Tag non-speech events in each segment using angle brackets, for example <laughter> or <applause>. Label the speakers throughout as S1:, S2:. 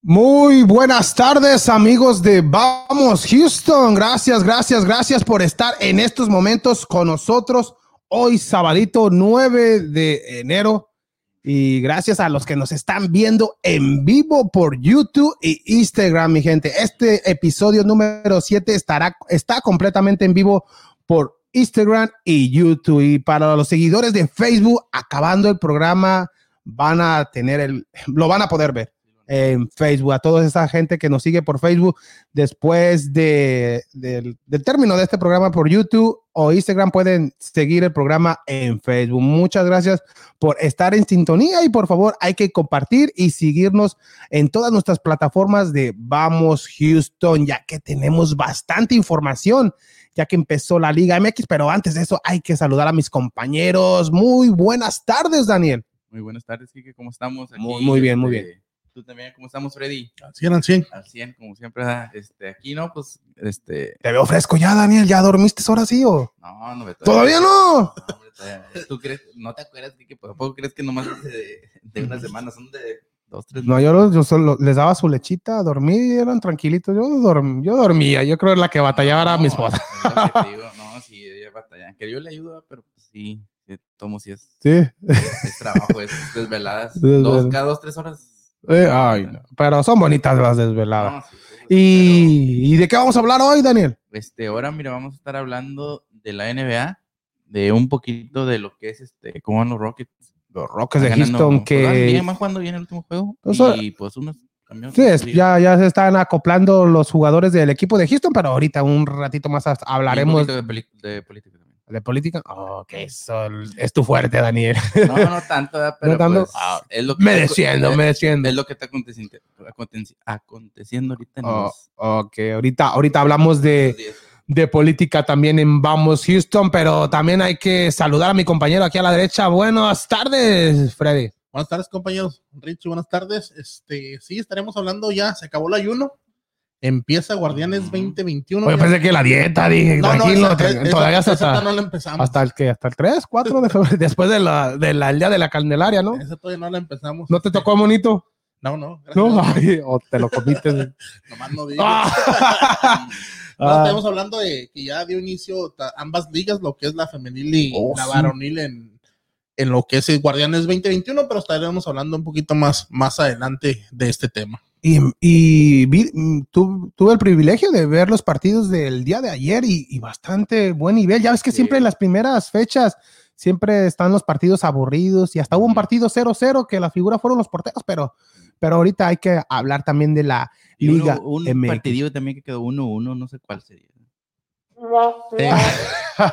S1: Muy buenas tardes amigos de Vamos Houston. Gracias, gracias, gracias por estar en estos momentos con nosotros hoy sabadito 9 de enero. Y gracias a los que nos están viendo en vivo por YouTube y Instagram, mi gente. Este episodio número 7 estará, está completamente en vivo por Instagram y YouTube. Y para los seguidores de Facebook, acabando el programa, van a tener el, lo van a poder ver en Facebook. A toda esa gente que nos sigue por Facebook, después de, del, del término de este programa por YouTube o Instagram, pueden seguir el programa en Facebook. Muchas gracias por estar en sintonía y por favor hay que compartir y seguirnos en todas nuestras plataformas de Vamos Houston, ya que tenemos bastante información ya que empezó la Liga MX, pero antes de eso hay que saludar a mis compañeros. Muy buenas tardes, Daniel.
S2: Muy buenas tardes, Kike, ¿cómo estamos? Aquí, este,
S1: Muy- muy bien, muy bien.
S2: Tú también, ¿cómo estamos, Freddy?
S3: Al 100, al 100.
S2: Al 100, como siempre, ¿verdad? este, aquí, ¿no? Pues, este,
S1: Te veo fresco ya, Daniel. ¿Ya dormiste ahora sí o
S2: no, no, me
S1: todavía no?
S2: No, hombre, todavía no. ¿Tú crees, no te acuerdas, Kike, ¿por poco crees que nomás es de, de una semana son de dos, tres
S1: No, yo, los- yo solo les daba su lechita, dormí y eran tranquilitos. Yo, dorm- yo dormía, yo creo que la que batallaba era
S2: No,
S1: mis bodas.
S2: es lo que te digo, no, sí, ella batalla. Que yo le ayudo, pero pues, sí, de tomo si es,
S1: Sí,
S2: es trabajo, es desveladas.
S1: <laughs> Desvelada.
S2: Dos, cada dos, tres horas.
S1: <laughs> eh, ay, no. pero son bonitas las desveladas.
S2: No, sí, sí, pero-
S1: ¿Y, ¿y de qué vamos a hablar hoy, Daniel?
S2: este, ahora mira, vamos a estar hablando de la NBA, de un poquito de lo que es este, cómo van los Rockets.
S1: Los Rockets de
S2: Están ganando,
S1: Houston
S2: pues, van bien,
S1: que
S2: van jugando bien el último juego.
S1: O sea,
S2: y pues unos cambios.
S1: sí, es- ya, ya se están acoplando los jugadores del equipo de Houston, pero ahorita un ratito más hasta hablaremos
S2: de, peli- de
S1: <laughs>
S2: política también.
S1: de política. Oh, que eso es tu fuerte, Daniel. <laughs>
S2: No, no tanto, ¿verdad? pero
S1: tanto.
S2: pues, es lo que
S1: Me
S2: está-
S1: desciendo,
S2: es,
S1: me desciendo.
S2: <laughs> es lo que está aconteciendo, aconteci- aconteciendo ahorita en
S1: Oh, eh,
S2: los-
S1: Ok, ahorita, ahorita hablamos de,
S2: los días.
S1: de política también en Vamos Houston, pero también hay que saludar a mi compañero aquí a la derecha. Buenas tardes, Freddy.
S3: Buenas tardes, compañeros. Richie, buenas tardes. Este, sí, estaremos hablando ya. Se acabó el ayuno. Empieza Guardianes
S2: Ujú.
S3: 2021.
S1: Oye,
S3: Ya-
S1: pensé que la dieta, dije,
S3: No, no,
S1: tranquilo,
S3: esa-
S1: te-
S3: esa-
S1: todavía
S3: esa
S1: hasta,
S3: no la empezamos.
S1: hasta el que, hasta el 3, 4 de febrero, <laughs> después de la, de la- el día de la Candelaria, ¿no?
S3: Esa todavía no la empezamos.
S1: ¿No te tocó monito?
S3: No, no. gracias.
S1: No, Ay, o te lo comiste.
S3: Nomás no digas.
S1: <laughs> Ah.
S3: No,
S1: <laughs> Ah,
S3: estaremos hablando de que ya dio inicio ta- ambas ligas, lo que es la femenil y
S1: Oh,
S3: la
S1: sí.
S3: varonil en, en lo que es el Guardianes 2021, pero estaremos hablando un poquito más, más adelante de este tema.
S1: Y, y vi- mm, tu- tuve el privilegio de ver los partidos del día de ayer y, y bastante buen nivel. Ya ves que
S2: Sí.
S1: siempre en las primeras fechas siempre están los partidos aburridos y hasta hubo un
S2: Ujú.
S1: partido 0-0 que la figura fueron los porteros, pero, pero ahorita hay que hablar también de la
S2: Y uno-
S1: Liga
S2: un
S1: MX.
S2: partidillo también que quedó 1-1, no sé cuál sería.
S3: Eh, si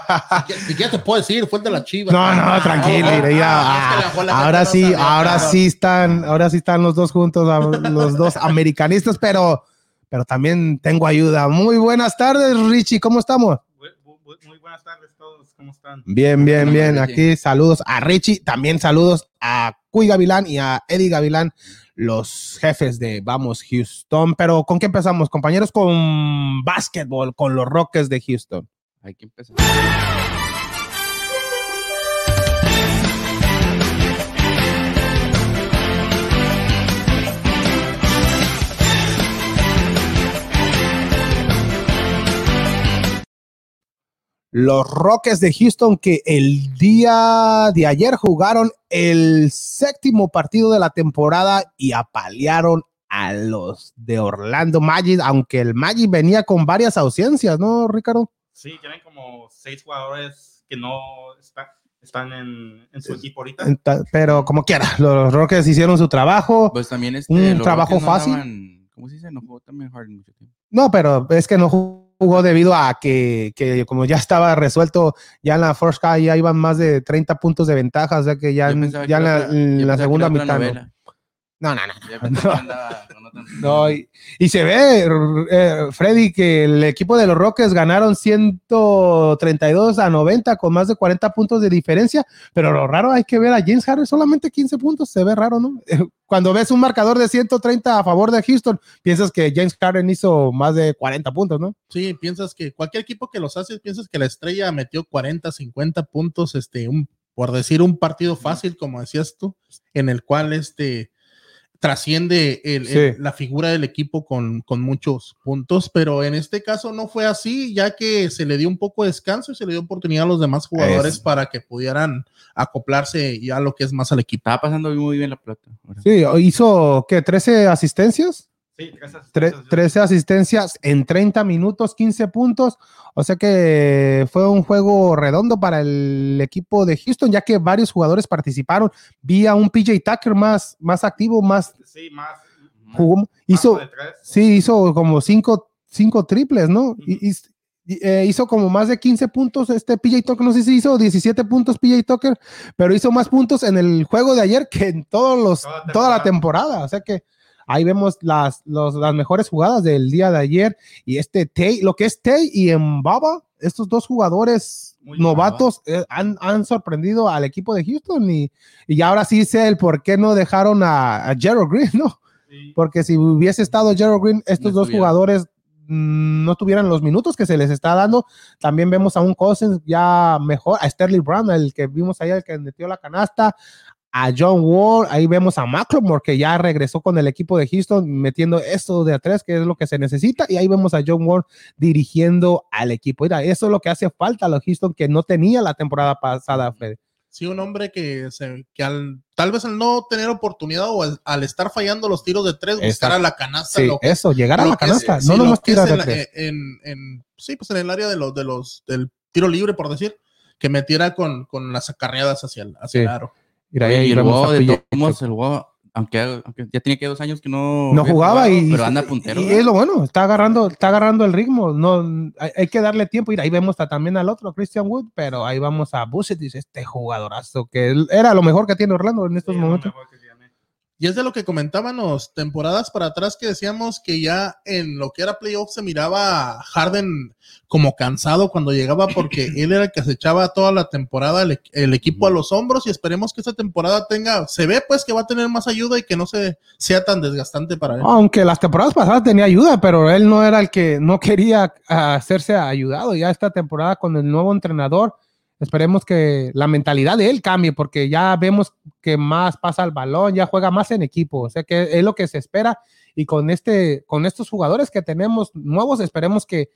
S3: quieres- si quieres te puedo decir, fue el
S1: <laughs>
S3: de la chiva.
S1: No, no, tranquilo, mira,
S3: Ah, ah, es que la
S1: mira,
S3: bola
S1: ah, ahora
S3: no
S1: sí,
S3: salió,
S1: ahora
S3: claro.
S1: sí están, ahora sí están los dos juntos, ah, los dos americanistas, pero, pero también tengo ayuda. Muy buenas tardes, Richie, ¿cómo estamos?
S4: Bu- bu- bu- Muy buenas tardes a todos, ¿cómo están?
S1: Bien, bien,
S2: Buenas
S1: bien.
S2: tardes,
S1: Aquí saludos a Richie, también saludos a Cuy Gavilán y a Eddie Gavilán, los jefes de Vamos Houston. Pero ¿con qué empezamos, compañeros? Con básquetbol, con los Rockets de Houston.
S2: Hay que empezar.
S1: Los Rockets de Houston que el día de ayer jugaron el séptimo partido de la temporada y apalearon a los de Orlando Magic, aunque el Magic venía con varias ausencias, ¿no, Ricardo?
S4: Sí, tienen como seis jugadores que no está- están en, en su equipo ahorita.
S1: Enta- Pero como quiera, los Rockets hicieron su trabajo.
S2: Pues también este,
S1: Oh, Un
S2: los
S1: trabajo
S2: Rockets no
S1: fácil.
S2: andaban- ¿Cómo se dice? No jugó también Harden mucho tiempo.
S1: No, pero es que no jugó debido a que, que como ya estaba resuelto, ya en la first half ya iban más de 30 puntos de ventaja, o sea que ya,
S2: Yo
S1: en-
S2: pensaba
S1: ya
S2: que
S1: en
S2: era
S1: la,
S2: otra- yo
S1: en la
S2: pensaba que era
S1: segunda
S2: otra
S1: mitad.
S2: novela.
S1: No, no, no. <laughs> no.
S2: Ya pensé que andaba con otra-
S1: No, y, y se ve, eh, Freddy, que el equipo de los Rockets ganaron 132 a 90 con más de 40 puntos de diferencia, pero lo raro hay que ver a James Harris solamente 15 puntos, se ve raro, ¿no? <laughs> Cuando ves un marcador de 130 a favor de Houston, piensas que James Harden hizo más de 40 puntos, ¿no?
S3: Sí, piensas que cualquier equipo que los hace, piensas que la estrella metió 40, 50 puntos, este, un, por decir un partido fácil, como decías tú, en el cual este, trasciende el-
S1: Sí.
S3: el- la figura del equipo con, con muchos puntos, pero en este caso no fue así, ya que se le dio un poco de descanso y se le dio oportunidad a los demás jugadores
S1: Es-
S3: para que pudieran acoplarse ya lo que es más al equipo.
S2: Estaba pasando muy bien la pelota. ahora.
S1: Sí, hizo, ¿qué? ¿13 asistencias?
S4: Sí, tres
S1: Tre-
S4: asistencias.
S1: 13 asistencias en 30 minutos, 15 puntos. O sea que fue un juego redondo para el equipo de Houston, ya que varios jugadores participaron. Vi a un PJ Tucker más, más activo, más
S4: Sí, más.
S1: jugó,
S4: Hizo.
S1: hizo, sí, hizo como 5 cinco triples, ¿no? Y, y- y, eh, hizo como más de 15 puntos este PJ Tucker, no sé si hizo 17 puntos PJ Tucker, pero hizo más puntos en el juego de ayer que en todos los,
S4: Toda
S1: toda,
S4: la
S1: la temporada. O sea que ahí vemos las, los- las mejores jugadas del día de ayer y este Tay, lo que es Tay y Mbaba, estos dos jugadores
S4: Muy
S1: novatos eh, han, han sorprendido al equipo de Houston y, y ahora sí sé el por qué no dejaron a, a Gerald Green, ¿no? porque si hubiese estado Gerald Green, estos
S2: No
S1: dos
S2: estuviera.
S1: jugadores mm, no tuvieran los minutos que se les está dando. También vemos a un Cousins ya mejor, a Sterling Brown, el que vimos ayer, el que metió la canasta, a John Wall, ahí vemos a McLemore, que ya regresó con el equipo de Houston, metiendo esto de a tres, que es lo que se necesita, y ahí vemos a John Wall dirigiendo al equipo. Mira, eso es lo que hace falta a los Houston, que no tenía la temporada pasada, Fede.
S3: Sí, un hombre que, se, que al, tal vez al no tener oportunidad o al, al estar fallando los tiros de tres, buscar
S1: Exacto.
S3: a la canasta,
S1: Sí,
S3: lo que
S1: eso, llegar a
S3: lo
S1: la
S3: que es-
S1: canasta,
S3: sí,
S1: no
S3: lo
S1: nomás
S3: que es
S1: tirar de
S3: en, la- eh,
S1: tres.
S3: en- en- sí, pues en el área de los, de los, del tiro libre, por decir, que metiera con, con las acarreadas hacia el, hacia
S1: Sí.
S3: el aro.
S1: Mira,
S2: Oye,
S1: ahí
S2: y el
S1: vemos a
S2: Guau de
S1: PJ.
S2: todos modos, el Guau, aunque, aunque ya tiene que dos años que no,
S1: no
S2: había
S1: jugaba
S2: jugado,
S1: y,
S2: pero anda puntero.
S1: y
S2: ¿no?
S1: es lo bueno, está agarrando, está agarrando el ritmo, no hay, hay que darle tiempo y ahí vemos a- también al otro Christian Wood, pero ahí vamos a Bucetis, este jugadorazo que él- era lo mejor que tiene Orlando en estos momentos.
S3: Y es de lo que comentábamos temporadas para atrás que decíamos que ya en lo que era playoff se miraba a Harden como cansado cuando llegaba porque él era el que acechaba toda la temporada el, e-, el equipo a los hombros y esperemos que esta temporada tenga, se ve pues que va a tener más ayuda y que no se sea tan desgastante para él.
S1: Aunque las temporadas pasadas tenía ayuda, pero él no era el que no quería ah, hacerse ayudado. Ya esta temporada con el nuevo entrenador, esperemos que la mentalidad de él cambie, porque ya vemos que más pasa el balón, ya juega más en equipo. O sea que es lo que se espera. Y con este, con estos jugadores que tenemos nuevos, esperemos que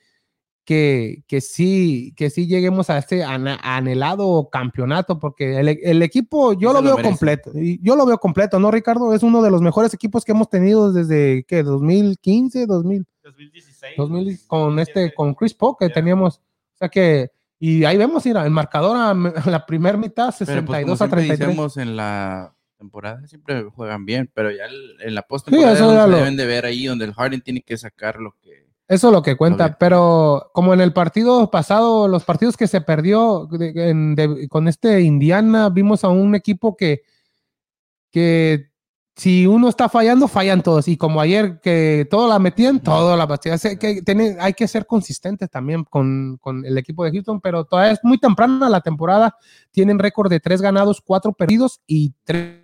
S1: que, que sí, que sí lleguemos a este ana- anhelado campeonato, porque el, el equipo yo
S2: Se
S1: lo
S2: lo
S1: veo
S2: merece.
S1: completo, y yo lo veo completo, ¿no, Ricardo? Es uno de los mejores equipos que hemos tenido desde, que 2015, 2000,
S4: 2016.
S1: 2000 con este,
S4: 2017.
S1: con Chris Paul que
S4: Ya.
S1: teníamos, o sea que, y ahí vemos, mira, el marcador a, <laughs> a la primera mitad,
S2: Pero
S1: 62
S2: pues, como
S1: a
S2: siempre
S1: 33.
S2: decimos en la temporada, siempre juegan bien, pero ya el- en la post
S1: eso ya lo-
S2: deben de ver ahí donde el Harden tiene que sacar lo que...
S1: Eso es lo que cuenta,
S2: Obvio.
S1: pero como en el partido pasado, los partidos que se perdió de- en- de- con este Indiana, vimos a un equipo que, que si uno está fallando, fallan todos. Y como ayer que todos la metían, todos la metían. Así que tiene- hay que ser consistentes también con, con el equipo de Houston, pero todavía es muy temprana la temporada. Tienen récord de tres ganados, cuatro perdidos y tres,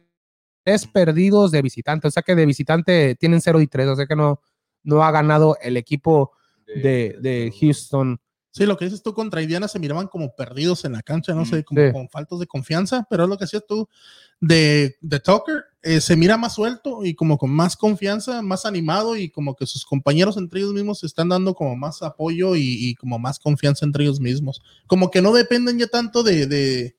S1: tres perdidos de visitante. O sea que de visitante tienen cero y tres, o sea que no no ha ganado el equipo de, de Houston.
S3: Sí, lo que dices tú contra Indiana se miraban como perdidos en la cancha, no
S2: Mm,
S3: sé, como
S1: sí.
S3: con faltos de confianza, pero es lo que decías tú de, de Tucker, eh, se mira más suelto y como con más confianza, más animado y como que sus compañeros entre ellos mismos se están dando como más apoyo y, y como más confianza entre ellos mismos. Como que no dependen ya tanto de... de-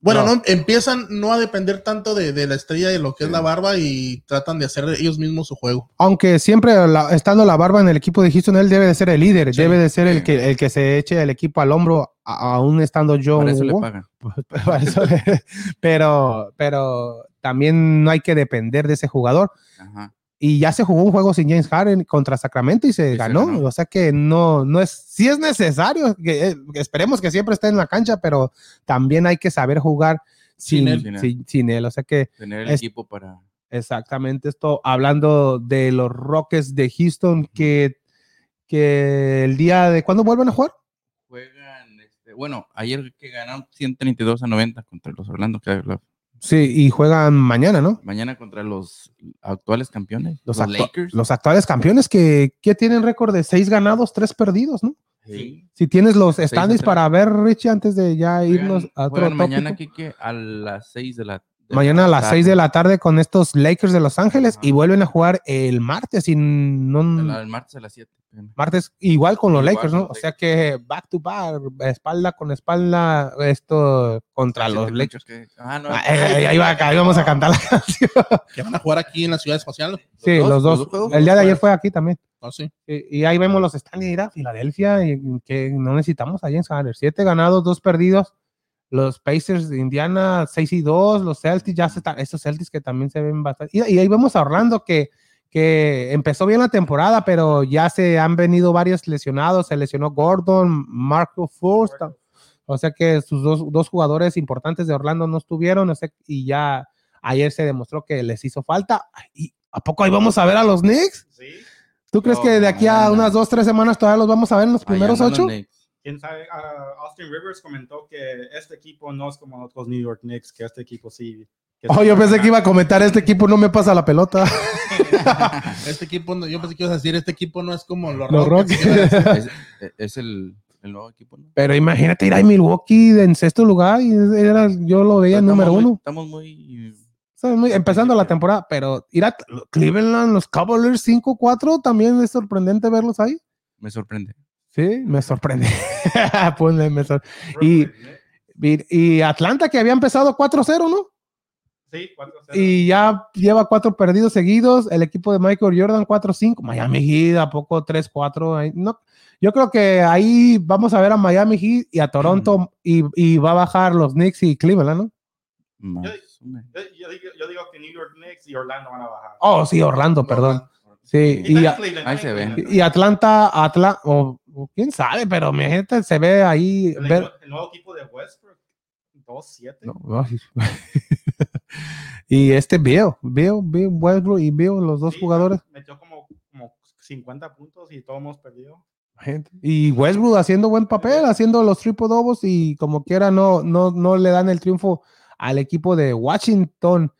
S3: bueno, no.
S1: No.
S3: empiezan no a depender tanto de, de la estrella de lo que es
S2: Sí.
S3: la barba y tratan de hacer ellos mismos su juego.
S1: Aunque siempre la- estando la barba en el equipo de Houston, él debe de ser el líder,
S3: Sí,
S1: debe de ser
S2: sí.
S1: el que, el que se eche el equipo al hombro, a- aún estando John.
S2: Para eso le
S1: Wall.
S2: pagan.
S1: <laughs> Para eso le- pero, pero también no hay que depender de ese jugador.
S2: Ajá.
S1: Y ya se jugó un juego sin James Harden contra Sacramento y se,
S2: Y se
S1: ganó.
S2: ganó.
S1: O sea que no, no es, si es necesario, que, eh, esperemos que siempre esté en la cancha, pero también hay que saber jugar sin,
S2: Sin
S1: sin,
S2: él.
S1: sin él. O sea que
S2: Tener el
S1: Es-
S2: equipo para...
S1: Exactamente, esto hablando de los Rockets de Houston que, que el día de cuándo vuelven a jugar?
S2: Juegan, este, bueno, ayer que ganaron 132 a 90 contra los Orlando, que la-
S1: Sí, y juegan mañana, ¿no?
S2: mañana contra los actuales campeones, los,
S1: Los, actua-
S2: Lakers.
S1: los actuales campeones que, que tienen récord de seis ganados, tres perdidos, ¿no?
S2: Sí.
S1: Si tienes los
S2: Seis a
S1: standings
S2: tres.
S1: para ver, Richie, antes de ya irnos
S2: Juegan-
S1: a otro
S2: juegan mañana,
S1: tópico.
S2: Kike, a las 6 de la,
S1: Mañana a las 6 de la tarde con estos Lakers de Los Ángeles
S2: Ajá.
S1: y vuelven a jugar el martes y no,
S2: El, martes a las 7.
S1: martes igual con los
S2: Igual
S1: Lakers,
S2: con
S1: ¿no? O
S2: los
S1: sea que back to back, espalda con espalda, esto contra los Lakers.
S2: Ah, no.
S1: Ah, eh, eh, ahí, va, ahí vamos a cantar la canción.
S3: que van a jugar aquí en la ciudad espacial. Ah,
S1: Sí, los dos.
S2: juegos
S1: El día de
S2: fueron-
S1: ayer fue aquí también.
S3: No sé.
S1: Y, y ahí vemos los standings, mira, Filadelfia, y, que no necesitamos a James Harden. Siete ganados, dos perdidos. Los Pacers de Indiana, 6 y 2. Los Celtics, ya se están, estos Celtics que también se ven bastante. Y, y ahí vemos a Orlando que, que empezó bien la temporada, pero ya se han venido varios lesionados. Se lesionó Gordon, Marco Furst. O sea que sus dos, dos jugadores importantes de Orlando no estuvieron. o sea, y ya ayer se demostró que les hizo falta. ¿Y a poco ahí vamos a ver a los Knicks?
S4: Sí,
S1: ¿Tú crees que de aquí a
S2: No.
S1: unas dos, tres semanas todavía los vamos a ver en los
S2: Ahí
S1: primeros
S2: andan los
S1: ocho?
S2: Knicks.
S4: quién sabe. Ah, Austin Rivers comentó que este equipo no es como los New York Knicks, que este equipo sí. que
S1: Oh,
S4: sí
S1: yo
S4: va a
S1: pensé
S4: ganar.
S1: que iba a comentar, este equipo no me pasa la
S2: <laughs>
S1: pelota.
S3: Este equipo, no- yo pensé que ibas a decir, este equipo no es como los,
S1: Los
S3: Rockets.
S1: <laughs> Rockets.
S2: Es, eh, es el, el nuevo equipo, ¿no?
S1: Pero imagínate ir a Milwaukee de- en sexto lugar y era, yo lo veía
S2: Estamos
S1: número
S2: muy-
S1: uno.
S2: Estamos muy.
S1: O sea, muy- empezando la temporada, pero ir a Cleveland, los Cavaliers 5-4, también es sorprendente verlos ahí.
S2: Me sorprende.
S1: Sí, me sorprende. <laughs> Ponle, me sor-
S4: Brooklyn,
S1: Y-
S4: ¿eh?
S1: y, y Atlanta que había empezado 4-0, ¿no?
S4: Sí, 4-0.
S1: Y ya lleva cuatro perdidos seguidos. El equipo de Michael Jordan 4-5. Miami Heat a poco 3-4. ahí, No, yo creo que ahí vamos a ver a Miami Heat y a Toronto y, y va a bajar los Knicks y Cleveland, ¿no?
S2: Más, hombre.
S4: Yo, yo digo, yo digo que New York Knicks y Orlando van a bajar.
S1: Oh, sí, Orlando, perdón. Sí, y,
S4: <laughs> también
S1: a-
S4: Cleveland,
S2: ahí
S4: también
S2: se ve.
S4: Cleveland.
S1: y Atlanta, Atla, o o quién sabe, pero mi gente se ve ahí.
S4: El,
S1: ver-
S4: equipo- el nuevo equipo de Westbrook, 2-7.
S1: No, ay. <laughs> y este Bill, Bill, Bill Westbrook y Bill, los dos
S4: Sí,
S1: jugadores.
S4: Metió como, como 50 puntos y todos hemos perdido.
S1: Gente. Y Westbrook haciendo buen papel, haciendo los triple doubles y como quiera no, no, no le dan el triunfo al equipo de Washington.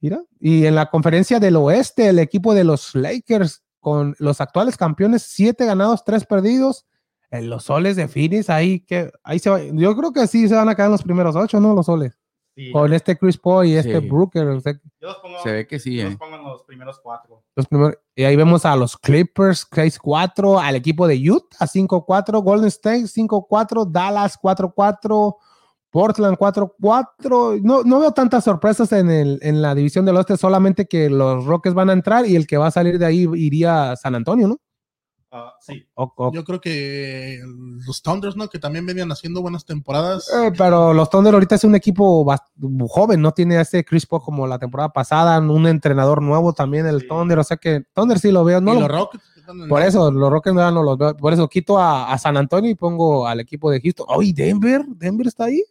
S1: Mira, y en la conferencia del oeste, el equipo de los Lakers con los actuales campeones, siete ganados, tres perdidos. En los soles de Phoenix, ahí que ahí se va- Yo creo que sí se van a quedar en los primeros ocho, ¿no? Los soles.
S4: Sí,
S1: Con este Chris Paul y este
S2: Sí.
S1: Brooker. o sea,
S4: yo los pongo,
S2: Se ve que sí,
S4: yo los
S2: eh.
S4: pongo en los primeros cuatro.
S1: los primeros- y eh, ahí vemos a los Clippers 6-4, al equipo de Utah 5-4, Golden State 5-4, Dallas 4-4, Portland 4-4. No, no veo tantas sorpresas en, el, en la división del oeste, solamente que los Rockets van a entrar y el que va a salir de ahí iría a San Antonio, ¿no?
S4: Ah, sí,
S1: O- o-
S3: Yo creo que eh, los Thunders, ¿no? Que también venían haciendo buenas temporadas.
S1: Eh, pero los Thunder ahorita es un equipo bast- joven, no tiene a ese Chris Paul como la temporada pasada, un entrenador nuevo también el
S4: Sí.
S1: Thunder, o sea que Thunder sí lo veo, no
S3: y
S1: lo-
S3: los Rockets. que están en-
S1: Por eso, los Rockets no no los veo. Por eso quito a, a San Antonio y pongo al equipo de Houston. ¡Ay, Denver! ¿Denver está ahí?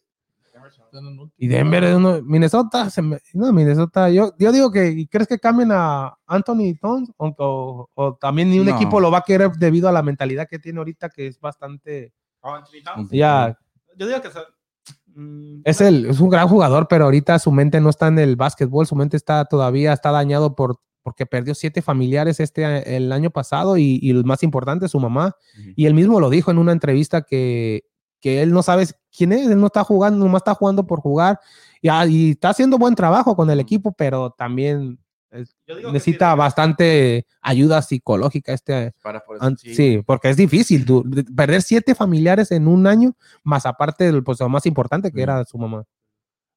S3: están en último.
S1: Y Denver es uno. Minnesota, se me- no, Minnesota. Yo, yo digo que, ¿y ¿crees que cambien a Anthony Towns? O, o- o también ni un
S2: No.
S1: equipo lo va a querer debido a la mentalidad que tiene ahorita, que es bastante.
S4: Ah, Anthony Towns.
S2: Sí.
S1: Ya,
S4: Yo digo que se- mm,
S1: es, el, es un gran jugador, pero ahorita su mente no está en el básquetbol. Su mente está todavía está dañado por, porque perdió siete familiares este, el año pasado y, y el más importante, su mamá. Y él mismo lo dijo en una entrevista que, que él no sabe quién es, él no está jugando, nomás está jugando por jugar y, ah, y está haciendo buen trabajo con el equipo, pero también
S4: yo digo que
S1: necesita
S4: sí,
S1: bastante ayuda psicológica este
S2: Para
S4: Pues
S2: por eso,
S1: an- sí.
S2: sí.
S1: porque es difícil du- de- perder siete familiares en un año, más aparte del pues, lo más importante que
S2: Mm.
S1: era su mamá.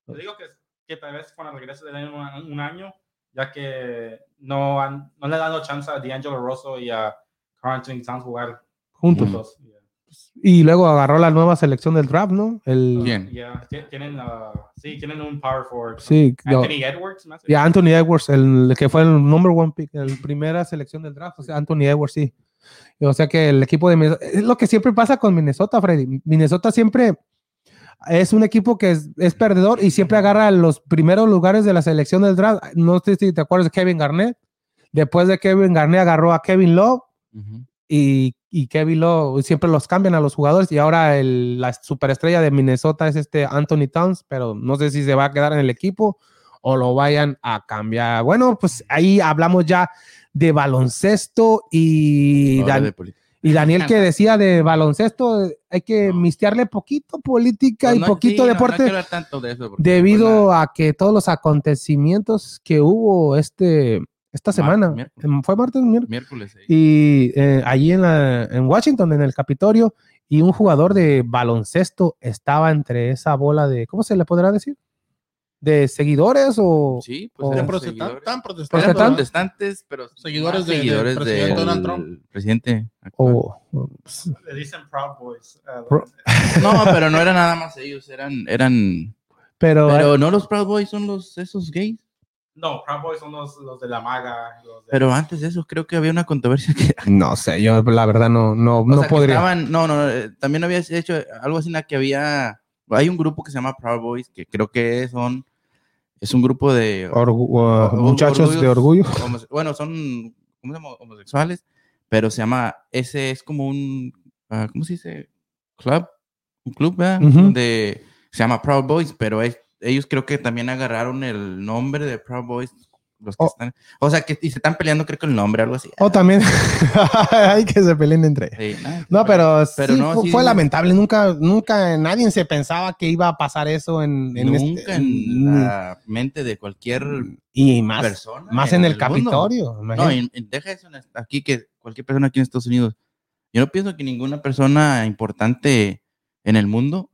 S4: Yo digo que, que tal vez con el regreso del año un, un año, ya que no, han, no le han dado chance a D'Angelo Rosso y a Carl Anthony Towns jugar
S1: Juntos.
S4: juntos. Yeah.
S1: Y luego agarró la nueva selección del draft, ¿no? El,
S2: Bien.
S4: Yeah, ti- Tienen, ah, sí, tienen un power forward.
S1: Sí, yo-
S4: Anthony Edwards, me hace.
S1: Y a Anthony Edwards, el que fue el number one pick, el primera selección del draft, o sea, Anthony Edwards, sí. O sea que el equipo de Minnesota, es lo que siempre pasa con Minnesota, Freddy. Minnesota siempre es un equipo que es, es perdedor y siempre agarra los primeros lugares de la selección del draft. No sé si te acuerdas de Kevin Garnett. Después de Kevin Garnett agarró a Kevin Love
S2: Ujú.
S1: y, y Kevin Love siempre los cambian a los jugadores y ahora el- la superestrella de Minnesota es este Anthony Towns, pero no sé si se va a quedar en el equipo o lo vayan a cambiar. Bueno, pues ahí hablamos ya de baloncesto y
S2: Ahora
S1: Dan-
S2: de política.
S1: Y Daniel que decía de baloncesto, eh, hay que
S2: No.
S1: mistearle poquito política
S2: Pues
S1: y
S2: no-
S1: poquito
S2: sí, no- no hay
S1: deporte
S2: que hablar tanto de eso, porque,
S1: debido
S2: pues, la-
S1: a que todos los acontecimientos que hubo este esta
S2: Martes,
S1: semana.
S2: miércoles.
S1: Em, Fue martes, miércoles.
S2: miércoles. ahí.
S1: y eh, allí en, la- en Washington, en el Capitolio, y un jugador de baloncesto estaba entre esa bola de, ¿cómo se le podrá decir? ¿De seguidores o...?
S2: sí,
S1: o-
S2: pues
S3: Eran
S2: eran
S1: Protestan-
S3: protestan-
S2: seguidores.
S3: estaban
S1: protestan-
S2: Eran
S3: protestando.
S2: protestantes, pero
S3: Seguidores
S2: más
S3: de- del
S2: seguidores
S3: presidente
S2: del
S3: Donald Trump.
S2: presidente. actual.
S1: o- o-
S4: Le dicen Proud Boys. eh,
S1: Pro-
S2: No, pero no eran nada más ellos, eran, eran,
S1: pero, eh,
S2: pero no los Proud Boys son los esos gays.
S4: no, Proud Boys son los, los de la maga. los de-
S2: Pero antes de eso creo que había una controversia que
S1: no sé, yo la verdad no, no,
S2: O
S1: no
S2: sea, que
S1: podría.
S2: estaban- no, no, eh, también había hecho algo así en la que había. Hay un grupo que se llama Proud Boys, que creo que son. Es un grupo de.
S1: Orgu- uh,
S2: o-
S1: muchachos de orgullo.
S2: orgullos homose- Bueno, son ¿cómo se llama? homosexuales, pero se llama. Ese es como un. ah, ¿Cómo se dice? Club. Un club, ¿verdad?
S1: Ujú.
S2: Donde se llama Proud Boys, pero es- ellos creo que también agarraron el nombre de Proud Boys. Los que
S1: Oh.
S2: están, o sea, que y se están peleando, creo que el nombre, algo así.
S1: O <laughs> también hay que se peleen entre ellos.
S2: Sí, ah,
S1: No, pero,
S2: pero
S1: sí,
S2: no,
S1: fu- fue,
S2: sí, no.
S1: lamentable. Nunca, nunca nadie se pensaba que iba a pasar eso en, en este-
S2: nunca en
S1: en-
S2: la mente de cualquier
S1: y más,
S2: persona.
S1: más en el,
S2: mundo.
S1: Capitolio.
S2: No,
S1: imagínate.
S2: y- y deja eso en- aquí que cualquier persona aquí en Estados Unidos. Yo no pienso que ninguna persona importante en el mundo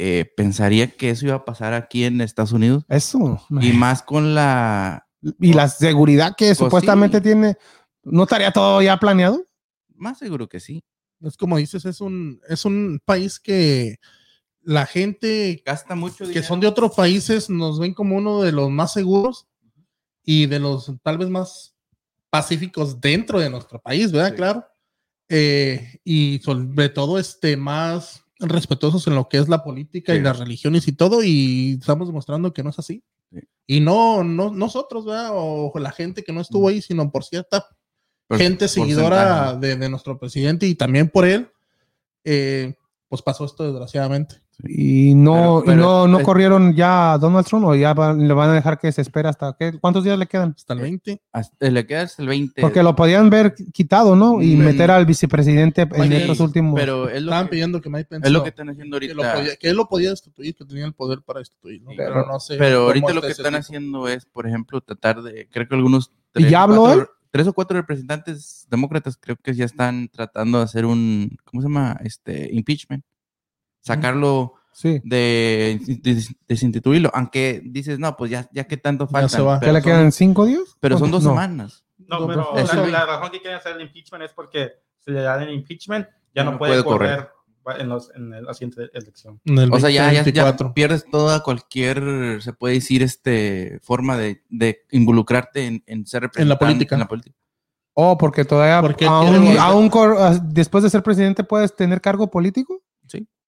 S2: eh, pensaría que eso iba a pasar aquí en Estados Unidos.
S1: Eso.
S2: Y más con la...
S1: y la seguridad que
S2: Pues
S1: supuestamente
S2: sí.
S1: tiene, ¿no estaría todo ya planeado?
S2: Más seguro que sí.
S3: Es como dices, es un, es un país que la gente
S2: Gasta mucho
S3: que
S2: dinero.
S3: son de otros países nos ven como uno de los más seguros y de los tal vez más pacíficos dentro de nuestro país, ¿verdad?
S2: Sí.
S3: Claro. Eh, y sobre todo este, más respetuosos en lo que es la política y
S2: Sí.
S3: las religiones y todo, y estamos demostrando que no es así.
S2: Sí.
S3: Y no, no nosotros, ¿verdad? O la gente que no
S2: Mm.
S3: estuvo ahí, sino por cierta
S2: Por-
S3: gente seguidora
S2: porcentaje.
S3: de, de nuestro presidente y también por él, eh, pues pasó esto desgraciadamente.
S1: Y no,
S2: Pero- pero
S1: y no, no
S2: es-
S1: corrieron ya a Donald Trump o ya van- le van a dejar que se espera hasta qué, cuántos días le quedan.
S3: Hasta el
S2: Eh,
S3: 20.
S2: Hasta- le queda hasta el 20.
S1: Porque lo podían ver quitado, ¿no? Y
S2: Mm.
S1: meter al vicepresidente en
S3: Oye,
S1: estos últimos.
S2: Pero es lo,
S3: Estaban
S2: que,
S3: pidiendo que Mike Pence
S2: es lo
S3: no,
S2: que están haciendo
S3: que
S2: ahorita.
S3: lo podía- que él lo podía destituir, que tenía el poder para destituirlo.
S2: Sí,
S3: pero,
S1: pero-
S3: no sé.
S2: Pero
S3: cómo
S2: ahorita lo
S3: está
S2: que
S3: ese
S2: están
S3: tipo.
S2: haciendo es, por ejemplo, tratar de, creo que algunos
S1: ¿Y ya
S2: o
S1: habló
S2: cuatro-
S1: él?
S2: tres o cuatro representantes demócratas creo que ya están tratando de hacer un, ¿cómo se llama? Este, impeachment. Sacarlo
S1: sí.
S2: de, de- desinstituirlo, aunque dices, no, pues ya, ya que tanto
S3: Ya
S2: faltan.
S3: se va.
S1: ¿Ya
S2: Pero,
S1: le
S2: son,
S1: quedan cinco días?
S2: pero son dos
S1: No.
S2: semanas.
S4: No, pero
S2: Eso
S4: la,
S2: vi.
S4: la razón que quieren hacer el impeachment es porque si le dan el impeachment, ya no,
S2: No
S4: puede,
S2: puede
S4: correr, en, los, en la siguiente elección.
S3: En el
S2: O sea, ya, ya, ya
S3: 2024.
S2: pierdes toda cualquier, se puede decir, este, forma de, de involucrarte en, en ser
S3: En la
S2: representante,
S3: política.
S2: En la política.
S1: Oh, porque todavía
S3: Porque quiere
S1: aún,
S3: volver.
S1: aún cor- ah, después de ser presidente puedes tener cargo político.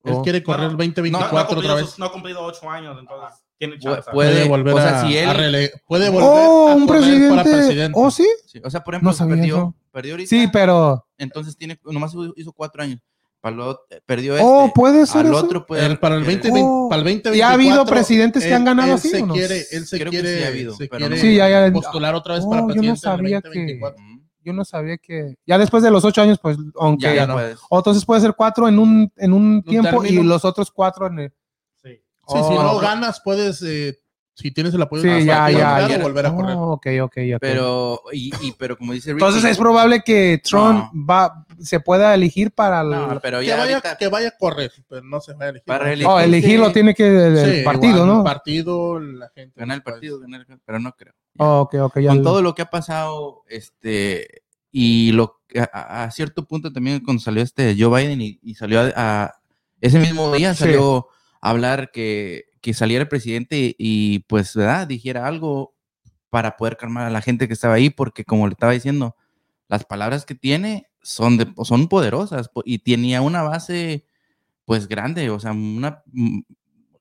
S3: Él
S1: Oh.
S3: quiere correr el
S4: No, No, no,
S3: 2024
S4: ha
S3: otra
S4: cumplido
S3: vez.
S4: sus- no ha cumplido ocho años, entonces tiene
S2: Pu-
S4: chance.
S2: puede-
S3: volver
S2: o sea,
S3: a,
S2: si él-
S3: a rele- puede volver
S1: Oh,
S2: ah,
S3: a
S1: un
S3: correr
S1: presidente.
S3: para presidente.
S1: Oh, sí.
S2: Sí, O sea, por
S1: No
S2: ejemplo,
S1: sabía eso.
S2: perdió, perdió ahorita.
S1: Sí, pero.
S2: Entonces tiene, nomás hizo- hizo cuatro años. Palo- eh, perdió este.
S1: Oh, puede ser.
S2: al
S1: eso?
S2: otro puede
S3: El- para el 20,
S2: perder.
S1: Oh.
S3: para el 2024.
S1: ¿Y ha habido presidentes que han ganado
S3: él
S1: así
S3: Se
S1: o no?
S3: quiere, él se
S2: Creo que
S3: quiere,
S2: sí ha habido,
S3: se
S2: pero no
S3: quiere
S2: me
S1: Sí, ya, ya.
S3: postular otra vez
S1: Oh,
S3: para
S1: yo no
S3: presidente. en el
S1: sabía que-
S3: 2024.
S2: Mm.
S1: Yo no sabía que. Ya después de los ocho años, pues, aunque.
S2: Ya, ya
S1: no.
S2: puedes.
S1: O entonces puede ser cuatro en un, en un, tiempo
S3: término.
S1: y los otros cuatro en el.
S4: Sí.
S3: Sí, si
S1: Oh,
S3: no
S1: ok.
S3: ganas, puedes, eh, si tienes el apoyo
S1: Sí,
S3: del
S1: ya,
S3: partido
S1: ya,
S3: Demócrata,
S2: ya.
S3: volver a correr.
S1: Oh, ok, ok, ok.
S2: Pero, y, y- pero como dice Ricky,
S1: entonces es probable que Trump va, se pueda elegir para. el-
S2: No, pero
S3: que,
S2: ya
S3: vaya,
S2: ahorita-
S3: que vaya a correr, pero no se va a elegir.
S2: Va a reelegir.
S1: oh, elegirlo tiene que el
S3: Sí,
S1: el partido,
S3: igual,
S1: ¿no?
S3: El partido, la gente.
S2: ganar el partido, ganar el- pero no creo.
S1: Oh, ok, ok. ya
S2: Con
S1: lo-
S2: todo lo que ha pasado, este, y lo que- a, a cierto punto también cuando salió este Joe Biden y, y salió a, a- ese mismo día
S1: Sí.
S2: salió a hablar que, que saliera el presidente y, y, pues, ¿verdad? Dijera algo para poder calmar a la gente que estaba ahí, porque como le estaba diciendo, las palabras que tiene son, de, son poderosas po- y tenía una base pues grande, o sea, una, mm,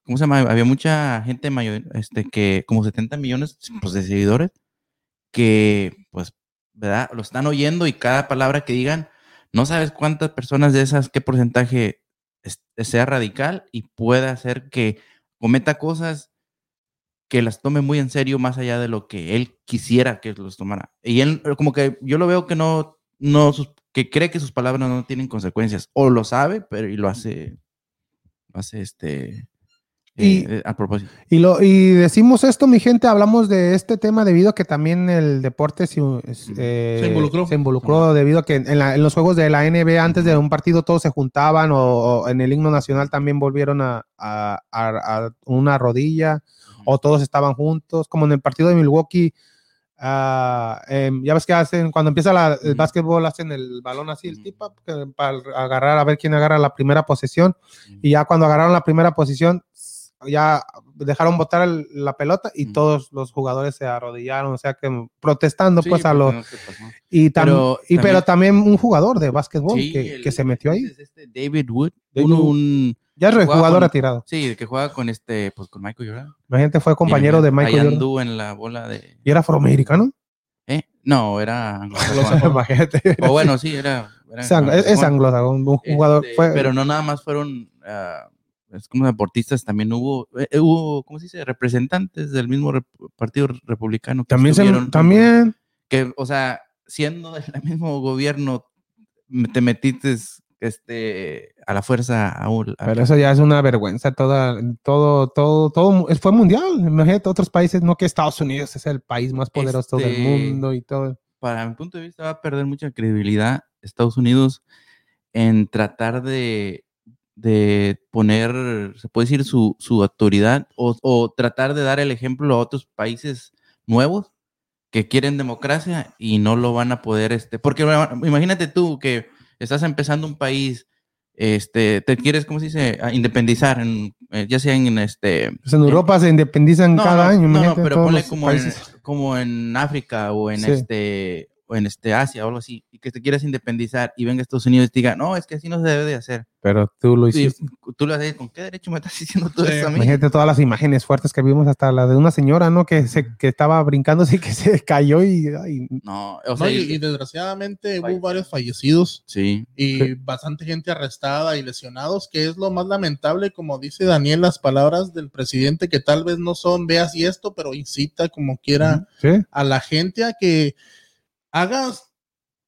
S2: ¿cómo se llama? Había mucha gente mayor, este, que como 70 millones pues, de seguidores, que pues, ¿verdad? Lo están oyendo y cada palabra que digan, no sabes cuántas personas de esas, qué porcentaje es- sea radical y pueda hacer que cometa cosas que las tome muy en serio más allá de lo que él quisiera que los tomara. Y él, eh, como que yo lo veo que no, no, sus que cree que sus palabras no tienen consecuencias, o lo sabe, pero y lo hace, lo hace este, eh,
S1: Y-
S2: eh, a propósito.
S1: Y, lo, y decimos esto, mi gente, hablamos de este tema debido a que también el deporte se, es- eh,
S3: Se involucró.
S1: se involucró debido a que en, la- en los juegos de la NBA antes de un partido todos se juntaban o, o en el himno nacional también volvieron a, a- a- a una rodilla o todos estaban juntos, como en el partido de Milwaukee. ah, em, ya ves que hacen cuando empieza la- el
S2: Ujú.
S1: básquetbol hacen el balón así el
S2: Ujú.
S1: tipa que- para agarrar a ver quién agarra la primera posesión y ya cuando agarraron la primera posición, ya dejaron botar el- la pelota y
S2: Mm.
S1: todos los jugadores se arrodillaron, o sea que protestando
S2: Sí,
S1: pues a
S2: porque
S1: los...
S2: no sé qué pasó.
S1: Y, tam-
S2: pero
S1: y
S2: también-
S1: pero también un jugador de básquetbol
S2: Sí,
S1: que,
S2: el-
S1: que se metió ahí.
S2: este David Wood,
S1: David
S2: uno,
S1: Wood.
S2: un,
S1: Ya es re-
S2: jugaba
S1: jugador
S2: con-
S1: retirado.
S2: sí, el que juega con este, pues con Michael Jordan.
S1: La gente fue compañero
S2: Ahí-
S1: de
S2: ahí
S1: Michael Jordan.
S2: anduvo en la bola de,
S1: Y era
S2: <laughs>
S1: afroamericano.
S2: ¿eh? No, era
S1: <laughs>
S2: anglosajón.
S1: Imagínate.
S2: o bueno, sí, era,
S1: <laughs>
S2: era
S1: Es ang- es, es
S2: anglosajón.
S1: anglosajón. Un jugador
S2: Este,
S1: fue.
S2: Pero no nada más fueron ah, es como deportistas, también hubo, eh, eh, hubo, ¿cómo se dice? Representantes del mismo rep- partido republicano. que
S1: también se-
S2: estuvieron-
S1: también
S2: Que, o sea, siendo del <laughs> mismo gobierno, me- te metiste este, a la fuerza a un... a-
S1: pero eso ya es una vergüenza toda todo todo todo mu- fue mundial imagínate otros países no que Estados Unidos es el país más poderoso del
S2: Este,
S1: mundo y todo
S2: para mi punto de vista, va a perder mucha credibilidad Estados Unidos en tratar de, de poner, se puede decir, su, su autoridad o, o tratar de dar el ejemplo a otros países nuevos que quieren democracia y no lo van a poder, este, porque bueno, imagínate tú que estás empezando un país, este, te quieres, ¿cómo se dice?, A independizar, en, eh, ya sea en este,
S1: Pues en Europa se independizan
S2: no,
S1: cada
S2: no,
S1: año.
S2: no, no,
S1: imagínate,
S2: pero
S1: todos
S2: ponle
S1: los
S2: como en,
S1: países.
S2: como en África o en
S1: Sí.
S2: este o en este Asia o algo así, y que te quieras independizar y venga a Estados Unidos y te diga, no, es que así no se debe de hacer.
S1: Pero tú lo
S2: Y
S1: hiciste.
S2: tú lo haces, ¿con qué derecho me estás <laughs> diciendo tú
S3: Sí.
S2: eso a mí?
S1: Imagínate todas las imágenes fuertes que vimos, hasta la de una señora, ¿no? Que, se, que estaba brincando y <laughs> que se cayó y... ay,
S2: No, o sea,
S3: No, y,
S2: y-
S3: y desgraciadamente hubo
S2: Falleció.
S3: varios fallecidos
S2: sí,
S3: y bastante gente arrestada y lesionados, que es lo más lamentable, como dice Daniel, las palabras del presidente que tal vez no son veas y esto, pero incita como quiera
S2: Ah,
S1: ¿sí?
S3: a la gente a que hagas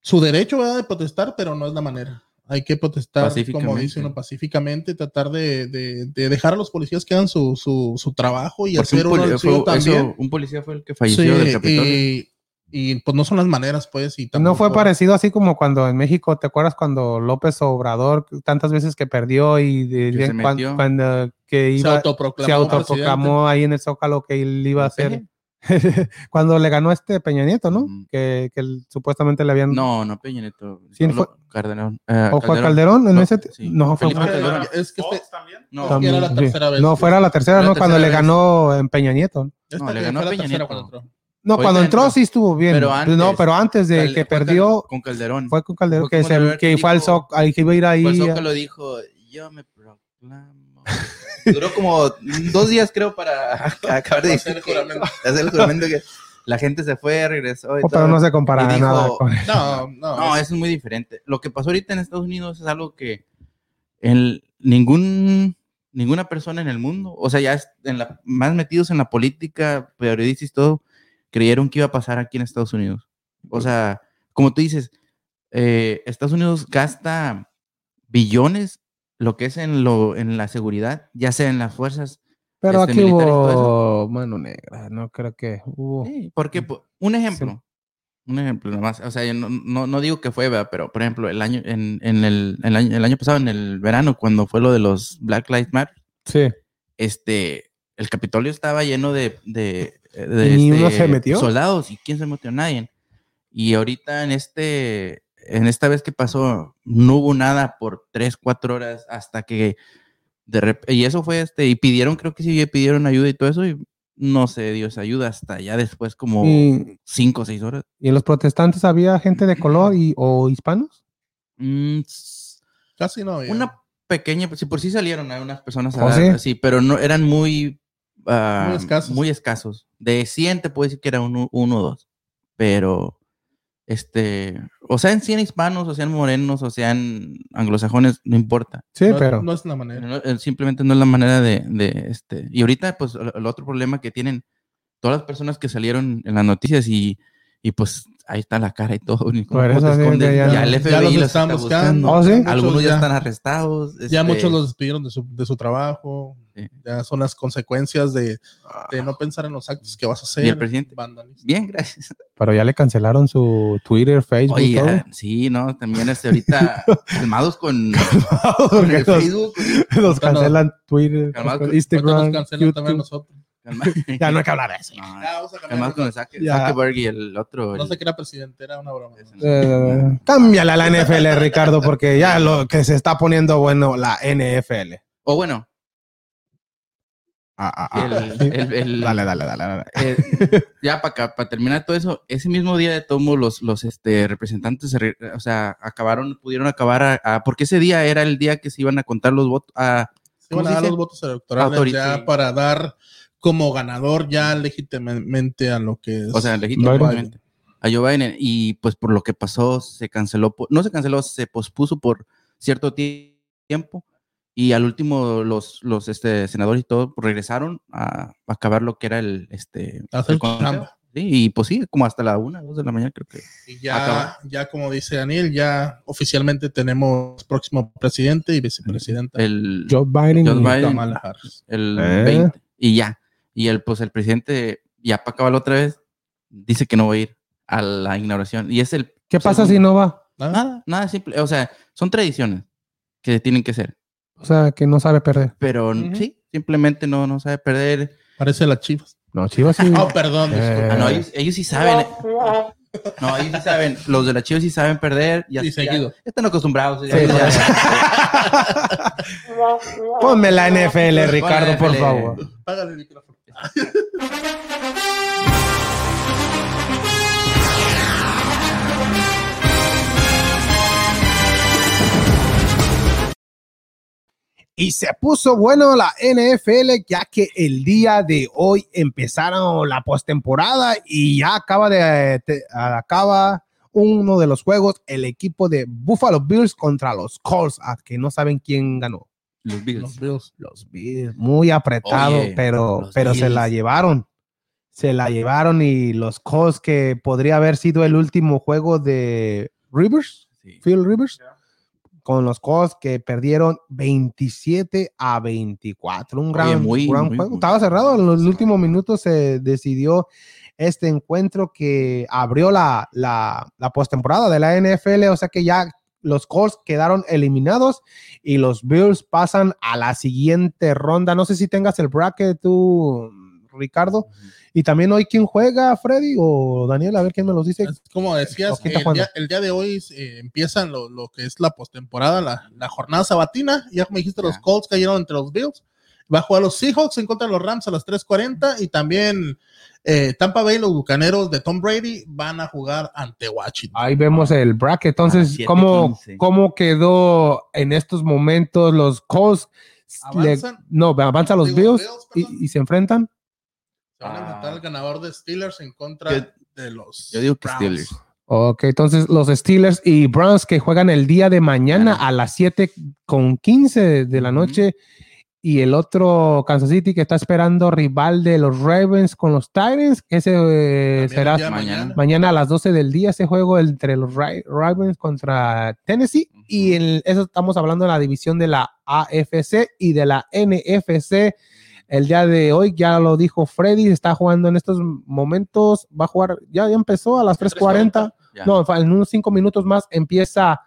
S3: su derecho ¿verdad? de protestar, pero no es la manera. Hay que protestar, como
S2: Pacíficamente.
S3: dice uno, pacíficamente, tratar de, de- de dejar a los policías que hagan su, su, su trabajo y
S2: porque
S3: hacer
S2: un,
S3: uno
S2: poli-
S3: el
S2: fue-
S3: suyo
S2: eso-
S3: también.
S2: un policía fue el que falleció
S3: Sí,
S2: del Capitolio.
S3: y, y, pues no son las maneras, pues. Y
S1: No
S3: tampoco-
S1: fue parecido así como cuando en México, ¿te acuerdas cuando López Obrador, tantas veces que perdió y de-
S2: Que se
S1: cuan-
S2: metió.
S1: cuando, que
S3: Se
S1: iba,
S3: autoproclamó.
S1: se autoproclamó ahí en el Zócalo que él iba a hacer? <laughs> cuando le ganó a este Peña Nieto, ¿no?
S2: Ujú.
S1: Que, que él- supuestamente le habían...
S2: No, no, Peña Nieto.
S1: Sí,
S2: no,
S1: fue-
S2: lo- Cardenal, eh,
S1: ¿O fue
S2: Calderón.
S1: Calderón? en
S2: No,
S1: ese-
S2: sí.
S1: No, fue
S2: Felipe
S1: Calderón.
S3: Calderón.
S4: Calderón.
S3: Es que
S4: Fox
S3: este-
S4: también.
S2: No,
S3: También. era la
S1: También, sí.
S3: tercera vez
S1: No,
S3: que-
S1: fuera la tercera,
S3: Era
S1: ¿no?
S3: la
S1: Cuando le
S3: tercera
S1: ganó en Peña Nieto.
S3: Esta
S2: No, le
S3: que
S2: ganó
S3: fue la
S2: Peña
S3: tercera
S2: Nieto.
S3: cuando entró.
S1: No,
S2: Ahorita
S1: cuando entró
S2: entró.
S1: sí estuvo bien. Pues
S2: Pero
S1: no,
S2: antes,
S1: pero antes de
S2: Calde-
S1: que
S2: fue Cal-
S1: perdió,
S2: Con Calderón.
S1: fue con Calderón,
S2: fue
S1: que,
S2: con
S1: se-
S2: Calderón
S1: que
S2: que
S1: fue al
S2: dijo-
S1: Zócalo, al que iba a ir ahí. eh,
S2: Pues Zócalo dijo, yo me proclamo. <laughs> Duró como dos días, creo, para <laughs> acabar de
S3: Para
S2: decir
S3: hacer el
S2: que-
S3: juramento.
S2: <laughs> hacer el juramento que la gente se fue, regresó. Y
S1: Oh,
S2: todo.
S1: pero no se compara
S2: Y dijo- "Este
S1: nada con
S3: No,
S2: <laughs>
S3: no.
S2: No,
S3: es-
S2: eso es muy diferente. Lo que pasó ahorita en Estados Unidos es algo que el, ningún, ninguna persona en el mundo, o sea, ya es- en la, más metidos en la política, periodistas y todo, creyeron que iba a pasar aquí en Estados Unidos. O sea, como tú dices, eh, Estados Unidos gasta billones lo que es en, lo, en la seguridad, ya sea en las fuerzas.
S1: Pero
S2: este,
S1: aquí
S2: militares y todo
S1: hubo mano negra, no creo que hubo.
S2: Sí, porque, po- un ejemplo, un ejemplo nomás, o sea, yo no, no, no digo que fue, ¿verdad? pero por ejemplo, el año, en, en el, el año, el año pasado, en el verano, cuando fue lo de los Black Lives Matter,
S1: Sí.
S2: este, el Capitolio estaba lleno de, de, de
S1: ¿Y ni uno
S2: este,
S1: se metió?
S2: soldados y quién se metió nadie. Y ahorita en este, en esta vez que pasó, no hubo nada por tres, cuatro horas hasta que de rep- y eso fue este, y pidieron, creo que sí, pidieron ayuda y todo eso, y no se dio esa ayuda hasta ya después como
S1: Y,
S2: cinco o seis horas.
S1: y en los protestantes había gente de color y, o hispanos.
S2: Mm, s-
S3: Casi no. ya.
S2: una pequeña, si por sí salieron hay unas personas a
S1: ¿Oh,
S2: dar,
S1: sí?
S2: así, pero no eran muy, ah,
S3: Muy escasos.
S2: muy escasos. De 100 te puedo decir que era uno, uno o dos, pero este, o sean 100 hispanos, o sean morenos, o sean anglosajones, no importa.
S1: Sí,
S3: no,
S1: pero.
S3: no es la manera.
S2: No- eh, simplemente no es la manera de, de, este. Y ahorita, pues, el el otro problema que tienen todas las personas que salieron en las noticias y, y pues, ahí está la cara y todo. ni cómo
S1: Por eso
S2: te
S1: sí,
S2: esconden.
S1: ya-
S2: ya, el
S3: ya
S2: FBI
S3: los
S2: los,
S3: están
S2: está
S3: buscando.
S2: buscando.
S1: ¿Oh, sí?
S3: Muchos
S2: Algunos ya,
S3: ya-
S2: están arrestados.
S3: Ya
S2: este,
S3: muchos los despidieron de su, de su trabajo.
S2: Sí.
S3: Ya son las consecuencias de, de no pensar en los actos que vas a hacer.
S2: Y el presidente.
S3: Vandalismo.
S2: Bien, gracias.
S5: Pero ya le cancelaron su Twitter, Facebook,
S2: Oye,
S5: todo.
S2: ya, sí, no, también este ahorita calmados con, ah,
S1: <laughs>
S2: con
S1: Porque los,
S2: el Facebook.
S1: los cancelan Twitter,
S2: Calmado,
S1: con
S2: que-
S3: Ahorita
S1: Instagram,
S3: nos cancelan también a
S1: YouTube.
S3: nosotros.
S2: calma-
S1: Ya no hay que
S2: <laughs>
S1: hablar de eso.
S2: No,
S3: Ya, vamos a cambiar.
S2: Ah, calmados con el Zucker-
S1: Ya.
S2: Zuckerberg y el otro.
S3: No
S2: el-
S3: sé qué era presidente, era una broma.
S2: ese, ¿no?
S1: Eh, cámbiala la NFL, Ricardo, porque ya lo que se está poniendo bueno la NFL.
S2: O bueno,
S1: Ah, ah, ah.
S2: el,
S1: <laughs>
S2: el- el-
S1: Dale, dale, dale, dale.
S2: Eh, ya para terminar todo eso, ese mismo día de tomo los, los este, representantes, se re- o sea, acabaron, pudieron acabar, a, a- porque ese día era el día que se iban a contar los votos, a,
S3: Se van
S2: ¿Cómo
S3: a
S2: se
S3: dar
S2: dice? Ah,
S3: los votos electorales
S2: Autori- sí.
S3: ya para dar como ganador ya legítimamente a lo que es.
S2: o sea, legítimamente, a Joe Biden, y pues por lo que pasó, se canceló, po- no se canceló, se pospuso por cierto ti- tiempo, y al último los, los este, senadores y todo regresaron a, a acabar lo que era el, este,
S3: A hacer
S2: el conteo.
S3: chamba.
S2: Sí, y pues sí, como hasta la una, dos de la mañana creo que.
S3: Y ya,
S2: acaba.
S3: ya como dice Daniel, ya oficialmente tenemos próximo presidente y vicepresidenta.
S2: El,
S5: Joe Biden.
S2: Joe
S5: y-
S2: Eh, Biden.
S3: Kamala Harris.
S2: el
S5: Eh.
S2: 20 y ya. Y el, pues el presidente, ya para acabar otra vez, dice que no va a ir a la inauguración. Y es el...
S1: ¿Qué pasa si no va?
S3: ¿Ah?
S2: Nada, nada simple. O sea, son tradiciones que tienen que ser.
S1: O sea, que no sabe perder.
S2: Pero
S3: Ujú.
S2: sí, simplemente no, no sabe perder.
S3: Parece las chivas.
S5: No, Chivas sí.
S3: Oh, perdón. disculpa.
S2: Ah, no,
S5: Eh.
S2: ellos, ellos sí saben. No, ellos sí saben. Los de la Chivas sí saben perder. Ya,
S3: Y
S2: ya-
S3: seguido.
S2: ya están acostumbrados. eh. ya-
S1: Sí,
S2: ya-
S1: <laughs> Ponme la NFL, Ricardo,
S2: Ponle
S1: por
S2: NFL.
S1: favor.
S3: Págale el micrófono.
S1: Y se puso bueno la NFL, ya que el día de hoy empezaron la postemporada y ya acaba de te- acaba uno de los juegos, el equipo de Buffalo Bills contra los Colts, a que no saben quién ganó.
S2: <laughs> Los
S3: Los
S2: Bills.
S3: Bills.
S1: Los Bills, muy apretado,
S2: Oye,
S1: pero,
S2: los
S1: pero se
S2: Bills.
S1: la llevaron. Se la llevaron y los Colts, que podría haber sido el último juego de Rivers,
S2: Sí.
S1: Phil Rivers,
S4: Ya.
S1: con los Colts que perdieron 27 a 24. Un gran,
S2: muy,
S1: gran
S2: muy,
S1: juego.
S2: muy
S1: Estaba cerrado. En los últimos minutos se decidió este encuentro que abrió la, la, la postemporada de la NFL. O sea que ya los Colts quedaron eliminados y los Bills pasan a la siguiente ronda. No sé si tengas el bracket tú, Ricardo. Y también hoy, ¿quién juega, Freddy o Daniel? A ver quién me los dice.
S3: Es como decías,
S1: ¿Quién está
S3: el
S1: jugando?
S3: día, el día de hoy eh, empiezan lo, lo que es la postemporada, la, la jornada sabatina. Ya como dijiste, los
S2: Ya.
S3: Colts cayeron entre los Bills. Va a jugar los Seahawks en contra de los Rams a las 3:40 y también eh, Tampa Bay, los bucaneros de Tom Brady, van a jugar ante Washington.
S1: Ahí vemos el bracket. Entonces,
S2: siete,
S1: ¿cómo,
S2: quince.
S1: ¿cómo quedó en estos momentos los Colts? Le-
S3: Avanzan.
S1: no, avanzan los
S3: Digo,
S1: Bills
S3: perdón.
S1: y, y se enfrentan.
S3: Se van a enfrentar
S2: Ah.
S3: al ganador de Steelers en contra de los.
S2: Yo digo que
S3: Browns.
S2: Steelers.
S1: Eh, Ok, entonces los Steelers y Browns que juegan el día de mañana
S2: Mañana.
S1: a las 7 con 15 de la
S2: Ujú.
S1: noche. Y el otro Kansas City que está esperando rival de los Ravens con los Titans. Ese eh,
S3: También
S1: será
S3: el día de
S2: mañana.
S1: Mañana a las 12 del día ese juego entre los Ra- Ravens contra Tennessee
S2: Ujú.
S1: y el- eso estamos hablando de la división de la AFC y de la NFC. El día de hoy ya lo dijo Freddy, está jugando en estos momentos, va a jugar, ya, ya empezó a las 3.40,
S2: Ya.
S1: no, fa- en unos 5 minutos más empieza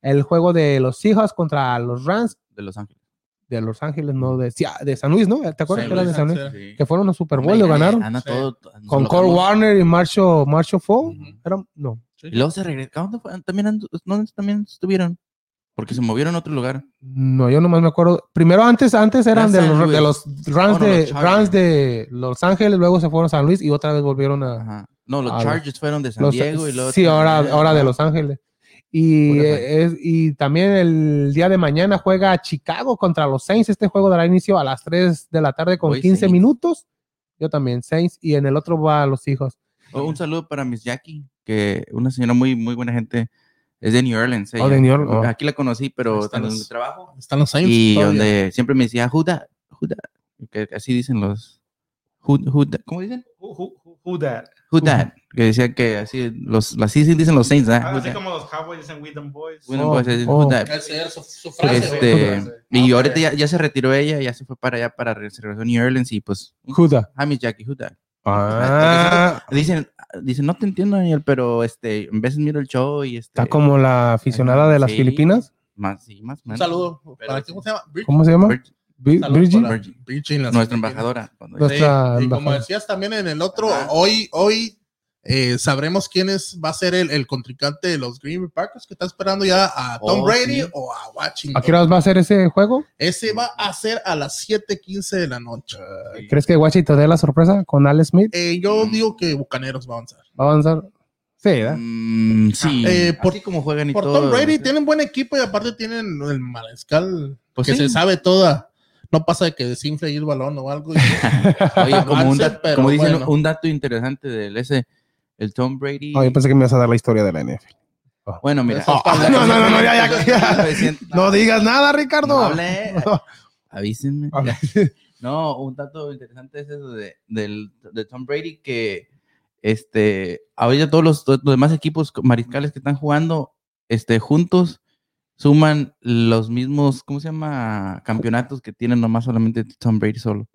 S1: el juego de los Seahawks contra los Rams
S2: De Los Ángeles.
S1: de Los Ángeles, no, de, Sia- de San Luis, ¿no? ¿Te acuerdas que
S2: San
S1: era de
S2: Luis,
S1: San Luis?
S3: sí.
S2: Sí.
S1: Que fueron a Super Bowl,
S2: Hombre,
S1: lo
S2: ya
S1: ganaron.
S2: anda
S3: Sí.
S2: todo-
S1: Con
S2: lo
S1: Cole
S2: ganó. Mm.
S1: Warner y Marshall, Marshall Fall,
S3: Ujú.
S1: era- no.
S2: Y luego se regresaron. ¿Dónde fue? También, andu- ¿Dónde también estuvieron? Porque se movieron a otro lugar.
S1: No, yo nomás me acuerdo. Primero antes, antes eran de
S2: Era San
S1: los,
S2: Luis.
S1: de los Rams
S2: Oh, no,
S1: de
S2: los Chargers.
S1: Rams de Los Ángeles, luego se fueron a San Luis y otra vez volvieron a
S2: Ajá. No, los
S1: Ah,
S2: Chargers fueron de San
S1: los-
S2: Diego y luego. Ah,
S1: Sí, ahora,
S2: también-
S1: ahora de Los Ángeles. Y,
S2: Pura
S1: eh, es- y también el día de mañana juega Chicago contra los Saints. Este juego dará inicio a las 3 de la tarde con
S2: Voy
S1: 15
S2: Saints.
S1: minutos. Yo también, Saints. Y en el otro va a los hijos.
S2: Oh, un saludo para Miss Jackie, que una señora muy, muy buena gente. Es de New Orleans.
S1: Oh,
S2: ella.
S1: de New Orleans, oh.
S2: Aquí la conocí,
S3: Ahí
S2: pero
S3: están
S2: en el
S3: los-
S2: trabajo.
S3: Están los Saints.
S2: Y
S3: todavía.
S2: donde siempre me decía, Juda, Juda. Que así dicen los. Who, who that- ¿Cómo dicen?
S4: Who, who, who- who that?
S2: Juda. Que decían que así, los, así sí dicen los Saints, ¿eh?
S4: Ah, Así
S2: Who
S4: como los Cowboys dicen We Them Boys.
S2: that- who
S1: Oh,
S2: that boys,
S1: oh.
S2: who that-
S3: Esa era su, su frase.
S2: pues, Este,
S4: güey.
S2: y
S4: Ok.
S2: ahorita ya, ya se retiró ella, ya se fue para allá, para regresó a New Orleans y pues,
S1: Juda.
S2: Hammy Jackie, who that?
S1: Ah,
S2: Dicen, dicen, no te entiendo, Daniel, pero este, en veces miro el show y este,
S1: está como la aficionada de las
S2: Eh, Sí.
S1: Filipinas.
S2: más, sí, más,
S3: Un
S2: menos.
S3: saludo.
S2: Pero-
S3: ¿Para qué? ¿Cómo se llama? Vir-
S1: ¿Cómo se llama?
S2: Virgin,
S1: Vi-
S3: saludo
S1: Virgin.
S3: para
S2: Virgin.
S3: Virgin, las
S2: nuestra
S3: Filipinas.
S2: embajadora. cuando-
S1: Los-
S3: Sí,
S1: Nuestra
S3: y como
S1: embajadora.
S3: decías también en el otro,
S2: Ajá.
S3: hoy, hoy eh, sabremos quién es, va a ser el, el contrincante de los Green Bay Packers que está esperando ya a Tom
S2: Oh,
S3: Brady
S2: sí.
S3: o a
S1: ¿A qué
S3: Washington.
S1: horas va a ser ese juego?
S3: Ese va a ser a las 7:15 de la noche.
S1: ¿Crees que Washington dé la sorpresa con Alex Smith?
S3: Eh, yo
S2: Mm.
S3: digo que Bucaneros va a avanzar.
S1: ¿Va a avanzar? Sí, ¿verdad?
S2: Mm, sí,
S3: Eh,
S2: así
S3: por-
S2: como juegan y
S3: Por
S2: todo.
S3: Tom Brady tienen buen equipo y aparte tienen el mariscal
S2: Pues
S3: que
S2: sí.
S3: se sabe toda. No pasa de que desinfle ahí el balón
S2: <laughs>
S3: o algo. y-
S2: Oye, como, un
S3: Avance,
S2: dat-
S3: pero
S2: como dicen,
S3: bueno.
S2: un dato interesante del ese, el Tom Brady.
S1: No, yo pensé que me ibas a dar la historia de la NFL.
S2: Bueno, mira.
S3: Oh,
S6: No, no, no, no, ya, ya, ya.
S1: Ah.
S6: No digas nada,
S2: No
S6: <laughs> Ricardo.
S2: hable. Avísenme. <laughs> No, un dato interesante es eso de, del- de Tom Brady que este, ahorita todos los, los demás equipos mariscales que están jugando este, juntos suman los mismos, ¿cómo se llama? Campeonatos que tienen nomás solamente Tom Brady solo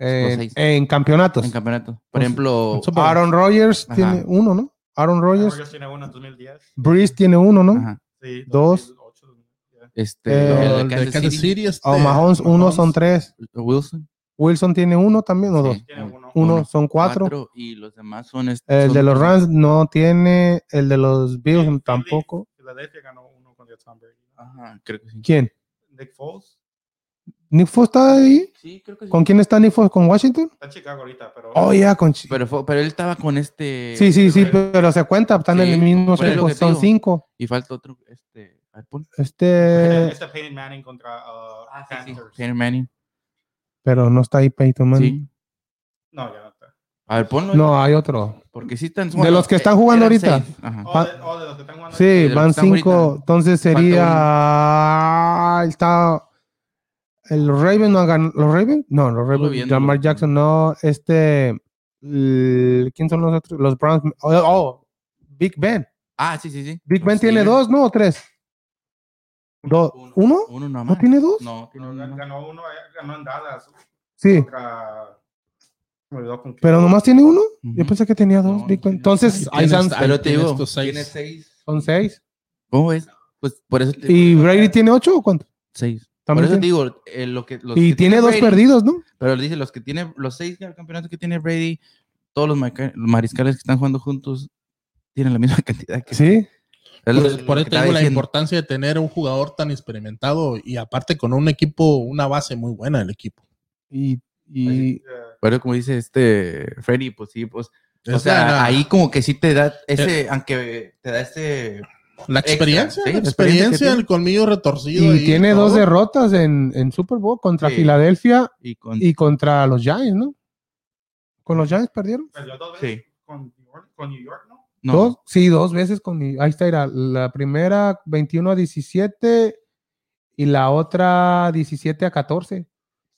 S1: En,
S2: seis.
S1: Eh, en campeonatos.
S2: en campeonato. Por
S1: Los-
S2: ejemplo,
S1: Aaron Rodgers
S2: Ajá.
S1: tiene uno, ¿no? Aaron Rodgers.
S4: Rodgers tiene uno en 2010.
S1: Breeze tiene uno, ¿no?
S2: ajá,
S4: Sí,
S1: Dos.
S4: 2008, 2010.
S2: este,
S1: Eh,
S2: el de
S3: el de
S2: Kansas
S3: Kansas
S2: City,
S3: City, este,
S1: O Oh, Mahomes, uno son tres.
S2: Wilson.
S1: Wilson tiene uno también, o
S2: sí,
S1: dos.
S4: Tiene uno.
S1: Uno,
S2: uno,
S1: son cuatro.
S2: Y los demás son... este,
S1: El de
S2: son-
S1: los Rams no tiene. El de los Bills
S4: Sí,
S1: tampoco.
S4: Philadelphia ganó uno contra Tom Brady.
S2: Ajá, creo que sí.
S1: ¿Quién?
S4: Nick Foles
S1: ¿Nick Foles está ahí?
S2: Sí, creo que sí.
S1: ¿Con quién está Nick Foles? ¿Con Washington?
S4: está en Chicago ahorita, pero
S1: Oh, ya, con. Chi-
S2: Pero, fue- pero él estaba con este...
S1: Sí, sí, sí,
S4: pero-
S1: pero se cuenta, están en
S2: Sí,
S1: el mismo
S2: por eso
S1: equipo,
S2: que te
S1: son
S2: digo.
S1: cinco.
S2: Y falta otro, este, a ver, pon.
S1: Este,
S2: <laughs>
S4: este Peyton Manning contra uh, Panthers.
S2: Ah, Peyton Manning.
S1: pero no está ahí Peyton Manning.
S2: Sí.
S4: No, ya no está.
S2: A ver, ponlo.
S1: No, hay otro.
S2: Porque sí están.
S1: De los que están jugando
S2: eran
S1: ahorita.
S2: seis, ajá.
S4: O Oh, de, o de los que están jugando.
S1: Sí,
S2: los que
S1: van
S2: están
S1: cinco.
S2: ahorita.
S1: Entonces
S2: Falta
S1: sería. Está. El Raven no ganado. ¿Los Raven? No, los Raven.
S2: viendo,
S1: Lamar
S2: lo-
S1: Jackson, no. Este. el- ¿Quién son los otros? Los Browns. Oh, oh, Big Ben.
S2: Ah, sí, sí, sí.
S1: Big
S2: Los
S1: Ben tiene
S2: Steelers.
S1: dos, ¿no? ¿O tres? Do- ¿Uno?
S2: Uno nomás.
S1: ¿No tiene dos?
S2: No, tiene
S4: Pero
S2: uno
S4: gan-
S2: nomás.
S4: ganó uno, eh, ganó en Dallas.
S1: Sí.
S4: Contra... me olvidó con quién.
S1: Pero nomás tiene uno. Yo
S2: Ujú.
S1: pensé que tenía dos.
S2: No,
S1: Big Ben.
S2: tiene-
S1: Entonces, ahí
S3: tienes-
S1: están.
S3: ahí
S2: Pero te
S3: tienes
S2: digo,
S3: tus seis.
S2: tiene seis.
S1: Son seis.
S2: ¿Cómo ves? Pues por eso. te-
S1: ¿Y Brady tiene ocho o cuánto?
S2: Seis. Por
S1: También
S2: eso te
S1: tiene-
S2: digo, eh, lo que. Los
S1: y
S2: que
S1: tiene dos
S2: Brady-
S1: perdidos, ¿no?
S2: Pero dice, los que tiene, los seis campeonatos que tiene Brady, todos los marca- mariscales que están jugando juntos tienen la misma <laughs> cantidad que
S1: Sí.
S2: Es lo-
S3: Por,
S2: lo que
S3: por eso te
S2: estaba
S3: digo la
S2: diciendo.
S3: importancia de tener un jugador tan experimentado y aparte con un equipo, una base muy buena del equipo.
S1: Y,
S4: Sí,
S1: y
S4: eh,
S2: Pero como dice este Freddy, pues sí, pues. O
S3: Es
S2: sea,
S3: la-
S2: ahí como que sí te da ese,
S1: Eh,
S2: aunque te da este ese.
S3: La experiencia,
S2: Sí, la
S3: la
S2: experiencia que
S3: experiencia,
S2: tiene.
S3: el colmillo retorcido.
S1: y
S3: ahí,
S1: tiene
S3: todo.
S1: dos derrotas en, en Super Bowl contra
S2: Sí.
S1: Filadelfia
S2: Y con.
S1: y contra los Giants, ¿no? ¿Con los Giants perdieron?
S4: perdió dos
S2: Sí.
S4: veces con, New York- con New York, ¿no?
S2: no,
S1: Dos, sí, dos veces con mi- ahí está era, la primera 21 a 17 y la otra 17 a 14.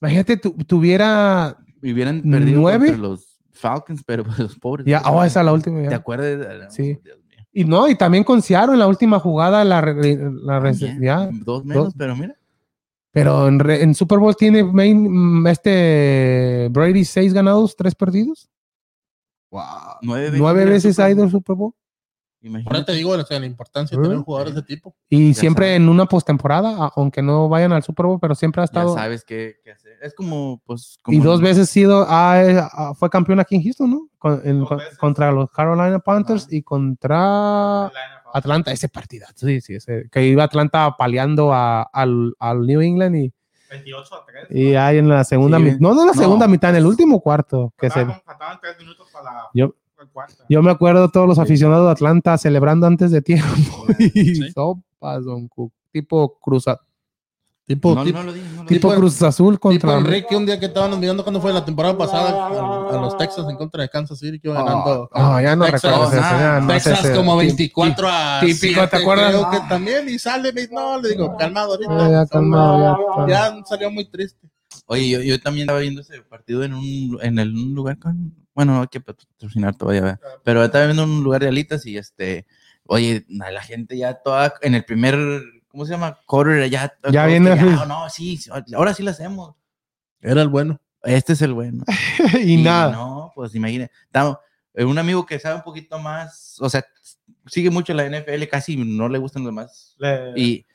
S1: Imagínate tu- tuviera
S2: y hubieran perdido
S1: ¿Nueve?
S2: contra los Falcons, pero <laughs> los pobres.
S1: ya, ah, esa es la última.
S2: ¿Te
S1: ya.
S2: acuerdas?
S1: Sí.
S2: Dios mío.
S1: Y no, y también con Seattle en la última jugada la, re- la
S2: Ah,
S1: re- ya,
S2: Dos menos,
S1: Dos.
S2: pero mira.
S1: Pero en, re- en Super Bowl tiene main- mm, este Brady seis ganados, tres perdidos.
S2: Nueve veces.
S1: Nueve
S2: mira,
S1: veces
S2: Super
S1: ha ido
S2: Bowl.
S1: al Super Bowl.
S3: Por eso
S2: Imagínate.
S3: te digo o sea, la importancia de
S1: ¿Eh?
S3: tener un jugador de ese tipo.
S1: Y
S2: Ya
S1: siempre
S2: sabe.
S1: en una postemporada, a- aunque no vayan al Super Bowl, pero siempre ha
S2: Ya
S1: estado.
S2: sabes qué, qué hacer. Es como, pues. Como
S1: Y dos veces sido, ah, eh, ah, fue campeón aquí en Houston, ¿no? Con- en-
S4: Dos
S1: con-
S4: veces.
S1: contra los Carolina Panthers
S2: Ajá.
S1: y contra
S4: Atlanta, ¿no?
S1: Ah, Atlanta, ese partidazo. Sí, sí, ese- que iba Atlanta paliando a- al, al New England y,
S4: 28 a 3.
S1: y ahí en la segunda
S2: Sí.
S1: mitad, no, no en la
S2: No.
S1: segunda mitad, en el último cuarto, que se,
S4: Faltaban 3 minutos para la
S1: Yo-
S4: para la cuarta.
S1: Yo me acuerdo todos los aficionados de Atlanta celebrando antes de tiempo. <laughs> Y
S3: Sí.
S1: sopas, don Cook. Tipo Cruz, A-
S3: Tipo,
S2: No,
S3: tipo,
S2: no lo digas, no lo
S1: tipo
S3: Tipo-
S1: Cruz Azul
S3: tipo
S1: contra.
S3: Enrique, un día que estábamos mirando cuando fue la temporada pasada al- a, los Texas en contra de Kansas City, que iba ganando.
S1: Ah, ah, ya no
S3: Texas,
S1: recuerdo eso. ya no
S3: Texas
S1: sé,
S3: como
S1: sí.
S3: 24 a
S1: típico, ¿te
S3: 7,
S1: acuerdas?
S3: creo que también, y sale, no, le digo, calmado
S1: Ah,
S3: ahorita.
S1: ya, calma, ya,
S3: Ah.
S1: calma.
S3: Ya salió muy triste.
S2: Oye, yo, yo también estaba viendo ese partido en un, en el- un lugar con. Bueno, no hay que patrocinar todavía, ¿verdad? pero estaba viendo un lugar de alitas y este, oye, na- la gente ya toda en el primer, ¿cómo se llama? Quarter, ya.
S1: Ya
S2: todos
S1: viene
S2: que
S1: así.
S2: "Ah, no, sí, sí, ahora sí lo hacemos.
S3: Era el bueno.
S2: Este es el bueno.
S1: <laughs> y nada.
S2: No, pues imagínate. Estamos- eh, un amigo que sabe un poquito más, o sea, sigue mucho la NFL, casi no le gustan los demás.
S4: Le-
S2: Y.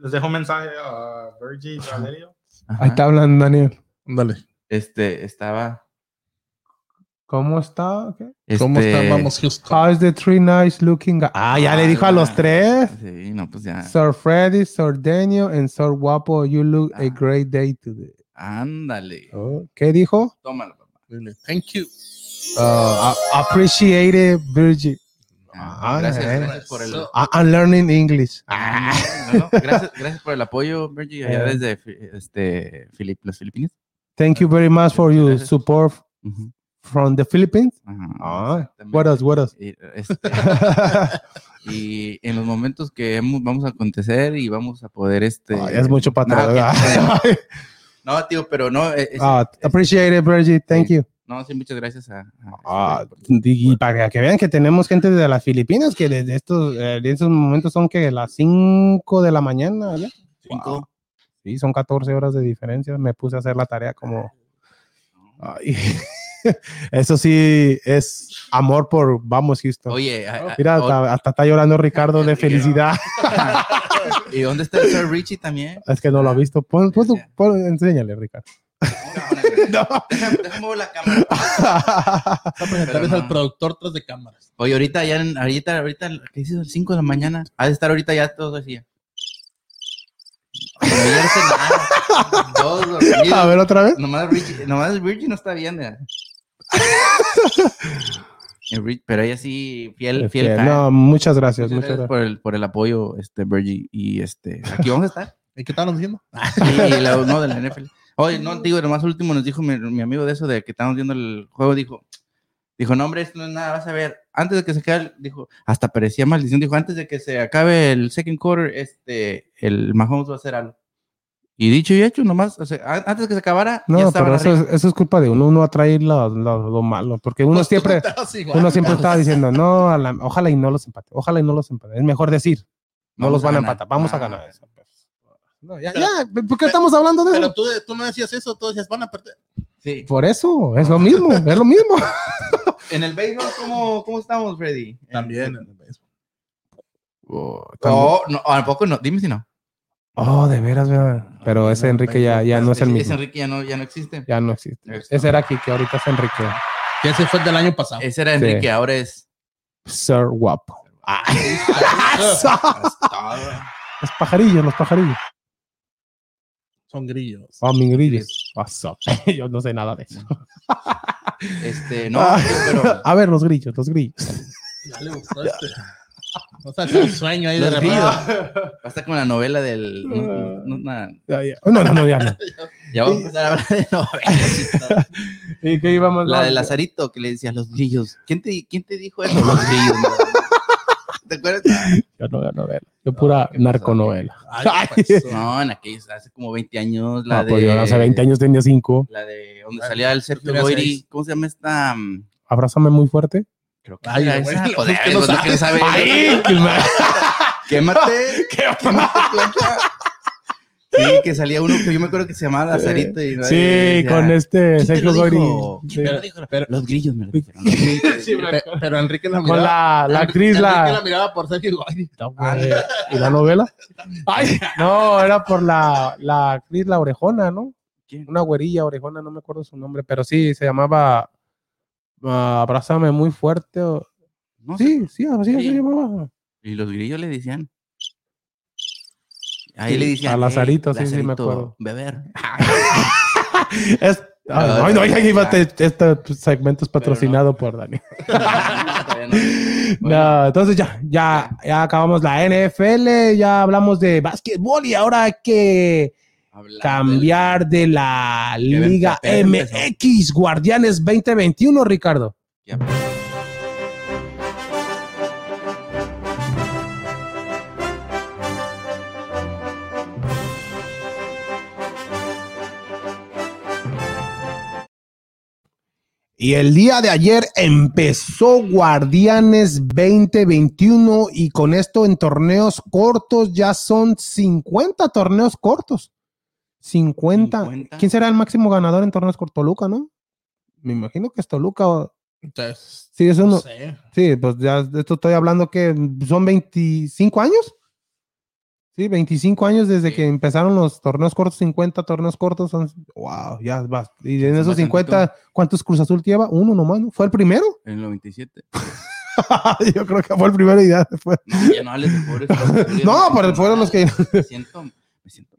S4: les dejo un mensaje a Virgil y a Valerio.
S2: ajá,
S1: Ahí está hablando Daniel.
S3: Ándale.
S2: Este, estaba.
S1: ¿Cómo está? ¿Qué?
S3: ¿Cómo
S2: este,
S3: están? Vamos, Houston.
S1: How is the three nice looking guy? Ah, ya le dijo a los
S2: Ah,
S1: tres.
S2: Sí, no, pues ya.
S1: Sir Freddy, Sir Daniel and Sir Guapo, you look a
S2: Ah.
S1: great day today.
S2: Ándale.
S1: Oh, ¿Qué dijo?
S2: Tómalo, papá.
S3: Dile, Thank you.
S1: Uh, a- appreciate it, Virgil.
S2: Ah,
S1: Ah,
S2: gracias,
S1: eh.
S2: gracias por el. <laughs>
S3: Eso.
S1: I- I'm learning English. Ah.
S2: No, no, gracias, gracias por el apoyo, Virgil, allá
S1: Eh.
S2: desde Fi- este, Filip, los Filipinas.
S1: Thank you very much for
S2: <laughs>
S1: your
S2: Gracias.
S1: support
S2: Ujú.
S1: from the Philippines.
S2: Ajá,
S1: Ah,
S2: exactamente.
S1: what else, what else?
S2: Y, este, <laughs> y en los momentos que hemos- vamos a acontecer y vamos a poder este
S1: Ay, Ah, es mucho para
S2: no,
S1: atrás.
S2: <laughs>
S1: <laughs>
S2: que- no tío pero no eh, eh,
S1: Ah, appreciate it, Virgil. Thank
S2: Sí.
S1: you.
S2: no sí muchas gracias a, a- este,
S1: Ah, y para que vean que tenemos gente de las Filipinas que desde estos, eh, en estos momentos son que las 5 de la mañana. ¿ya?
S2: Cinco.
S1: Sí, son 14 horas de diferencia. Me puse a hacer la tarea como... Ay. <laughs> Eso sí es amor por Vamos Houston.
S2: oye a- a-
S1: Mira,
S2: o-
S1: hasta, hasta está llorando Ricardo de felicidad. <laughs>
S2: y dónde está el Sir Richie también
S1: Es que no lo ha visto. Pon, pon tu- pon- enséñale, Ricardo.
S2: no, déjame, déjame mover la cámara
S3: Está
S2: Pero
S3: presentarles
S2: no.
S3: al productor tras de cámaras.
S2: oye ahorita ya en- ahorita ahorita qué hizo 5 de la mañana ha de estar ahorita ya todo así no verse nada todos dormidos.
S1: A ver otra vez.
S2: Nomás Richie, nomás Richie no está viendo. El Rich- Pero ella sí, fiel, fiel.
S1: Este,
S2: fan.
S1: no, muchas gracias.
S2: Muchas
S1: Muchas gracias.
S2: gracias por el, por el apoyo, este, Virgie. Y este, aquí vamos a estar.
S3: ¿Y qué estaban diciendo?
S2: Y, y la, no, de la NFL. Oye, no, digo, nomás último nos dijo mi, mi amigo de eso, de que estábamos viendo el juego, dijo, dijo, no, hombre, esto no es nada, vas a ver. Antes de que se acabe, el- dijo, hasta parecía maldición, dijo, antes de que se acabe el second quarter, este, el Mahomes va a hacer algo. Y dicho y hecho, nomás, o sea, a- antes de que se acabara, ya
S1: No,
S2: estaban
S1: pero eso
S2: arriba.
S1: es, eso es culpa de uno. Uno atrae lo, lo, lo malo. Porque uno
S3: Pues tú
S1: siempre,
S3: estás igual.
S1: uno siempre está diciendo, no, a la- ojalá y no los empate. Ojalá y no los empate. Es mejor decir, no
S2: Vamos
S1: los
S2: a
S1: van a
S2: ganar.
S1: empatar. Vamos a
S2: Ah.
S1: ganar. eso, pues. No, ya,
S3: Pero-
S1: ya, ¿Por qué estamos hablando de
S3: <laughs> Pero
S1: eso?
S3: tú, tú no decías eso, tú decías, van a perder.
S2: Sí.
S1: Por eso, es lo mismo. Es lo mismo.
S2: En el béisbol, ¿cómo, cómo estamos, Freddy?
S3: También. en el béisbol.
S2: Oh, oh, no, ¿A poco no? Dime si no.
S1: Oh, de veras, ¿verdad? Pero ese Enrique ya, ya no es el
S2: Ese-
S1: mismo.
S2: Ese Enrique ya no, ya no existe.
S1: Ya no existe.
S2: Exacto.
S1: Ese era aquí, que ahorita es Enrique.
S3: Que ese fue el del año pasado.
S2: Ese era Enrique, ahora es.
S1: Sir Guapo. <laughs>
S2: Ah,
S1: Los pajarillos, los pajarillos.
S3: Son grillos.
S1: Oh, mis grillos. What's up? <laughs> Yo no sé nada de eso.
S2: este, no,
S1: Ah.
S2: pero.
S1: A ver, los grillos, los grillos.
S3: Ya le gustó este. O sea, un sueño ahí de
S2: Los
S3: repente.
S2: grillos. Basta con la novela del.
S3: Ah.
S2: un- un- una-
S1: Ya, ya. No, no, no, ya no.
S2: ya vamos a empezar a hablar de <laughs> novelas. y todo.
S1: ¿Y qué íbamos
S2: La de Lazarito que le decía los grillos. ¿Quién te, quién te dijo eso? Los grillos. ¿no?
S3: <laughs>
S2: ¿Te acuerdas?
S1: Yo no veo novela. Yo pura
S2: ¿qué pasó?
S1: narconovela.
S3: Ay,
S1: Ay.
S3: pues,
S2: No, en aquellos, hace como 20 años. <laughs> La
S1: Ah,
S2: de,
S1: pues yo hace 20 años tenía 5.
S2: La de donde
S3: Bueno,
S2: salía el Sergio
S3: tenía
S2: Goyri.
S3: seis.
S2: ¿Cómo se llama esta? Mm,
S1: Abrázame muy fuerte.
S2: Creo que
S3: Ay,
S2: era
S3: güey,
S2: esa.
S3: lo
S2: Joder,
S3: que no
S2: lo que no sabe.
S3: <laughs>
S2: Quémate. Quémate, plancha. Sí, que salía uno que yo me acuerdo que se llamaba Lazarito. Y,
S1: Sí, con este
S2: ¿Quién te
S1: Sergio
S2: lo
S1: Goyri.
S2: dijo?
S1: Sí.
S3: ¿quién me lo dijo? Pero,
S2: Los grillos me lo dijeron. los grillos.
S3: pe- pero Enrique la
S1: Con
S3: miraba.
S1: la, la actriz,
S3: Enrique la
S1: la.
S3: miraba por Sergio Goyri.
S1: No, güey. Ah, ¿Y la novela? Ay, no, era por la, la actriz, la orejona, ¿no?
S2: ¿Quién?
S1: Una güerilla orejona, no me acuerdo su nombre, pero sí, se llamaba ah, Abrázame muy fuerte. o-
S2: No sé.
S1: Sí, sí, así
S2: Sí.
S1: se llamaba.
S2: Y los grillos le decían. Ahí
S1: Sí,
S2: le decían.
S1: a
S2: "Hey,
S1: Lazarito, sí, sí, me
S2: Lazarito,
S1: acuerdo. <laughs>
S2: Beber. <laughs>
S1: Es-
S2: Ah,
S1: ay, no, ya
S2: ah.
S1: iba este, este segmento es
S2: Pero no.
S1: patrocinado por Dani.
S2: Todavía no. <laughs>
S1: <laughs>
S2: Bueno.
S1: No, entonces ya, ya, ya acabamos la NFL, ya hablamos de básquetbol y ahora hay que
S2: Hablar del-
S1: cambiar de la Liga
S2: apenas empezó.
S1: MX Guardianes 2021, Ricardo.
S2: Ya.
S1: Y el día de ayer empezó Guardianes 2021 y con esto en torneos cortos ya son 50 torneos cortos. 50.
S2: 50.
S1: ¿Quién será el máximo ganador en torneos cortos? Toluca, ¿no? Me imagino que es Toluca. o-
S3: Entonces,
S1: Sí, es
S3: no
S1: uno.
S3: sé.
S1: Sí, pues ya de esto estoy hablando que son 25 años. Sí, 25 años desde que empezaron los torneos cortos, 50 torneos cortos. Son, wow, ya vas. Y en
S2: Es
S1: esos
S2: bastantito.
S1: 50, ¿cuántos Cruz Azul lleva? Uno nomás, ¿no? ¿Fue el primero? <laughs>
S2: En el 97.
S1: Yo creo que fue el primero y ya se fue.
S2: No, ya no hables
S1: <laughs>
S2: de pobres. pobres,
S1: No, pero fueron los que. <laughs>
S2: Me siento, me siento.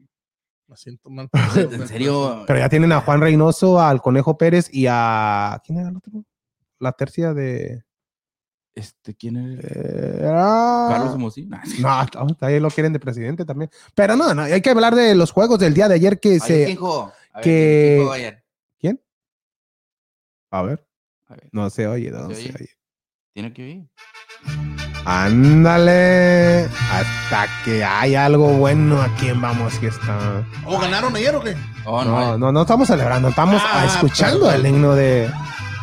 S3: Me siento <laughs> mal.
S2: En serio.
S1: <laughs> Pero ya tienen a Juan Reynoso, al Conejo Pérez y a. ¿Quién era el otro? La tercia de.
S2: Este, ¿quién es?
S1: eh, era-
S2: Carlos <laughs> Mosín. Nah, sí.
S1: No, no, ahí lo quieren de presidente también. Pero no, no, hay que hablar de los juegos del día de ayer que
S2: Ayer,
S1: se.
S2: ¿quién jugó? A ver,
S1: que-
S2: ¿quién jugó ayer?
S1: A ver,
S2: A ver,
S1: no se oye, no
S2: ¿Se
S1: se
S2: oye?
S1: oye.
S2: tiene que ir.
S1: Ándale, hasta que hay algo bueno aquí en Vamos que está.
S3: ¿O ganaron ayer o qué?
S2: Oh, no,
S1: No, no, no estamos celebrando, estamos
S3: Ah,
S1: escuchando el
S3: perdón.
S1: himno de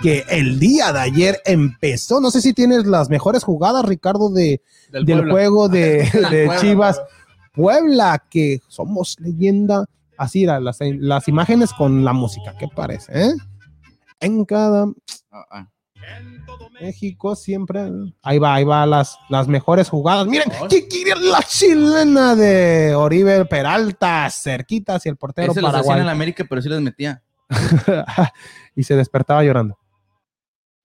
S1: que el día de ayer empezó. No sé si tienes las mejores jugadas, Ricardo, de, del,
S3: Puebla.
S1: juego de, de
S3: Puebla,
S1: Chivas
S3: Puebla.
S1: Puebla, que somos leyenda. Así era, las, las imágenes con la música, ¿qué parece? eh? En cada
S2: ah, ah.
S1: México siempre. Ahí va, ahí va las, las mejores jugadas. Miren,
S3: Ay.
S1: ¿qué quiere la chilena de Oribe Peralta? Cerquita hacia el portero
S2: Ese los hacían en
S1: paraguayo.
S2: la América, pero sí les metía.
S1: <laughs> y se despertaba llorando.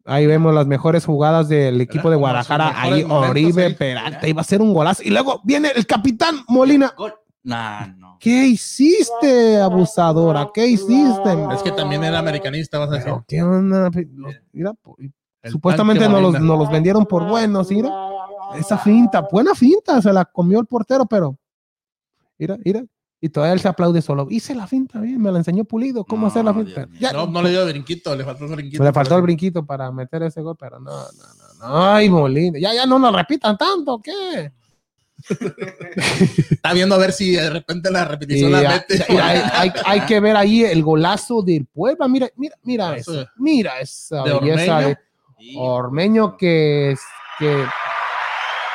S1: Ahí vemos las mejores jugadas del equipo de
S3: Como sus
S1: Guadalajara.
S3: mejores
S1: Ahí
S3: momentos
S1: Oribe
S3: ahí.
S1: Peralta iba a ser un golazo. Y luego viene el capitán Molina.
S2: Gol. Nah, no.
S1: ¿Qué hiciste, abusadora? ¿Qué hiciste?
S3: Es que también era americanista, vas a decir.
S1: Pero, ¿qué onda? Los- mira, pues,
S3: El
S1: Supuestamente
S3: tanque
S1: nos los,
S3: Molina.
S1: nos los vendieron por buenos, mira. Esa finta, buena finta, se la comió el portero, pero. Mira, mira. Y todavía él se aplaude solo. Hice la finta bien, me la enseñó Pulido, cómo
S2: No,
S1: hacer la
S2: Dios
S1: finta.
S2: mío.
S1: Ya,
S3: No, no le dio brinquito, le faltó el brinquito.
S1: le faltó el brinquito para meter ese gol, pero no, no, no. no. Ay, Molina. Ya, ya no nos repitan tanto, ¿qué?
S3: Está viendo a ver si de repente la repetición
S1: Y
S3: la
S1: hay-
S3: mete.
S1: y hay, hay- hay que ver ahí el golazo del Puebla. Mira, mira, mira
S3: Eso.
S1: eso. Mira esa
S3: De
S1: belleza
S3: Ormeño.
S1: de
S2: Sí.
S1: Ormeño que es que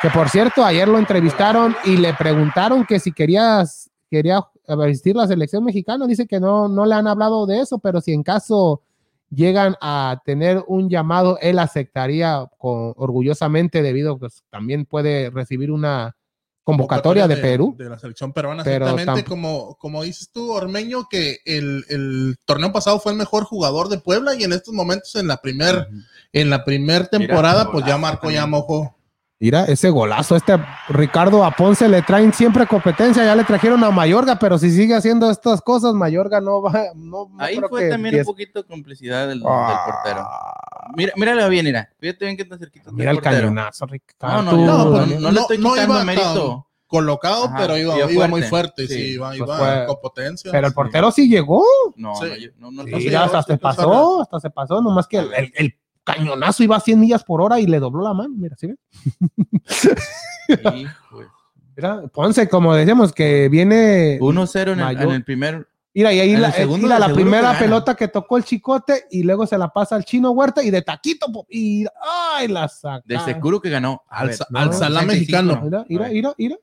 S1: que por cierto ayer lo entrevistaron y le preguntaron que si querías quería vestir la selección mexicana dice que no no le han hablado de eso pero si en caso llegan a tener un llamado él aceptaría con- orgullosamente debido pues también puede recibir una convocatoria de Perú
S3: De la selección peruana,
S1: Pero
S3: exactamente.
S1: tampo-
S3: Como, como dices tú, Ormeño, que el, el torneo pasado fue el mejor jugador de Puebla y en estos momentos, en la primer,
S2: Ujú.
S3: en la primer temporada, pues ya
S2: golazo
S3: marcó ya
S2: también.
S3: mojo.
S1: Mira, ese golazo, este Ricardo a Ponce le traen siempre competencia, ya le trajeron a Mayorga, pero si sigue haciendo estas cosas, Mayorga no va, no, no
S2: Ahí
S1: creo
S2: fue
S1: que
S2: también un
S1: diez-
S2: poquito complicidad del, del
S1: Ah,
S2: portero. Mira, míralo bien, mira. Fíjate bien que está cerquita.
S1: Mira el
S2: portero.
S1: cañonazo,
S2: No,
S1: Ricardo.
S2: no, no,
S3: No,
S1: pues,
S2: no,
S3: pero
S2: no le estoy
S3: no- no
S2: quitando
S3: iba
S2: mérito.
S3: tan- Colocado,
S2: Ajá,
S3: pero iba,
S2: iba
S3: iba muy
S2: fuerte,
S3: fuerte, sí,
S2: sí.
S3: iba,
S1: Pues
S3: iba
S1: fue-
S3: con potencia.
S1: Pero el portero sí llegó.
S2: No,
S3: Sí.
S2: no, yo- no, no,
S3: Sí,
S2: no sé.
S1: Mira, hasta se pasó, hasta se pasó, nomás que el, el- el cañonazo iba a 100 millas por hora y le dobló la mano. Mira, ¿sí ven?
S2: Sí, pues.
S1: Mira, Ponce, como decíamos, que viene.
S2: 1-0 en, el-
S1: Mayor-
S2: en el primer.
S1: Mira, y ahí
S2: en el
S1: la, eh,
S2: segundo
S1: mira,
S2: de
S1: la
S2: seguro que
S1: primera
S2: gana.
S1: pelota que tocó el chicote y luego se la pasa al chino Huerta y de taquito. po- Y ¡ay! la saca.
S2: De seguro que ganó. A
S3: Al
S2: ver,
S3: Sa-
S2: no,
S1: al
S3: Salah
S2: 65,
S3: mexicano.
S1: Mira,
S2: A
S1: mira,
S2: ver.
S1: mira, mira.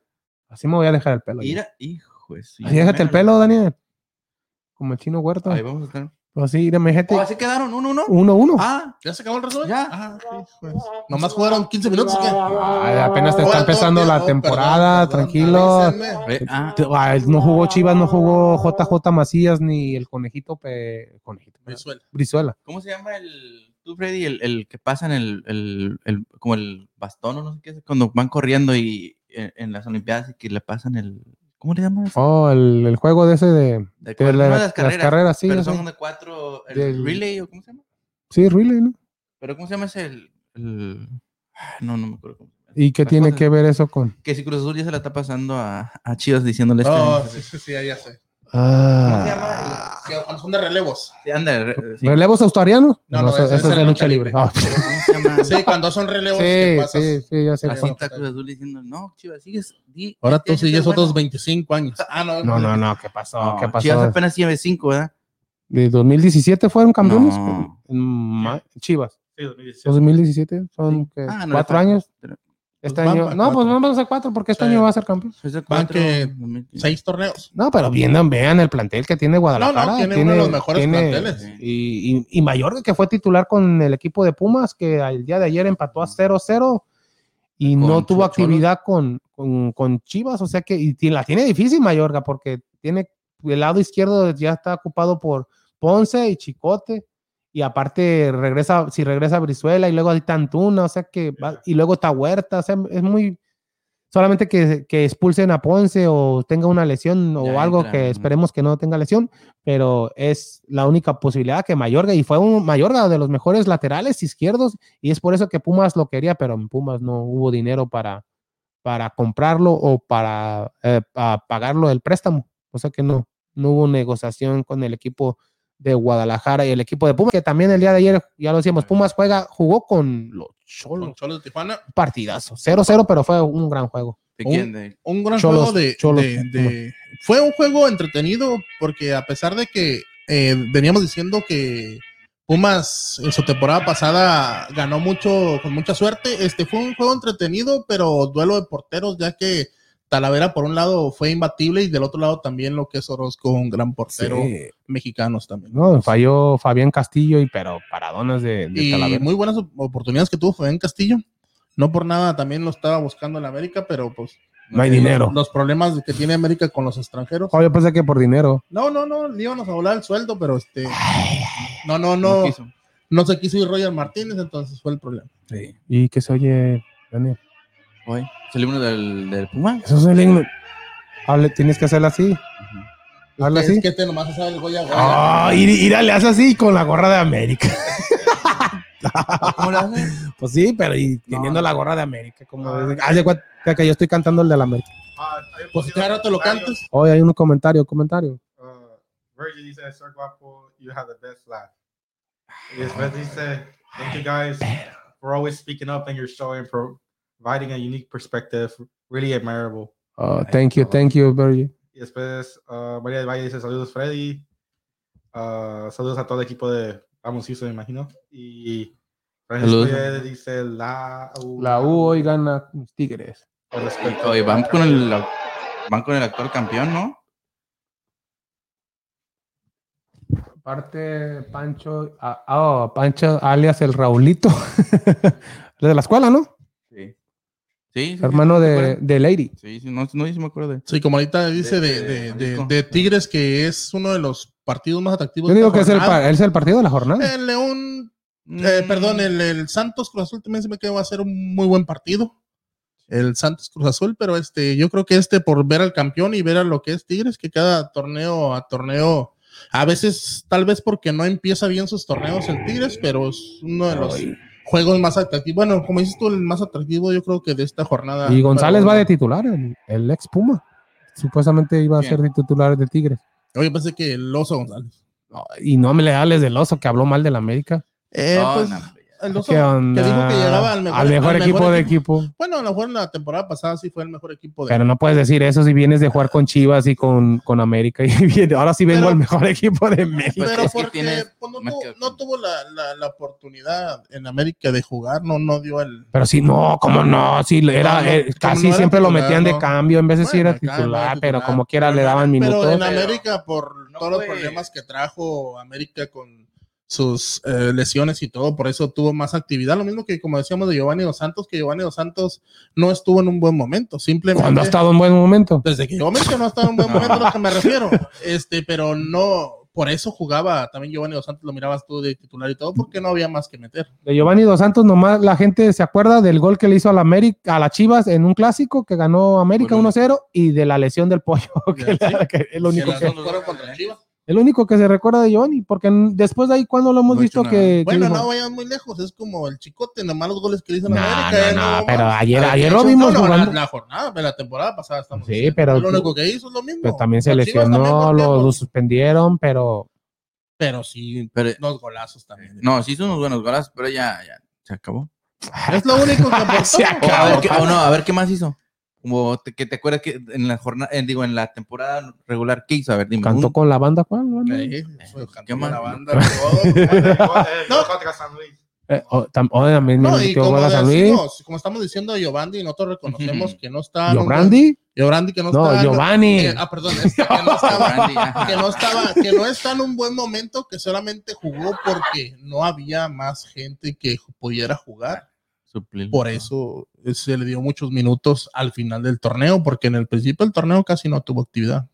S1: Así me voy a dejar el pelo. ya.
S2: Mira, hijo de su-
S1: Así déjate el pelo, Daniel. Como el chino huerto. Pues
S2: Ahí vamos a estar.
S1: Así, mira, me
S2: Oh,
S1: déjate
S2: así quedaron, 1-1.
S1: uno, uno.
S2: Ah,
S3: ¿Ya se acabó el resumen?
S2: Ya.
S3: Ah, sí, pues. Nomás jugaron 15 minutos. ¿o qué?
S1: Ay, apenas te está
S3: Ahora todo
S1: empezando la
S3: tiempo, perdón,
S1: temporada,
S3: perdón,
S1: tranquilo.
S3: avísenme.
S2: eh, ah,
S1: Ay, No jugó Chivas, no jugó JJ Macías ni el conejito, pe- conejito
S3: Me suena.
S1: Brizuela.
S2: ¿Cómo se llama el. Tú, Freddy, el, el que pasan el, el, el- Como el bastón o no sé qué es. Cuando van corriendo y en, en las Olimpiadas y que le pasan el. ¿Cómo le llaman? eso?
S1: Oh, el, el juego de ese de,
S2: De,
S1: de
S2: no,
S1: Pues la-
S2: de
S1: las carreras, sí,
S2: pero
S1: ya sé.
S2: son de cuatro. El
S1: Del-
S2: relay o cómo se llama.
S1: sí, Riley, ¿no?
S2: Pero ¿cómo se llama ese? El, el- ah, No, no me acuerdo cómo se llama.
S1: ¿Y qué
S2: Las
S1: tiene
S2: cosas-
S1: que ver eso con?
S2: Que si Cruz Azul ya se la está pasando a, a Chivas diciéndole este
S3: Oh,
S2: año.
S3: sí, sí, sí, ya, ya sé. ¿Cómo se
S1: Ah,
S3: llama? Sí, cuando son de relevos.
S2: Sí, anda, re- sí.
S1: ¿Relevos australianos?
S3: No,
S1: No,
S3: no,
S1: eso,
S3: ese-
S1: eso
S3: ese
S1: es de
S3: era
S1: lucha
S3: lucha
S1: libre.
S3: libre.
S1: Ah,
S2: ¿Cómo
S1: <laughs>
S2: se llama?
S3: Sí, cuando son relevos, ¿qué
S1: Sí,
S3: pasa?
S1: sí, sí, ya sé.
S2: Así
S1: cuál.
S2: está Cruz Azul diciendo, no, Chivas, sigues. di-
S3: Ahora
S2: este
S3: tú
S2: año es el
S3: sigues
S2: bueno".
S3: otros 25 años. Ah, no.
S1: No, no, no, ¿qué pasó?
S2: No,
S1: ¿Qué
S2: Chivas
S1: pasó?
S2: apenas lleva 5, ¿verdad?
S1: ¿De 2017 fueron campeones?
S2: No.
S1: En Ma- Chivas.
S4: Sí, 2017.
S1: 2017 son ¿qué?
S2: Ah, no, le
S1: Eh, cuatro
S2: falta.
S1: años.
S2: Pero-
S1: Este
S3: Pues van
S1: año.
S3: para
S1: No, pues
S3: cuatro.
S1: vamos a cuatro porque este
S3: Sí.
S1: año va a ser campeón.
S2: Es pues, de
S3: Van
S2: cuatro,
S3: que-
S2: 2015.
S3: Seis torneos.
S1: No, pero vean, vean el plantel que tiene
S3: No,
S1: Guadalajara.
S3: no, tiene, uno de los mejores
S1: tiene-
S3: planteles.
S2: Sí.
S1: Y, y, y Mayorga, que fue titular con el equipo de Pumas, que el día de ayer empató a 0-0 y
S2: Con
S1: no tuvo
S2: Cho-
S1: actividad con, con, con Chivas. O sea que y ti- la tiene difícil Mayorga, porque tiene el lado izquierdo ya está ocupado por Ponce y Chicote. Y aparte regresa, si regresa Brizuela y luego ahí está Antuna, o sea que va- y luego está Huerta, o sea, es muy solamente que, que expulsen a Ponce o tenga una lesión o
S2: Ya
S1: algo
S2: entra,
S1: que
S2: ajá.
S1: esperemos que no tenga lesión, pero es la única posibilidad que Mayorga, y fue un Mayorga de los mejores laterales izquierdos, y es por eso que Pumas lo quería, pero en Pumas no hubo dinero para, para comprarlo o para eh, pa- pagarlo el préstamo. O sea que no, no hubo negociación con el equipo de Guadalajara y el equipo de Pumas, que también el día de ayer, ya lo decíamos, Pumas juega, jugó con los
S3: Con
S1: Cholos.
S3: Cholos de Tijuana.
S1: Un Partidazo, 0-0, pero fue un gran juego.
S2: ¿De
S3: Un-
S2: quién? De-
S3: un gran
S1: Cholos-
S3: juego de,
S1: Cholos
S3: de-
S1: con
S3: de- fue un juego entretenido porque a pesar de que eh, veníamos diciendo que Pumas en su temporada pasada ganó mucho con mucha suerte, este fue un juego entretenido pero duelo de porteros ya que Talavera por un lado fue imbatible y del otro lado también lo que es Orozco un gran portero
S1: Sí.
S3: mexicanos también.
S1: No, falló Fabián Castillo y pero paradonas de, de
S3: y
S1: Talavera.
S3: muy buenas op- oportunidades que tuvo Fabián Castillo. No por nada también lo estaba buscando en América, pero pues
S1: No hay dinero.
S3: los problemas que tiene América con los extranjeros.
S1: Oh, yo pensé que por dinero.
S3: No, no, no, le íbamos a volar el sueldo, pero este. No, no,
S2: No
S3: no.
S2: quiso.
S3: No se quiso ir Roger Martínez, entonces fue el problema.
S2: Sí.
S1: ¿Y qué se oye, Daniel?
S2: Hoy. Salimos del, del Puma.
S1: Eso es el himno. Hable, tienes que hacerla así. Hazla
S3: Es
S1: así.
S3: que te nomás sabe el Goya Goya.
S1: Ah, ir, ira, le hace así con la gorra de América.
S3: Ah,
S2: ¿Cómo le haces?
S1: Pues sí, pero y teniendo la gorra de América, como hace cuenta que yo estoy cantando el de la América.
S4: Ah, hay un
S3: Pues
S4: poquito
S3: cada
S4: de
S3: rato lo
S4: comentarios.
S3: cantas.
S1: Hoy hay un comentario, comentario.
S4: Uh, Virgil dice, Sir Guapo, you have the best laugh. Y después dice, thank you guys for always speaking up and your show and pro- providing a unique perspective. Really admirable.
S1: Oh, thank you, thank you, Virgil.
S4: Y después uh, María del Valle dice, saludos Freddy. Uh, saludos a todo el equipo de Vamos Houston, me imagino. Y Francisco
S2: Saludos.
S4: Yede dice la U.
S1: La U hoy gana mis Tigres.
S4: Con respecto
S2: Hoy van con el van con el actual campeón, ¿no?
S1: Aparte, Pancho, ah, oh, Pancho alias el Raulito. <laughs> de la escuela, ¿no?
S2: Sí. Sí. sí,
S1: Hermano
S2: sí, me
S1: de,
S2: acuerdo.
S1: de Lady.
S2: Sí, sí, no, no, sí me acuerdo de.
S3: Sí, como ahorita dice de,
S2: De-
S3: de,
S2: de
S3: de-
S2: Jalisco.
S3: de Tigres, que es uno de los partidos más atractivos.
S1: Yo
S3: de
S1: digo
S3: esta
S1: que es el,
S3: jornada.
S1: pa- es el partido de la jornada.
S3: El León,
S2: Mm.
S3: eh, perdón, el, el Santos Cruz Azul también se me quedó va a ser un muy buen partido. El Santos Cruz Azul, pero este, yo creo que este por ver al campeón y ver a lo que es Tigres, que cada torneo a torneo, a veces, tal vez porque no empieza bien sus torneos el Tigres, pero es uno de los juegos más atractivos. Bueno, como dices tú, el más atractivo yo creo que de esta jornada.
S1: Y González
S3: Pero,
S1: va de titular, el, el ex Puma. Supuestamente iba a
S2: ¿Quién?
S1: ser de titular de Tigres.
S3: Oye, pensé que el Oso González.
S1: No, Y no me le hables del oso que habló mal del América.
S3: Eh,
S2: No,
S3: pues,
S2: no,
S3: el Oso,
S1: ¿Qué
S3: que
S1: onda?
S3: dijo que llegaba al mejor,
S1: Al mejor
S3: al
S1: equipo
S3: mejor
S1: de
S3: equipo.
S1: equipo.
S3: Bueno, a lo mejor en la temporada pasada sí fue el mejor equipo de
S1: Pero no puedes decir eso si vienes de jugar con Chivas y con, con América. Y <laughs> viene- ahora sí vengo
S3: Pero-
S1: al mejor <laughs> equipo de México.
S2: Pues
S3: pero
S2: es que
S3: porque
S2: tiene
S3: pues, no,
S2: más
S3: tuvo,
S2: que-
S3: no tuvo la, la- la oportunidad en América de jugar, no, no dio el.
S1: Pero sí, no, como no, sí,
S3: No,
S1: era,
S3: no,
S1: eh,
S3: como
S1: casi
S3: no era
S1: siempre lo
S3: titular,
S1: metían de
S3: no.
S1: cambio, en vez de sí
S3: Bueno,
S1: era
S3: acá no era
S1: titular, pero
S3: titular,
S1: como quiera
S3: pero
S1: le
S3: no-
S1: daban minutos.
S3: Pero en
S2: pero-
S3: América, por
S2: no
S3: todos los
S2: fue-
S3: problemas que trajo América con sus eh, lesiones y todo, por eso tuvo más actividad. Lo mismo que, como decíamos, de Giovanni Dos Santos, que Giovanni Dos Santos no estuvo en un buen momento, simplemente.
S1: Cuando ha estado en buen momento.
S3: Desde que llegó a América no ha estado en un buen momento, a lo que
S1: <laughs>
S3: me refiero. Este, pero no. Por eso jugaba también Giovanni Dos Santos, lo mirabas tú de titular y todo, porque no había más que meter.
S1: De Giovanni Dos Santos, nomás la gente se acuerda del gol que le hizo a la, América, a la Chivas en un clásico que ganó América
S2: Bueno.
S1: 1-0 y de la lesión del pollo, <laughs> que,
S3: Ya,
S1: le- que es lo
S3: Sí,
S1: único
S3: las
S1: que,
S3: dos fueron contra Chivas.
S1: es lo único que se recuerda de Giovanni, porque n- después de ahí, cuando lo hemos
S2: No ha
S1: visto
S2: hecho nada.
S1: que... que
S3: Bueno,
S1: dijo,
S3: no vayan muy lejos, es como el chicote, nomás los goles que le hizo
S1: no,
S3: en América. eh,
S1: no, no,
S3: no,
S1: pero
S3: más.
S1: ayer,
S3: Ah,
S1: ayer
S3: de
S1: lo
S3: hecho,
S1: vimos
S3: no, no,
S1: jugando.
S3: La, la jornada, pero la temporada pasada estamos.
S1: Sí,
S3: diciendo.
S1: pero
S3: Lo
S1: tú-
S3: único que hizo es lo mismo.
S1: Pero pues también se
S3: Las Chivas también
S1: lesionó, lo,
S3: golpearon,
S1: lo suspendieron,
S3: <laughs>
S1: pero
S3: Pero sí,
S2: Pero,
S3: dos golazos
S1: <laughs>
S3: también.
S2: no, sí hizo unos buenos golas, pero ya, ya se acabó.
S3: Es lo único que aportó.
S1: Se <laughs>
S2: O, a,
S1: Claro,
S2: ver, qué- o no, a ver qué más hizo. Como te- que te acuerdas que en la jornada, en- digo, en la temporada regular, ¿qué hizo? A ver, dime.
S1: Cantó
S2: un- pues,
S1: con la banda, ¿cuál? banda?
S3: Ahí, fue
S2: ¿Qué
S3: cantando
S2: más?
S1: <laughs>
S3: la banda, todo. No.
S2: eh,
S4: No. Contra San Luis.
S1: Eh, o- tam- o también
S3: No, y
S1: metió
S3: como,
S1: gol a San Luis.
S3: decimos, como estamos diciendo, Giovanni, nosotros reconocemos que ah, no está.
S1: Yobrandi.
S3: Giovanni, que no,
S1: No,
S3: está.
S1: Giovanni.
S3: eh, ah, perdón, este, que
S1: <laughs>
S3: no estaba.
S2: Brandy, ajá.
S3: <laughs> que no estaba, que no está en un buen momento, que solamente jugó porque no había más gente que pudiera jugar.
S2: Suplir.
S3: Por eso eh, se le dio muchos minutos al final del torneo, porque en el principio del torneo casi no tuvo actividad.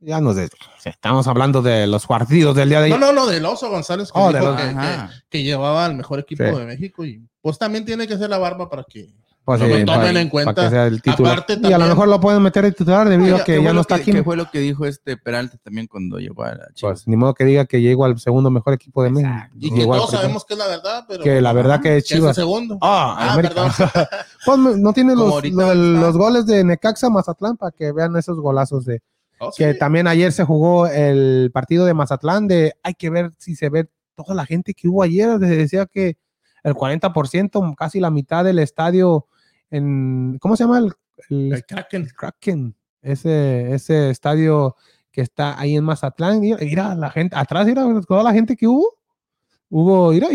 S1: Ya nos des- estamos hablando de los partidos del día de
S3: No,
S1: ayer.
S3: no, no, del Oso González, que,
S1: Oh,
S3: dijo
S1: del Oso,
S3: que-
S2: Ajá.
S3: que- que llevaba al mejor equipo
S1: Sí.
S3: de México y pues también tiene que ser la barba para que
S1: Pues,
S2: no
S1: sí,
S2: me
S1: para-
S3: tomen
S1: para
S3: en cuenta.
S1: que sea el titular.
S3: Aparte,
S1: y a lo
S3: también-
S1: mejor lo pueden meter de titular debido
S2: Oiga,
S1: a que
S2: ¿qué
S1: ya
S2: fue
S1: no
S2: lo
S1: está
S2: que-
S1: aquí.
S2: ¿Qué fue lo que dijo este Peralta también cuando llegó a Chivas?
S1: Pues, ni modo que diga que llegó al segundo mejor equipo de México.
S3: Y que
S1: Llegó al
S3: todos
S1: primero.
S3: sabemos que es la verdad, pero
S1: que la verdad que
S3: que es el
S1: Chivas.
S3: segundo.
S1: Ah,
S3: Ah,
S1: América.
S3: perdón.
S1: <laughs> Ponme- Pues, no tiene
S2: Como
S1: los,
S2: ahorita
S1: lo-
S2: está.
S1: los goles de Necaxa Mazatlán para que vean esos golazos de
S3: Oh, sí.
S1: que también ayer se jugó el partido de Mazatlán de hay que ver si se ve toda la gente que hubo ayer se decía que el 40% casi la mitad del estadio en ¿cómo se llama el, el-
S3: El Kraken.
S1: el Kraken? Ese ese estadio que está ahí en Mazatlán mira, mira la gente atrás mira pues, toda la gente que hubo hubo mira mira <laughs>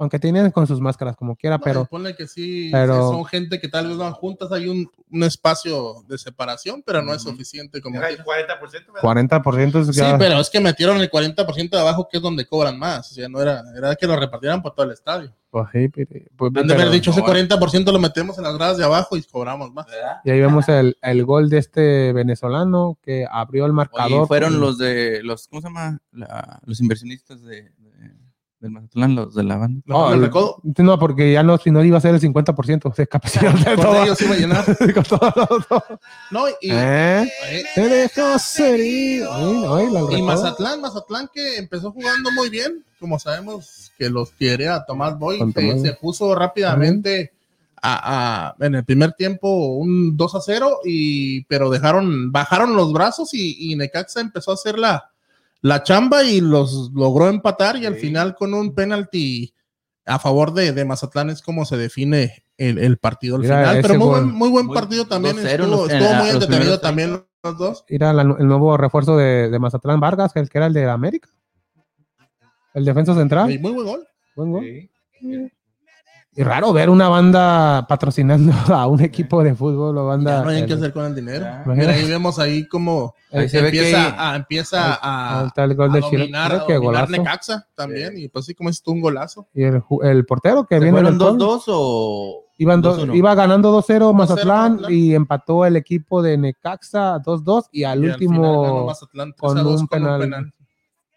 S1: aunque tenían con sus máscaras como quiera
S3: No, eh,
S1: pero
S3: se supone que sí,
S1: pero-
S3: sí son gente que tal vez van juntas, hay un, un espacio de separación, pero no es
S2: Ujú.
S3: suficiente como...
S4: Era
S3: que-
S4: el 40%. ¿verdad?
S1: 40% es
S3: Sí,
S1: Pues ya-
S3: pero es que metieron el 40% de abajo, que es donde cobran más. O sea, no era, era que lo repartieran por todo el estadio.
S1: pues sí, pero- pues,
S3: Han de
S1: pero-
S3: haber dicho, ese
S2: no,
S3: 40% lo metemos en las gradas de abajo y
S1: <laughs>
S3: cobramos más.
S2: ¿Verdad?
S1: Y ahí vemos el, el gol de este venezolano que abrió el marcador.
S2: Oye, fueron
S1: con-
S2: los de los ¿cómo se llama? La- los inversionistas de, de- del Mazatlán, los de la banda.
S3: No,
S1: Oh,
S3: el
S1: el-
S3: recodo.
S1: No, porque ya no, si no iba a ser el 50%, se capacitaron de
S3: Ah, Con
S1: todo.
S3: ellos iba a llenar.
S1: <laughs> con todo, todo.
S3: No, y...
S1: ¿Eh?
S3: eh,
S1: Te dejas herido. Ay, ay, la
S3: Y
S1: recodo.
S3: Mazatlán, Mazatlán que empezó jugando muy bien, como sabemos que los quiere a Tomás Boy,
S1: Con
S3: se,
S1: Tomás.
S3: se puso rápidamente a, a- en el primer tiempo un 2 a 0, y, pero dejaron, bajaron los brazos y, y Necaxa empezó a hacer la, la chamba y los logró empatar y al
S4: Sí.
S3: final con un penalti a favor de, de Mazatlán es como se define el, el partido al
S1: Mira,
S3: final,
S1: ese
S3: pero muy
S1: gol.
S3: buen, muy buen
S2: Muy-
S3: partido también,
S2: 2-0
S3: estuvo,
S2: en los- en
S3: estuvo
S2: la-
S3: muy
S2: los
S3: entretenido
S2: primeros
S3: también los dos.
S1: Mira la- el nuevo refuerzo de, de Mazatlán Vargas, el que era el de América. El defensa central.
S3: Y muy buen gol.
S1: Buen gol.
S4: Sí.
S1: Y raro ver una banda patrocinando <laughs> a un equipo de fútbol o banda.
S3: Ya no hay
S1: el-
S3: que hacer con el dinero.
S2: Ya.
S3: Mira, ahí vemos ahí como
S2: Ahí se ve que
S3: empieza, a, empieza a,
S1: ahí está el gol
S3: a
S1: de Chile.
S3: dominar,
S1: Mira
S3: a
S1: qué
S3: dominar
S1: golazo.
S3: Necaxa también. Y pues sí, como es un golazo.
S1: Y el, ju- el portero que
S2: ¿Se
S1: viene del
S2: fueron 2-2
S1: pueblo.
S2: o
S1: Iban
S2: Dos
S1: dos-
S2: uno.
S1: iba ganando 2-0 Mazatlán
S3: Mazatlán.
S1: y empató el equipo de Necaxa 2-2 y al
S3: Y al final ganó
S1: último
S3: Mazatlán 3
S1: con
S3: a 2
S1: un, penal.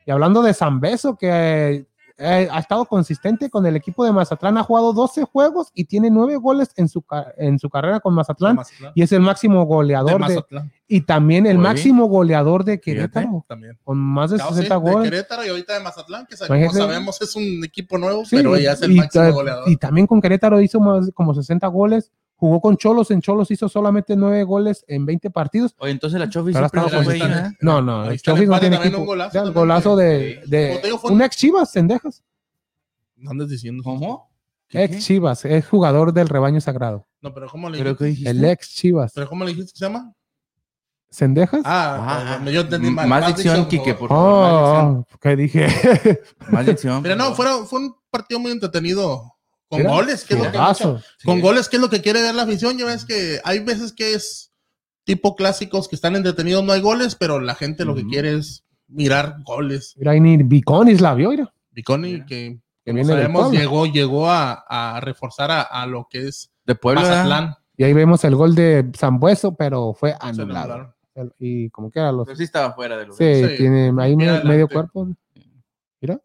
S1: Y hablando de Zambeso que eh, ha estado consistente con el equipo de Mazatlán, ha jugado 12 juegos y tiene 9 goles en su, ca- en su carrera con
S3: De
S1: Mazatlán
S3: Mazatlán.
S1: y es el máximo
S3: De
S1: goleador de,
S3: Mazatlán
S1: y también el
S2: Muy bien.
S1: máximo goleador de
S2: Fíjate.
S1: Querétaro
S3: también.
S1: con más de
S3: Ah, sí,
S1: 60
S3: de
S1: goles.
S3: Querétaro y ahorita de Mazatlán, que sa- como
S1: Imagínate.
S3: sabemos es un equipo nuevo,
S1: Sí,
S3: pero ya es el
S1: y
S3: máximo
S1: ta-
S3: goleador.
S1: Y también con Querétaro hizo más, como 60 goles. Jugó con Cholos, en Cholos hizo solamente 9 goles en 20 partidos.
S2: Oye, entonces la Chofi
S1: Pero
S2: siempre
S1: estamos
S2: fue ahí,
S3: con-
S2: ¿verdad?
S1: No, no,
S3: Ahí
S1: el
S3: está el
S1: Chofis no
S3: empate
S1: tiene
S3: también,
S1: equipo.
S3: un golazo
S1: Ya, El
S3: también
S1: golazo
S3: que-
S1: de, de
S3: Como te digo, fue-
S1: un ex Chivas, Cendejas.
S3: ¿No andas diciendo?
S2: ¿Cómo? ¿Qué,
S1: Ex
S2: qué?
S1: Chivas, es jugador del rebaño sagrado.
S3: No, pero ¿cómo le
S2: ¿Pero
S3: dijiste?
S2: qué dijiste?
S1: El ex Chivas.
S3: ¿Pero cómo le dijiste que se llama?
S1: ¿Cendejas?
S3: Ah,
S2: Ah,
S3: perdón, yo entendí mal.
S2: Más
S3: Más
S2: dicción,
S3: dicción,
S2: Quique,
S3: por
S2: por favor.
S1: oh, ¿qué dije?
S3: oh.
S2: Más dicción.
S3: Mira, no,
S2: por favor.
S3: fueron, fue un partido muy entretenido. Con
S1: Mira,
S3: goles, que es lo que mucha-
S1: Golazo.
S2: Sí.
S3: con goles, que es lo que quiere ver la afición. Ya ves que hay veces que es tipo clásicos que están entretenidos, no hay goles, pero la gente lo que
S2: Ujú.
S3: quiere es mirar goles.
S1: Mira, ahí ni Biconis la vio, mira.
S3: Biconi,
S2: Mira.
S3: que
S1: Que
S3: como
S1: viene del
S3: sabemos,
S1: Puebla.
S3: llegó, llegó a, a reforzar a, a lo que es
S2: De Puebla. ¿verdad?
S3: Mazatlán.
S1: Y ahí vemos el gol de Zambueso, pero fue
S3: Ah, Se lo
S1: anulado.
S3: anularon.
S1: Y como que era los.
S2: Pero Pues sí estaba fuera de lugar.
S1: Sí,
S3: sí.
S1: tiene ahí me-
S3: adelante.
S1: medio cuerpo. Mira,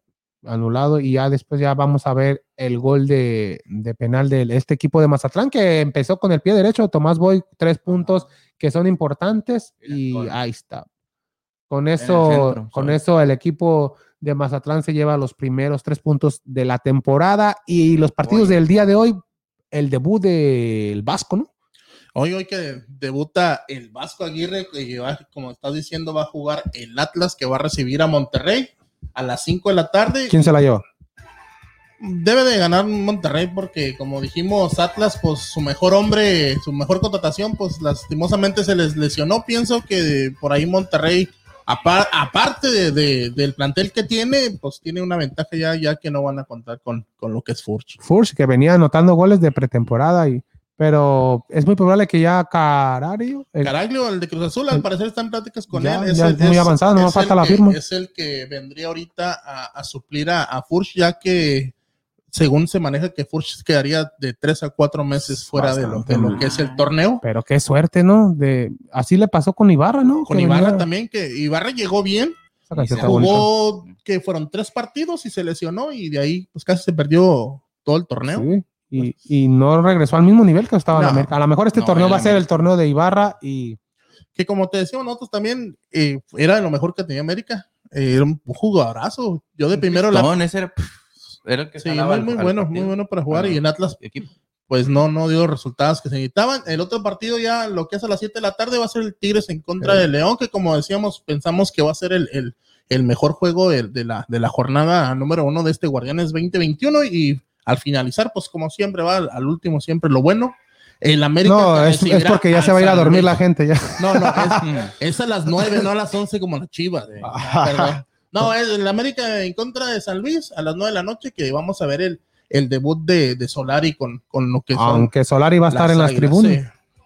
S1: anulado. Y ya después ya vamos a ver el gol de, de penal de este equipo de Mazatlán que empezó con el pie derecho. Tomás Boy, tres puntos que son importantes.
S2: Mira,
S1: Y
S2: gol.
S1: ahí está. Con
S2: el
S1: eso,
S2: centro,
S1: con
S2: suave.
S1: eso el equipo de Mazatlán se lleva los primeros tres puntos de la temporada. Y los partidos
S2: Oye.
S1: del día de hoy, el debut del Vasco, ¿no?
S3: Hoy, hoy que debuta el Vasco Aguirre, que va- como estás diciendo, va a jugar el Atlas, que va a recibir a Monterrey a las 5 de la tarde.
S1: ¿Quién se la lleva?
S3: debe de ganar Monterrey porque como dijimos Atlas pues su mejor hombre su mejor contratación pues lastimosamente se les lesionó pienso que por ahí Monterrey apar- aparte de, de- del plantel que tiene pues tiene una ventaja ya ya que no van a contar con, con lo que es Furch
S1: Furch, que venía anotando goles de pretemporada, y, pero es muy probable que ya Carario, el-
S3: Caraglio el de Cruz Azul al parecer está en pláticas con
S1: Ya,
S3: él
S1: ya
S3: el-
S1: muy avanzado, nomás
S3: el
S1: falta la
S3: que-
S1: firma.
S3: es el que vendría ahorita a, a suplir a, a Furch ya que según se maneja que Furch quedaría de tres a cuatro meses fuera de lo, de lo que es el torneo
S1: pero qué suerte, ¿no? De, así le pasó con Ibarra, ¿no?
S3: con
S1: Que
S3: Ibarra
S1: venía-
S3: también, que Ibarra llegó bien,
S1: esa canción
S2: Y
S1: está bonita.
S3: jugó que fueron tres partidos y se lesionó y de ahí pues casi se perdió todo el torneo.
S1: Sí, Y, y no regresó al mismo nivel que estaba en
S3: No,
S1: América. A lo mejor este
S2: no,
S1: torneo
S2: en
S1: va a
S2: la
S1: ser el
S2: América.
S1: torneo de Ibarra y
S3: Que como te decía nosotros también, eh, era lo mejor que tenía América. Eh, era un jugadorazo. Yo de primero la...
S2: Pistón, ese era, era el que
S3: Sí,
S2: jalaba
S3: muy,
S2: al-
S3: muy
S2: al
S3: bueno,
S2: partido.
S3: muy bueno para jugar
S2: Bueno.
S3: y en Atlas
S2: Equipo.
S3: pues no, no dio los resultados que se necesitaban. El otro partido ya, lo que es a las 7 de la tarde, va a ser el Tigres en contra del León, que como decíamos, pensamos que va a ser el, el- el mejor juego de, de la, de la jornada número uno de este Guardianes 2021 y al finalizar, pues como siempre va al, al último, siempre lo bueno. El América
S1: no, es,
S3: recibirá
S1: es porque ya se va a ir a
S3: ah, San
S1: dormir la Mm.
S3: Luis.
S1: gente ya.
S3: No, no,
S1: <laughs>
S3: es, es a las 9, no a las 11 como la chiva. de-
S1: Ah. <laughs>
S3: perdón. No, es el América en contra de San Luis a las 9 de la noche que vamos a ver el, el debut de, de Solari con, con lo que son
S1: Aunque Solari va a estar en las
S3: águilas,
S1: tribunas.
S3: sí.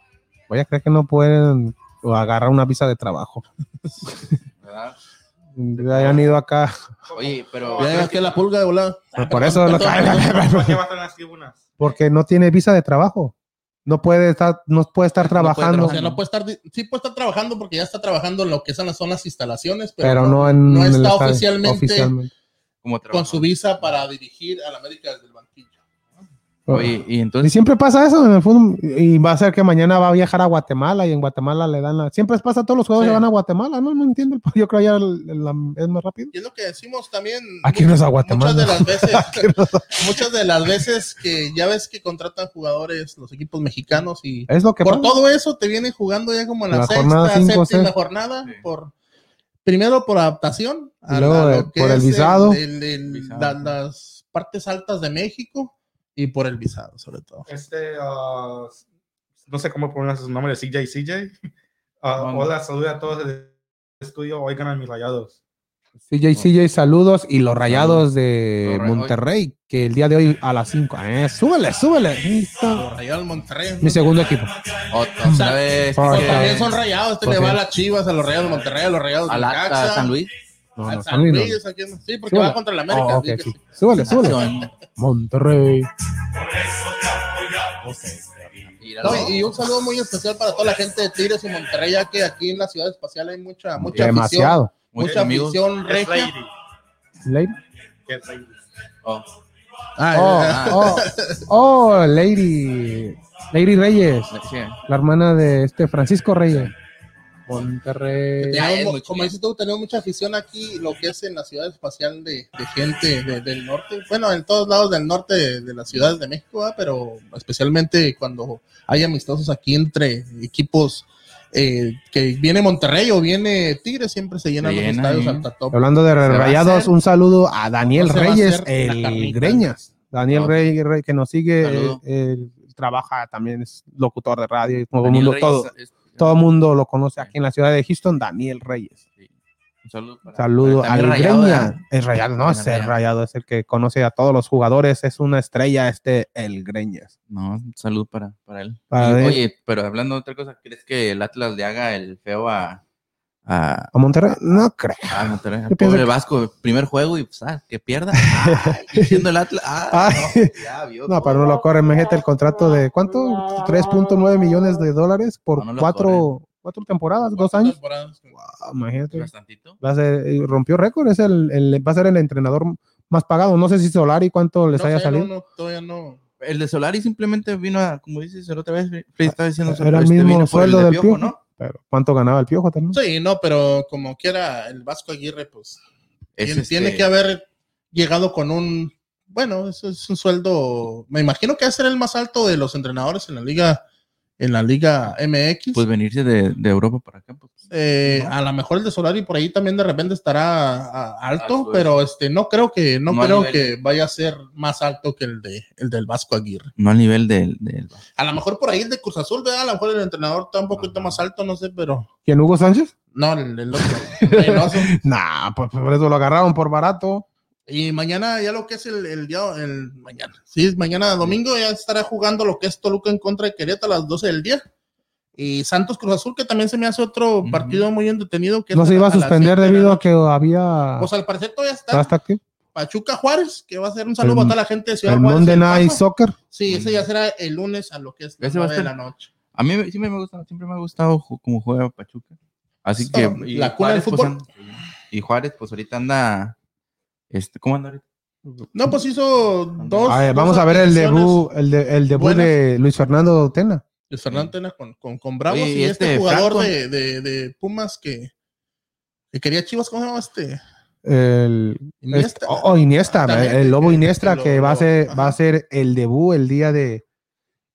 S1: Voy a creer que no pueden agarrar una visa de trabajo.
S2: ¿Verdad?
S1: Ya han ido acá.
S4: <laughs>
S2: Oye, pero
S3: Ya ves que la pulga de volada.
S1: Por eso lo-
S4: ¿Por qué va a estar en las tribunas?
S1: porque no tiene visa de trabajo. No puede estar, no puede estar
S3: No
S1: trabajando,
S3: puede, o sea, no puede estar, di- sí puede estar trabajando porque ya está trabajando en lo que son las, son las instalaciones, pero,
S1: pero no en
S3: no
S1: el
S3: está
S1: estadio,
S3: oficialmente
S2: como
S3: con
S2: trabajo.
S3: su visa para dirigir a la América desde el banquillo.
S2: Oye, y
S1: Y
S2: entonces
S1: siempre pasa eso en el fútbol. Y va a ser que mañana va a viajar a Guatemala y en Guatemala le dan la. Siempre pasa, todos los juegos
S3: Sí.
S1: se van a Guatemala, ¿no? No entiendo. <laughs> el- Yo creo ya el- el- es más rápido.
S3: Y es lo que decimos también.
S1: Aquí no es a Guatemala.
S3: Muchas de
S1: <laughs>
S3: las veces, muchas de las veces que ya ves que contratan jugadores los equipos mexicanos y
S1: Es lo que
S3: por
S1: pasa.
S3: todo eso te vienen jugando ya como en la,
S1: La
S3: sexta,
S1: jornada cinco,
S3: séptima
S1: seis.
S3: jornada
S2: Sí.
S3: por primero por adaptación
S1: Y luego de- por el visado.
S3: el- el-
S2: Visado,
S3: la-
S2: sí.
S3: las partes altas de México y por el visado sobre todo.
S4: Este, ah, no sé cómo pronunciar su nombre, CJ, CJ. Ah,
S2: Manda.
S4: hola, saluda a todos del estudio. Hoy ganan mis rayados.
S1: CJ, CJ, saludos y los rayados de
S2: Los Rayados.
S1: Monterrey, que el día de hoy a las 5. súbele, súbele. Ahí
S3: Por
S1: está.
S3: Rayados Monterrey.
S1: Mi segundo equipo.
S2: otra
S3: sea,
S2: vez
S1: por
S2: que-
S3: Porque también son rayados, este
S1: Pues
S3: le va
S1: sí.
S3: a las Chivas, a los Rayados de Monterrey, a los Rayados de
S2: a la- a
S3: Necaxa,
S2: San Luis.
S1: No,
S3: al
S1: no,
S3: San
S1: Luis no.
S3: Luis, ¿a quién? Sí, porque
S1: Súbele.
S3: va contra el América.
S1: Oh, ok,
S3: así que
S1: sí. Súbele, súbele.
S2: Nación.
S1: Monterrey.
S2: Mira,
S3: No, y y un saludo muy especial para toda la gente de Tigres y Monterrey, ya que aquí en la ciudad espacial hay mucha, mucha afición,
S1: Demasiado.
S2: muchos
S3: mucha
S2: amigos.
S3: afición
S4: Es
S3: regia.
S4: lady.
S1: Lady.
S4: Es lady.
S2: Oh,
S3: Ah,
S1: Oh,
S3: eh,
S1: oh, oh, Lady. Lady Reyes.
S2: sí.
S1: La hermana de este Francisco Reyes. Monterrey.
S3: tenemos
S2: es
S3: mu-
S2: muy
S3: Eh, como
S2: bien.
S3: dices tú, tenemos mucha afición aquí, lo que es en la ciudad espacial de, de gente de- del norte, bueno, en todos lados del norte de, de las ciudades de México, ¿verdad? pero especialmente cuando hay amistosos aquí entre equipos eh, que viene Monterrey o viene Tigres, siempre se llenan
S2: Se
S3: los
S2: llena,
S3: estadios
S2: ¿eh?
S3: hasta top.
S1: Hablando de
S2: va a
S1: rayados,
S2: hacer-
S1: un saludo a Daniel
S3: No se va a
S1: Reyes,
S3: hacer la
S1: el
S3: carnita.
S1: Greñas. Daniel
S2: Ok.
S1: Rey, Rey, que nos sigue, él,
S2: Saludo.
S1: él trabaja también, es locutor de radio, y todo el
S2: Daniel
S1: mundo,
S2: Reyes
S1: todo,
S2: es-
S1: todo mundo lo conoce aquí en la ciudad de Houston, Daniel Reyes.
S2: Un saludo. para-
S1: Saludo
S2: para-
S1: al
S2: también Rayado,
S1: Greña.
S2: ¿verdad?
S1: Es rayado, no,
S2: También
S1: es el
S2: Rayado.
S1: rayado, es el que conoce a todos los jugadores, es una estrella este, el Greñas.
S2: No, un saludo para, para él.
S1: Para
S2: Y,
S1: él.
S2: oye, pero hablando de otra cosa, ¿crees que el Atlas le haga el feo a, a,
S1: A Monterrey, no creo.
S2: a Monterrey? Al
S1: Yo pienso
S2: pobre
S1: que-
S2: Vasco, primer juego y pues, ah,
S1: <laughs>
S2: que pierda. Ay, Siendo el Atlas. Ah,
S1: Ay.
S2: no, ya vio
S1: No,
S2: todo.
S1: pero no lo corren, imagínate el contrato de ¿cuánto? 3.9 millones de dólares por
S2: No, no lo
S1: cuatro, cuatro temporadas, dos años.
S3: temporadas.
S1: Wow, imagínate.
S2: Bastantito.
S1: Va a ser- eh, rompió récord, es el, el- va a ser el entrenador más pagado. No sé si Solari cuánto les
S3: No
S1: haya
S3: sé,
S1: salido.
S3: no, no, todavía no.
S2: El de Solari simplemente vino a, como dices la otra vez, Freddy estaba diciendo,
S1: Era el
S2: este,
S1: mismo
S2: vino por
S1: sueldo
S2: de
S1: del
S2: Piojo,
S1: Piojo,
S2: ¿no?
S1: Pero cuánto ganaba el piojo también.
S3: Sí, no, pero como quiera, el Vasco Aguirre, pues
S2: Es
S3: tiene,
S2: este-
S3: tiene que haber llegado con un. Bueno, eso es un sueldo. Me imagino que va a ser el más alto de los entrenadores en la liga en la Liga MX.
S2: Pues venirse de, de Europa para acá. pues.
S3: Eh, a lo mejor el de Solari por ahí también de repente estará a- a- alto,
S2: Alto,
S3: pero este no creo que no,
S2: No a
S3: creo
S2: nivel.
S3: que vaya a ser más alto que el de el del Vasco Aguirre.
S2: No al nivel del... del-
S3: A lo mejor por ahí el de Cruz Azul, ¿verdad? a lo mejor el entrenador está un poquito más alto, no sé, pero
S1: ¿Quién, Hugo Sánchez?
S3: no el, el
S2: <laughs>
S3: otro, Reynoso.
S1: Nah, pues por eso lo agarraron por barato.
S3: Y mañana ya lo que es el, el día el mañana. Sí, mañana domingo ya estará jugando lo que es Toluca en contra de Querétaro a las 12 del día. Y Santos Cruz Azul, que también se me hace otro
S2: Ujú.
S3: partido muy entretenido. Que
S7: No
S3: es
S7: se iba a
S3: las
S7: suspender
S3: siete de la
S7: debido a
S3: noche.
S7: que había.
S3: Pues al parecer todavía está.
S7: ¿Hasta qué?
S3: Pachuca Juárez, que va a ser un saludo
S1: El-
S3: a toda la gente de Ciudad
S1: El
S3: Juárez.
S1: Monday
S3: en
S1: Night
S3: Paso.
S1: Soccer.
S3: Sí, ese ya será el lunes a lo que es las
S2: Ese va a
S3: 9 de
S2: estar-
S3: la noche.
S2: A mí me- siempre me, gusta, siempre me ha gustado ju- cómo juega Pachuca. Así que...
S3: Ah, la cuna del
S2: Juárez, pues,
S3: fútbol.
S2: an- y Juárez, pues ahorita anda... Este, ¿Cómo anda ahorita?
S3: No, pues hizo dos.
S1: A ver, Ah,
S3: dos
S1: vamos a ver el
S3: adquisiciones.
S1: debut, el, de- el debut
S3: buenas.
S1: de Luis Fernando Tena.
S3: Luis Fernando Tena con, con, con Bravos
S2: Oye,
S3: y
S2: y
S3: este,
S2: este
S3: jugador
S2: Franco.
S3: de, de, de Pumas que, que quería Chivas, ¿cómo se llama este?
S1: El,
S3: Iniesta.
S1: es- oh, oh, Iniesta,
S3: También,
S1: el Lobo
S3: el-
S1: Iniesta
S3: el Lobo,
S1: que va a,
S3: Lobo,
S1: ser,
S3: ajá.
S1: va a ser el debut el día de...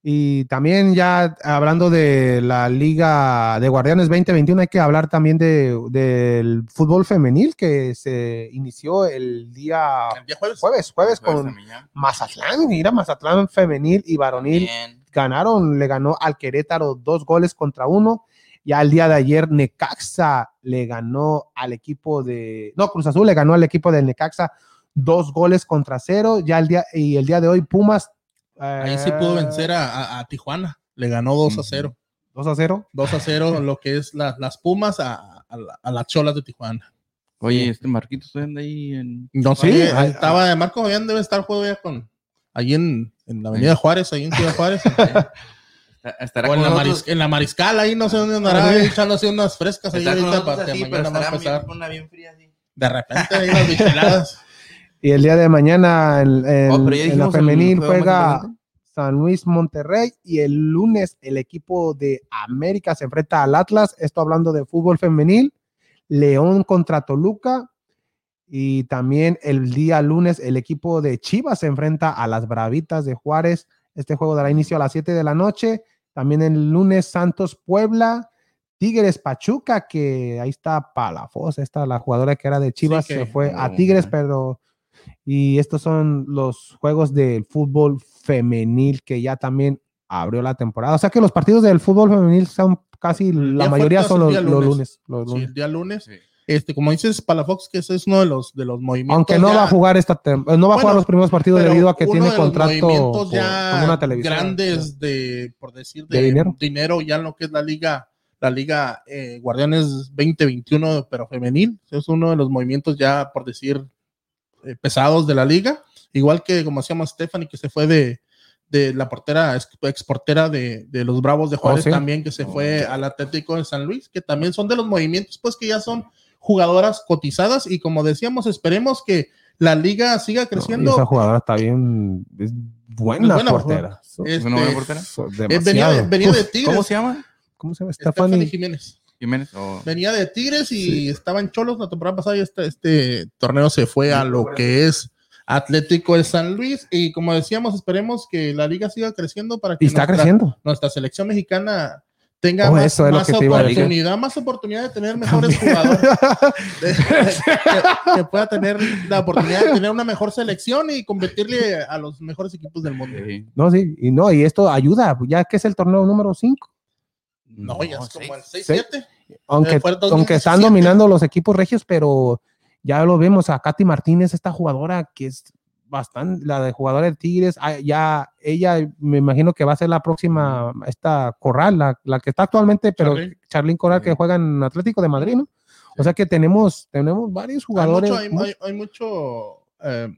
S1: Y también ya hablando de la Liga de Guardianes 2021, hay que hablar también de, del fútbol femenil que se inició el día
S3: El día jueves.
S1: jueves, jueves con
S2: también ya.
S1: Mazatlán, mira, Mazatlán femenil y varonil
S2: Bien.
S1: ganaron, le ganó al Querétaro dos goles contra uno. Ya el día de ayer Necaxa le ganó al equipo de, no, Cruz Azul le ganó al equipo del Necaxa dos goles contra cero. Ya el día, y el día de hoy Pumas.
S3: Ahí sí pudo vencer a, a- a Tijuana. Le ganó 2 a 0.
S1: 2 eh, a 0.
S3: 2 a 0 lo que es la- las Pumas a, a la- a las Cholas de Tijuana.
S2: Oye, este Marquito anda ahí en...
S3: No
S1: Sí,
S3: sé,
S1: ahí-
S3: estaba de Marco Goyán debe estar juego ya con ahí en, en la Avenida Juárez, ahí en Ciudad Juárez.
S2: está- Estará
S3: O
S2: con
S3: en la,
S2: nosotros-
S3: maris- en la mariscal, ahí no sé dónde andará, ahí echándose unas frescas ahí
S2: Está con
S3: ahorita
S2: nosotros
S3: para que
S2: así, pero
S3: mañana va a
S2: estará bien-
S3: pasar.
S2: una bien fría así.
S3: De repente ahí las vigiladas.
S1: Y el día de mañana el- el-
S2: Oh, pero ya
S1: en la
S2: dijimos el
S1: femenil
S2: juego más
S1: juega
S2: importante.
S1: San Luis Monterrey y el lunes el equipo de América se enfrenta al Atlas. Esto hablando de fútbol femenil, León contra Toluca y también el día lunes el equipo de Chivas se enfrenta a las Bravitas de Juárez. Este juego dará inicio a las 7 de la noche. También el lunes Santos Puebla, Tigres Pachuca, que ahí está Palafox, esta la jugadora que era de Chivas
S3: que-
S1: se fue a
S2: Oh,
S1: Tigres,
S2: man.
S1: pero y estos son los juegos del fútbol femenil que ya también abrió la temporada. O sea que los partidos del fútbol femenil son casi, la
S3: día
S1: mayoría
S3: fuerte
S1: son
S3: es
S1: los,
S3: el día
S1: los
S3: lunes.
S1: lunes. los
S3: Sí,
S1: lunes.
S3: el día lunes.
S2: Sí.
S3: Este, como dices, Palafox, que ese es uno de los, de los movimientos.
S1: Aunque no
S3: ya-
S1: va a jugar esta tem- eh, no va a
S3: Bueno,
S1: jugar los primeros partidos
S3: pero
S1: debido a que
S3: uno
S1: tiene
S3: de los
S1: contrato
S3: movimientos
S1: por-
S3: ya
S1: con una televisión.
S3: grandes de, por decir, de,
S1: ¿De dinero?
S3: ya en lo que es la liga, la liga eh, Guardianes 2021, pero femenil. Es uno de los movimientos ya, por decir, eh, pesados de la liga. Igual que, como decíamos, Stephanie, que se fue de, de la portera, ex- exportera de, de los Bravos de Juárez
S1: sí.
S3: también, que se
S2: Oh,
S3: fue al Atlético de San Luis, que también son de los movimientos, pues, que ya son jugadoras cotizadas y como decíamos, esperemos que la liga siga
S1: No, y
S3: creciendo.
S1: esa jugadora está bien, es buena,
S3: buena
S1: portera.
S3: Este,
S2: ¿No va a portera?
S1: So-
S3: eh, venía, de,
S1: demasiado.
S3: venía de
S1: Uf,
S3: Tigres.
S2: ¿Cómo se llama?
S1: ¿Cómo se llama?
S3: Stephanie
S1: Stephanie.
S3: Jiménez.
S2: Jiménez. oh, o-
S3: Venía de Tigres y estaba en Cholos la temporada pasada y este, este torneo se fue a lo que es Atlético de San Luis. Y como decíamos, esperemos que la liga siga creciendo para que
S1: Y está
S3: nuestra,
S1: creciendo.
S3: nuestra selección mexicana tenga
S1: Oh,
S3: más,
S1: eso es lo
S3: más
S1: que te iba a decir.
S3: oportunidad, más oportunidad de tener mejores jugadores.
S1: <laughs>
S3: de- que, que pueda tener la oportunidad de tener una mejor selección y competirle a los mejores equipos del mundo.
S2: Sí.
S1: No, sí, y no, y esto ayuda, ya que es el torneo número 5.
S3: No, ya es
S2: sí.
S3: como el
S1: Sí.
S3: 6-7.
S1: aunque,
S3: Eh, fue el
S1: aunque están
S3: 2017.
S1: dominando los equipos regios, pero ya lo vemos a Katy Martínez, esta jugadora que es bastante, la de jugadora de Tigres, ah, ya ella me imagino que va a ser la próxima, esta Corral, la, la que está actualmente, pero
S3: Charly.
S1: Charlín Corral que
S2: Sí.
S1: juega en Atlético de Madrid, ¿no? O sea que tenemos, tenemos varios jugadores.
S3: Hay mucho, hay, hay- hay mucho, eh,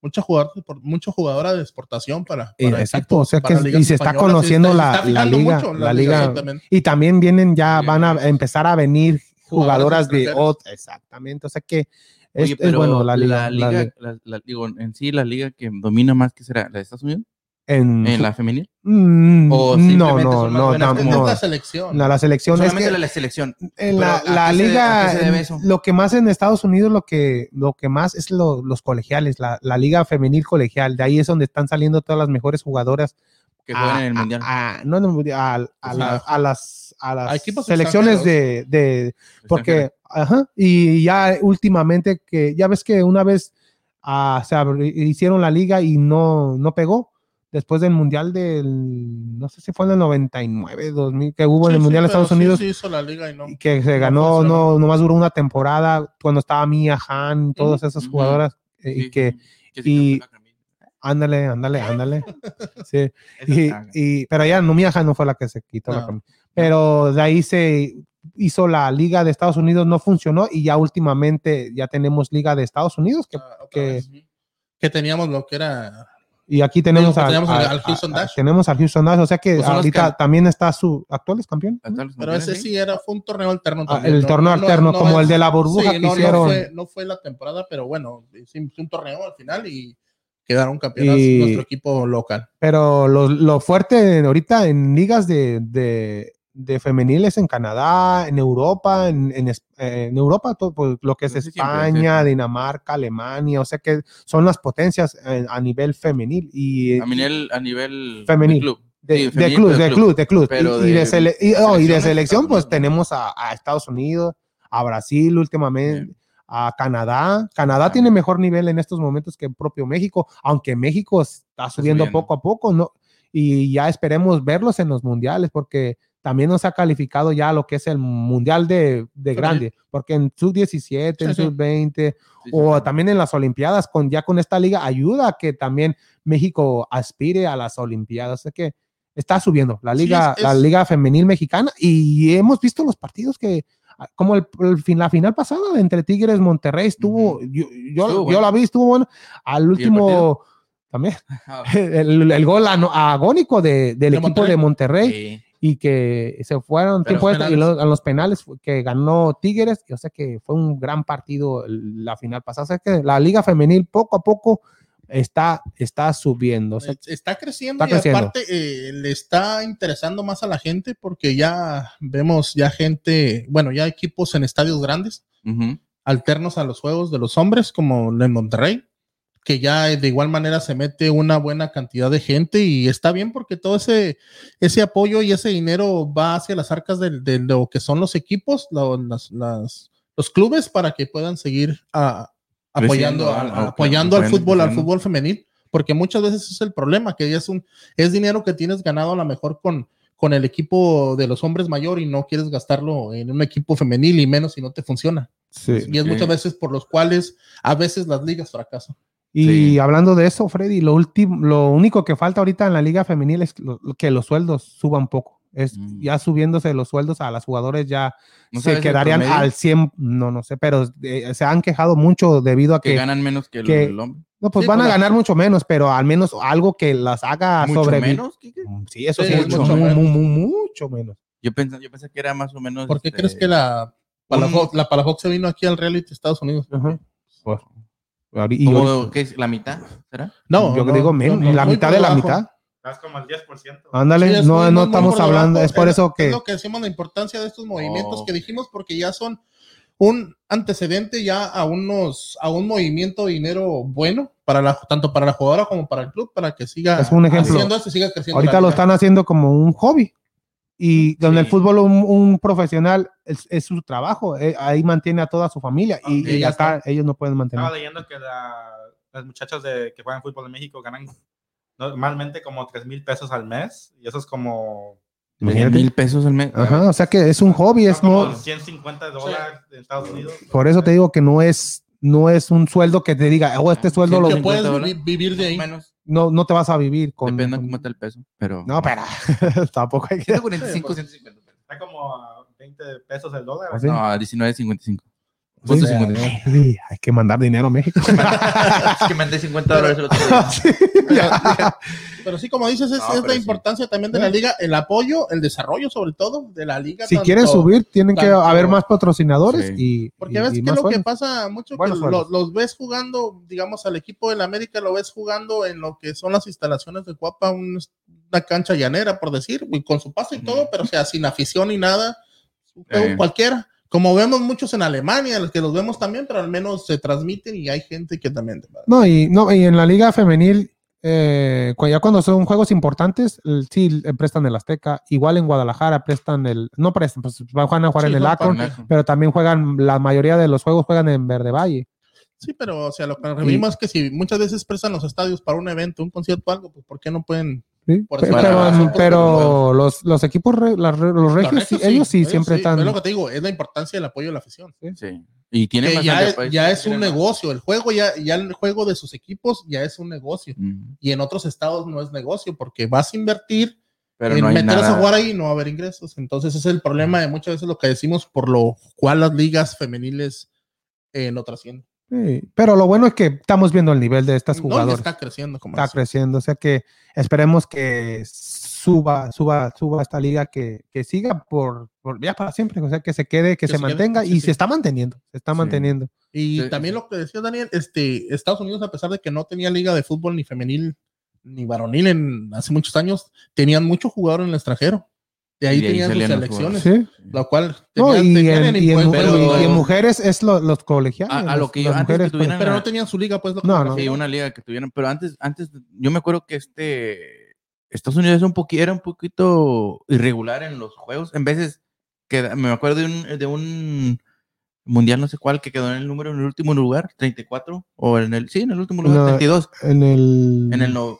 S3: mucha jugadora, de por- mucha jugadora de exportación para,
S1: Eh,
S3: para
S1: exacto,
S3: equipos,
S1: o sea que
S3: para
S1: es-
S3: ligas
S1: y se está
S3: españolas,
S1: conociendo la-
S3: está
S1: la
S3: fijando
S1: liga-
S3: mucho
S1: la liga-
S3: exactamente.
S1: y también vienen ya,
S2: Sí,
S1: van a empezar a venir
S3: Jugadoras
S1: jugadoras de
S3: extranjeras.
S1: otros, exactamente, o sea que es,
S2: Oye,
S1: Este es
S2: pero
S1: bueno la liga, la liga
S2: la- la- digo, en sí, la liga que domina más, que será? ¿La de Estados Unidos?
S1: en,
S2: ¿En la femenil?
S1: Mm,
S2: O
S1: no,
S2: simplemente
S1: no,
S2: son más
S1: no,
S2: buenas
S1: tam-
S3: Esta
S2: como-
S1: no.
S3: es la selección.
S1: No, la selección es
S2: Solamente
S1: que
S2: la, la selección.
S1: en
S2: pero
S1: la,
S2: ¿a qué
S1: la
S2: se debe- a
S1: liga,
S2: qué se debe
S1: en-
S2: eso?
S1: lo que más en Estados Unidos, lo que, lo que más es lo- los colegiales, la, la liga femenil colegial, de ahí es donde están saliendo todas las mejores jugadoras
S2: que
S1: a-
S2: juegan en el
S1: a-
S2: mundial. Pues
S1: a- no en el mundial, al- a,
S3: O
S1: la-
S3: sea,
S1: a las, a las
S3: a equipos
S1: selecciones de, de-
S2: Pues,
S1: porque, eh, ajá, y ya últimamente que, ya ves que una vez ah, se abri- hicieron la liga y no, no pegó, después del mundial del, no sé si fue en el 99, 2000, que hubo en el
S3: Sí,
S1: mundial
S3: sí,
S1: de Estados
S3: pero sí,
S1: Unidos,
S3: sí hizo la liga y no.
S1: y que se
S3: No
S1: ganó,
S3: funcionó.
S1: no, nomás duró una temporada cuando estaba Mia, Han, todas esas
S2: ujú.
S1: jugadoras, eh, y que, y- ándale, ándale, ándale, sí.
S3: <laughs>
S1: Y, y- pero ya no, Mia Hamm no fue la que se quitó la
S3: No.
S1: camisa. Pero de ahí se hizo la Liga de Estados Unidos, no funcionó y ya últimamente ya tenemos Liga de Estados Unidos que,
S3: Ah, otra
S1: que-
S3: vez. que teníamos lo que era
S1: y aquí tenemos,
S3: Digo,
S1: al-
S3: pues tenemos
S1: al-
S3: al- al Houston Dash.
S1: tenemos al Houston Dash, o sea que
S2: Pues son los
S1: ahorita
S2: que-
S1: también está su actual es campeón.
S3: Pero ese
S2: ¿eh?
S3: sí era, fue un torneo alterno.
S1: Ah,
S3: también,
S1: el
S3: ¿no?
S1: torneo
S3: No,
S1: alterno,
S3: no
S1: como
S3: es-
S1: el de la
S3: sí,
S1: burbuja que
S3: no, no
S1: hicieron.
S3: fue, no fue la temporada, pero bueno, hicimos un torneo al final y quedaron campeones
S1: Y-
S3: nuestro equipo local.
S1: Pero lo, lo fuerte ahorita en ligas de, de- de femeniles en Canadá, en Europa, en, en es- eh, en Europa, todo, pues, lo que es
S2: Pues sí, siempre,
S1: España,
S2: sí.
S1: Dinamarca, Alemania, o sea que son las potencias eh, a nivel femenil y
S2: A nivel, a nivel
S1: Femenil.
S2: de club.
S1: de,
S2: Sí,
S1: de
S2: femenil,
S1: club,
S2: pero
S1: de club, de club.
S2: Pero
S1: Y, y de
S2: de
S1: sele- y- oh, y de
S2: selecciones,
S1: selección, pues
S2: cabrón.
S1: tenemos a, a Estados Unidos, a Brasil últimamente.
S2: Bien.
S1: A Canadá. Canadá tiene mejor nivel en estos momentos que el propio México, aunque México está subiendo,
S2: subiendo.
S1: poco a poco, ¿no? Y ya esperemos verlos en los mundiales, porque también nos ha calificado ya lo que es el mundial de, de grande, porque en sub 17, en
S3: Sí, sí.
S1: sub 20,
S2: Sí, sí,
S1: o
S2: sí.
S1: también en las Olimpiadas, con, ya con esta liga, ayuda a que también México aspire a las Olimpiadas. Así que está subiendo la
S3: Sí,
S1: liga,
S3: es-
S1: la
S3: es-
S1: liga femenil mexicana y hemos visto los partidos que, ah, como el, el fin- la final pasada entre Tigres Monterrey estuvo,
S2: Ujú.
S1: yo, yo,
S2: Estuvo
S1: yo
S2: bueno.
S1: la vi, estuvo bueno. Al último,
S2: partido?
S1: también, <laughs>
S2: Ah,
S1: el, el gol ano- agónico de- del
S3: De
S1: equipo
S3: Monterrey.
S1: de Monterrey
S2: sí.
S1: y que se fueron
S2: Pero
S1: tiempo extra y
S3: penales.
S1: lo- a los penales fue- que ganó Tigres, y o sea que fue un gran partido el- la final pasada, o sea que la liga femenil poco a poco está, está subiendo, o sea,
S3: Es- está creciendo
S1: está
S3: y
S1: creciendo.
S3: aparte eh, le está interesando más a la gente porque ya vemos ya gente, bueno, ya equipos en estadios grandes
S2: Ujú.
S3: alternos a los juegos de los hombres, como en Monterrey, que ya eh, de igual manera se mete una buena cantidad de gente y está bien porque todo ese, ese apoyo y ese dinero va hacia las arcas del- de, lo que son los equipos, lo- las- las- los clubes, para que puedan seguir ah, apoyando,
S2: Creciendo,
S3: a-
S2: ah, ok,
S3: a- apoyando al
S2: apoyando,
S3: fútbol, al
S2: creciendo.
S3: fútbol femenil, porque muchas veces ese es el problema, que es, un, es dinero que tienes ganado a lo mejor con con el equipo de los hombres mayor y no quieres gastarlo en un equipo femenil y menos si no te funciona.
S2: Sí.
S3: Y es
S2: Ok.
S3: muchas veces por los cuales a veces las ligas fracasan.
S1: Y
S2: Sí.
S1: hablando de eso, Freddy, lo último, lo único que falta ahorita en la liga femenil es lo- que los sueldos suban poco. Es
S2: Mm.
S1: ya subiéndose los sueldos a las jugadoras ya
S2: ¿No sabes
S1: se
S2: el
S1: quedarían
S2: promedio?
S1: al 100, no no sé, pero eh, se han quejado mucho debido a
S2: Que
S1: que,
S2: ganan menos que el,
S1: que-
S2: el hombre.
S1: no pues
S3: Sí,
S1: van a
S3: pues, la-
S1: ganar mucho menos, pero al menos algo que las haga
S2: ¿Mucho
S1: sobrevivir.
S2: menos? Quique?
S1: Mm, Sí, eso
S3: Sí,
S1: sí,
S2: mucho
S1: mucho, mu-
S3: menos.
S1: mu- mu- mucho menos.
S2: Yo pensé, yo pensé que era más o menos.
S3: ¿Por qué
S2: este,
S3: crees que la Palafox, la Palafox se vino aquí al reality de Estados Unidos?
S1: Ajá. Pues, ahori- y
S2: como-
S1: ahorita-
S2: ¿qué es? ¿La mitad? ¿Será?
S3: No,
S1: yo
S3: no,
S1: digo
S3: no,
S1: menos,
S3: no,
S1: la
S3: muy
S1: mitad
S3: por
S1: de la
S3: debajo.
S1: mitad.
S4: That's como el 10%.
S1: Ah,
S3: Sí,
S1: Ándale,
S3: es
S1: no,
S3: muy-
S1: no
S3: muy por
S1: estamos
S3: debajo.
S1: hablando, es por eso que
S3: Es lo que decimos la importancia de estos movimientos
S2: Oh.
S3: que dijimos porque ya son un antecedente ya a unos a un movimiento de dinero bueno para la tanto para la jugadora como para el club para que siga
S1: Es un ejemplo.
S3: haciendo esto y siga creciendo
S1: Ahorita
S3: la
S1: lo
S3: liga.
S1: están haciendo como un hobby. Y donde el
S2: Sí.
S1: fútbol, un, un profesional, es, es su trabajo. eh, ahí mantiene a toda su familia. Y,
S4: Ok,
S1: y
S3: ya Ah,
S1: acá ellos no pueden
S4: Estaba
S1: mantener.
S4: leyendo que la- las muchachas de, que juegan fútbol en México ganan normalmente como 3 mil pesos al mes y eso es como,
S1: Imagínate.
S2: mil pesos al mes.
S1: Ajá, o sea que es un hobby.
S4: son
S1: Es
S4: como
S1: no,
S4: 150 dólares en Estados Unidos.
S1: por eso te digo que no es, no es un sueldo que te diga, oh, este sueldo lo-
S3: que puedes
S2: 50
S3: vi- vivir de ahí
S2: Menos.
S1: no, no te vas a vivir con.
S2: Depende de
S1: con-
S2: cómo está el peso. Pero.
S1: No, pero <laughs> tampoco hay
S2: <laughs>
S1: que.
S2: 145, 150 pesos.
S4: Está como a 20 pesos el dólar.
S1: Así.
S2: No, 19.55.
S1: Sí,
S2: Punto
S1: sí,
S2: 50.
S3: <laughs>
S1: sí, hay que mandar dinero a México.
S2: es que mandé 50 dólares el otro
S3: <laughs>
S2: día.
S1: Sí, ya.
S3: Pero sí, como dices, es,
S2: No,
S3: es
S2: pero
S3: la
S2: sí.
S3: importancia también de la liga, el apoyo, el desarrollo sobre todo de la liga.
S1: si
S3: tanto-
S1: quieren subir, tienen que
S3: tanto-
S1: haber más patrocinadores.
S2: Sí.
S1: Y,
S3: Porque
S1: y-
S3: ves
S1: y
S3: que
S1: más
S3: lo que
S1: sueldos.
S3: pasa mucho, que
S1: Buenos
S3: lo-
S1: sueldos.
S3: los, ves jugando, digamos, al equipo del América, lo ves jugando en lo que son las instalaciones de Cuapa, un- una cancha llanera, por decir, y con su paso y
S2: Ujú.
S3: todo, pero o sea, sin afición ni nada, un juego
S2: Eh.
S3: cualquiera. Como vemos muchos en Alemania, los que los vemos también, pero al menos se transmiten y hay gente que también.
S1: No, y, no, y en la liga femenil eh, cu- ya cuando son juegos importantes, el- sí eh, prestan el Azteca, igual en Guadalajara prestan el, no prestan, pues van a jugar
S3: Sí,
S1: en el
S3: no,
S1: Akron,
S3: para-
S1: pero también juegan, la mayoría de los juegos juegan en Verde Valle.
S3: Sí, pero o sea, lo que nos referimos es que si muchas veces prestan los estadios para un evento, un concierto, algo, pues ¿por qué no pueden?
S1: ¿sí?
S3: Por
S1: Pe-
S3: eso-
S1: pero
S3: Bueno,
S1: pero,
S3: sí, pero-
S1: los, los equipos, re- las re- los regios, sí, ellos sí siempre están.
S3: Es lo que te digo, es la importancia del apoyo de la afición.
S2: Sí. Y tiene
S3: Que ya,
S2: bastante
S3: es,
S2: apoyo.
S3: ya es un
S2: Tiene
S3: negocio, el juego ya, ya el juego de sus equipos ya es un negocio.
S2: más. Mm.
S3: Y en otros estados no es negocio porque vas a invertir
S2: Pero
S3: en
S2: no hay
S3: meterlos
S2: nada.
S3: a jugar ahí y no va a haber ingresos. Entonces ese es el problema de muchas veces lo que decimos por lo cual las ligas femeniles eh, no trascienden.
S1: sí, pero lo bueno es que estamos viendo el nivel de estas
S3: No, y
S1: jugadoras.
S3: está creciendo como
S1: está
S3: es.
S1: creciendo. O sea que esperemos que suba, suba, suba esta liga que, que siga por, por- ya para siempre. O sea que se quede, que,
S3: Que
S1: se,
S3: se quede,
S1: mantenga
S3: sí,
S1: y
S3: sí.
S1: se está manteniendo, se está
S2: Sí.
S1: manteniendo.
S3: Y
S2: Sí.
S3: también lo que decía Daniel, este, Estados Unidos, a pesar de que no tenía liga de fútbol ni femenil ni varonil en hace muchos años, tenían mucho jugador en el extranjero. De ahí
S2: Y de ahí
S3: tenían sus
S2: salían los
S3: selecciones,
S1: Sí.
S3: la cual
S1: No,
S3: tenían-
S1: y,
S3: tenían
S1: en,
S3: en
S1: y en mu-
S3: Impuestos,
S2: pero-
S1: y- y en
S3: pero,
S1: mujeres es lo- los colegiales.
S2: A- a lo que yo-
S1: las
S2: antes que
S1: mujeres
S2: tuvieran
S1: colegiales.
S3: pero no tenían su liga, pues lo que
S1: No,
S3: me
S1: no.
S2: Sí,
S3: refiero.
S2: una liga que tuvieran. Pero antes, antes yo me acuerdo que este Estados Unidos es un poqui- era un poquito irregular en los juegos. En veces que me acuerdo de un, de un mundial, no sé cuál, que quedó en el número, en el último lugar, 34, o en el, sí, en el último lugar,
S1: No,
S2: 32.
S1: pues, en
S3: mm.
S1: el,
S2: En el, no,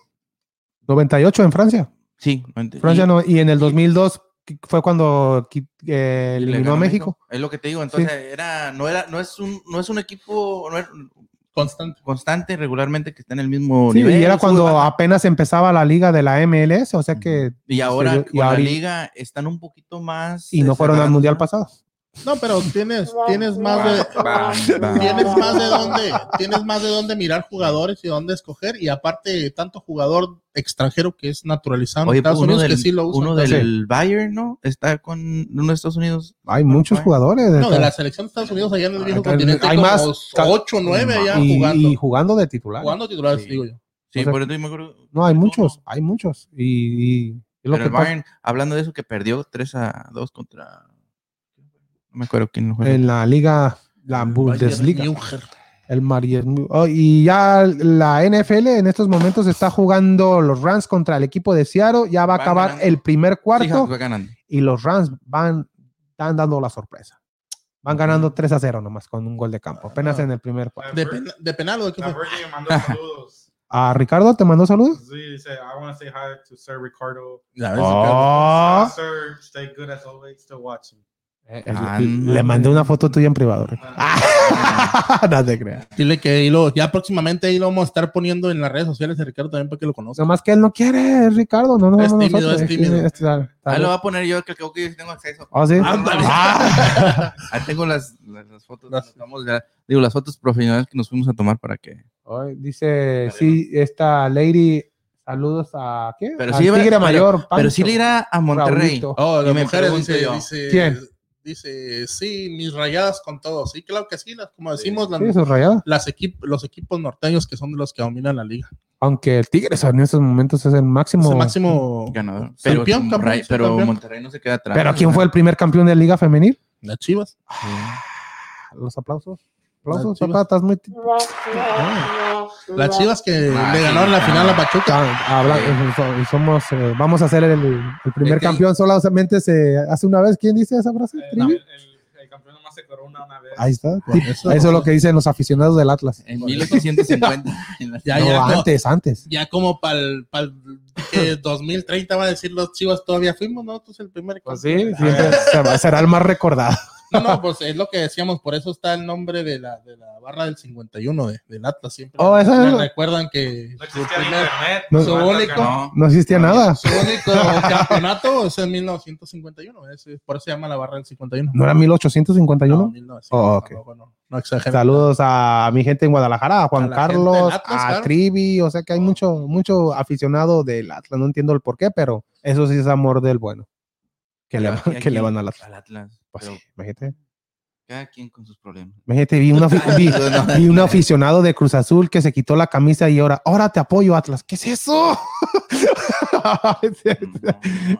S1: 98 en Francia.
S2: sí, noventa-
S1: Francia
S2: y-
S1: no, y en el 2002 qui- fue cuando qui- eh,
S2: y le
S1: eliminó
S2: ganó
S1: a México.
S2: Es lo que te digo, entonces era, no era, no es un, no es un equipo no era
S3: constante.
S2: constante regularmente que está en el mismo
S1: Sí,
S2: nivel.
S1: y era cuando
S2: suba, baja.
S1: apenas empezaba la liga de la MLS, o sea que
S2: y ahora
S1: yo- y
S2: con la
S1: ahorita-
S2: liga están un poquito más
S1: y no fueron al
S2: cerradas,
S1: mundial
S2: ¿no?
S1: pasado.
S3: No, pero tienes, tienes más de, tienes más de dónde, tienes más de dónde mirar jugadores y dónde escoger, y aparte tanto jugador extranjero que es naturalizado en
S2: Oye, pues,
S3: Estados
S2: uno
S3: Unidos
S2: del,
S3: que sí lo usa.
S2: uno del Bayern, ¿no? Está con uno de Estados Unidos.
S1: Hay muchos
S2: Uruguay.
S1: jugadores.
S3: No, de
S1: tal-
S3: la selección de Estados Unidos allá en el viejo
S1: Hay
S3: continente hay
S1: más,
S3: más
S1: ca-
S3: 8 o 9 allá
S1: y,
S3: jugando,
S1: y jugando de titular.
S3: jugando titulares,
S2: Sí.
S3: digo yo.
S2: Sí,
S1: O sea,
S2: por eso yo me acuerdo.
S1: No, hay
S2: Uno.
S1: muchos, hay muchos. Y, y- y lo
S2: Pero
S1: que
S2: el
S1: pasa-
S2: Bayern, hablando de eso, que perdió 3 a 2 contra. No me acuerdo quién lo juega.
S1: en la liga, la Bundesliga,
S3: Bayern München.
S1: el Bayern- oh, y ya la NFL en estos momentos está jugando los Rams contra el equipo de Seattle. Ya va a
S2: Van
S1: acabar
S2: ganando.
S1: el primer cuarto
S2: Sí, va
S1: <laughs>
S2: ganando.
S1: y los Rams van están dando la sorpresa. Van ganando 3 a 0 nomás con un gol de
S3: Ah,
S1: campo, apenas en el primer cuarto.
S3: De, pena- de penal o de qué
S4: La
S2: Ah.
S3: fue?
S4: Virgen me
S1: <laughs>
S4: mandó saludos.
S1: A Ricardo te mandó saludos.
S4: Sí, dice, I want to say hi to Sir Ricardo. Ah,
S3: La vez,
S1: Oh.
S4: Sir, stay good as always, still
S1: <laughs>
S4: watching.
S1: Eh,
S2: Ah,
S1: le- le
S2: no.
S1: mandé una foto tuya en privado. Rick. Ah, no te creas.
S3: Dile que ahí lo- ya próximamente ahí lo vamos a estar poniendo en las redes sociales de Ricardo también para que lo conozca.
S1: Nomás que él no quiere, es Ricardo. No, no,
S3: Es
S1: no,
S3: tímido,
S1: nosotros.
S3: es tímido.
S1: tal- tal-
S2: Ahí lo voy a poner yo, que creo que yo sí tengo acceso.
S1: ¿Ah, sí?
S3: Ándale.
S1: Ah.
S2: Ahí tengo las, las, las fotos. las tomamos ya- digo, las fotos profesionales que nos fuimos a tomar para que.
S1: Ay, dice, sí, esta lady, saludos a, ¿qué?
S2: Pero
S1: Al
S2: sí lleva-
S1: Tigre
S2: pero-
S1: Mayor.
S2: Pero
S1: Pancho,
S2: sí le irá a Monterrey.
S1: Raulito.
S3: Oh,
S2: Y
S3: las
S2: me
S3: mujeres
S2: pregunto
S3: dice,
S2: yo.
S3: dice,
S1: ¿Quién?
S3: dice, sí, mis rayadas con todo. Sí, claro que sí, las- como decimos, las,
S1: Sí, sus rayadas.
S3: las equip- los equipos norteños que son de los que dominan la liga.
S1: Aunque el Tigre en estos momentos es el máximo.
S3: Es el máximo
S2: Ganador. Pero,
S3: Campeón,
S2: como
S3: campeón,
S2: Ray- pero
S3: campeón.
S2: Monterrey no se queda atrás.
S1: Pero ¿quién fue el primer campeón de Liga Femenil?
S3: las chivas.
S1: Los aplausos. Aplausos,
S3: Las Chivas.
S1: papá, estás muy... ti-
S3: Las chivas que
S2: Ah,
S3: le
S2: sí,
S3: ganaron la
S2: no.
S3: final a Pachuca.
S1: Ah, habla- so- somos, eh, vamos a hacer el, el primer
S2: Es que-
S1: campeón solamente se hace una vez. ¿Quién dice esa frase?
S4: Eh,
S1: ¿Trivi?
S4: el, el- el campeón nomás se corona una vez.
S1: Ahí está.
S3: Por eso-
S1: Eso es lo que dicen los aficionados del Atlas. <laughs>
S2: En 1850. en la-
S3: Ah, Ya,
S1: No,
S3: ya, no.
S1: antes, antes.
S3: Ya como para el
S1: <laughs>
S3: 2030 van a decir los chivas todavía fuimos, ¿no? Tú es el primer
S1: Pues sí, siempre
S3: campeón.
S1: <laughs> se va- será el más recordado.
S3: No, no, pues es lo que decíamos, por eso está el nombre de la, de la barra del 51 de, del Atlas. Siempre
S1: Oh, esa
S3: me
S1: es la-
S3: recuerdan que
S4: No
S3: su,
S4: existía
S3: primer-
S4: internet.
S1: No.
S4: su banda
S3: Simbólico.
S4: ganó.
S2: No.
S1: No existía nada.
S3: su único campeonato es en 1951, es- por eso se llama la barra del 51.
S1: ¿No era
S3: No,
S1: 1851?
S3: 1900,
S1: Oh, ok.
S3: tampoco, no, no exagero.
S1: Saludos a mi gente en Guadalajara, a
S3: A
S1: Juan
S3: la gente del
S1: Carlos,
S3: Atlas,
S1: a
S3: claro.
S1: Trivi. O sea que hay mucho, mucho aficionado del Atlas. No entiendo el por qué, pero eso sí es amor del bueno. Que le,
S2: Cada
S1: van- <laughs>
S2: quien-
S1: que le van al Atlas.
S2: Al Atlas.
S1: Pues
S2: Pero
S1: sí, imagínate.
S2: cada quien con sus problemas.
S1: <laughs> Imagínate, vi, un
S3: <laughs>
S1: afi- vi, vi un aficionado de Cruz Azul que se quitó la camisa y ahora, ahora te apoyo, Atlas. ¿Qué es eso? <laughs>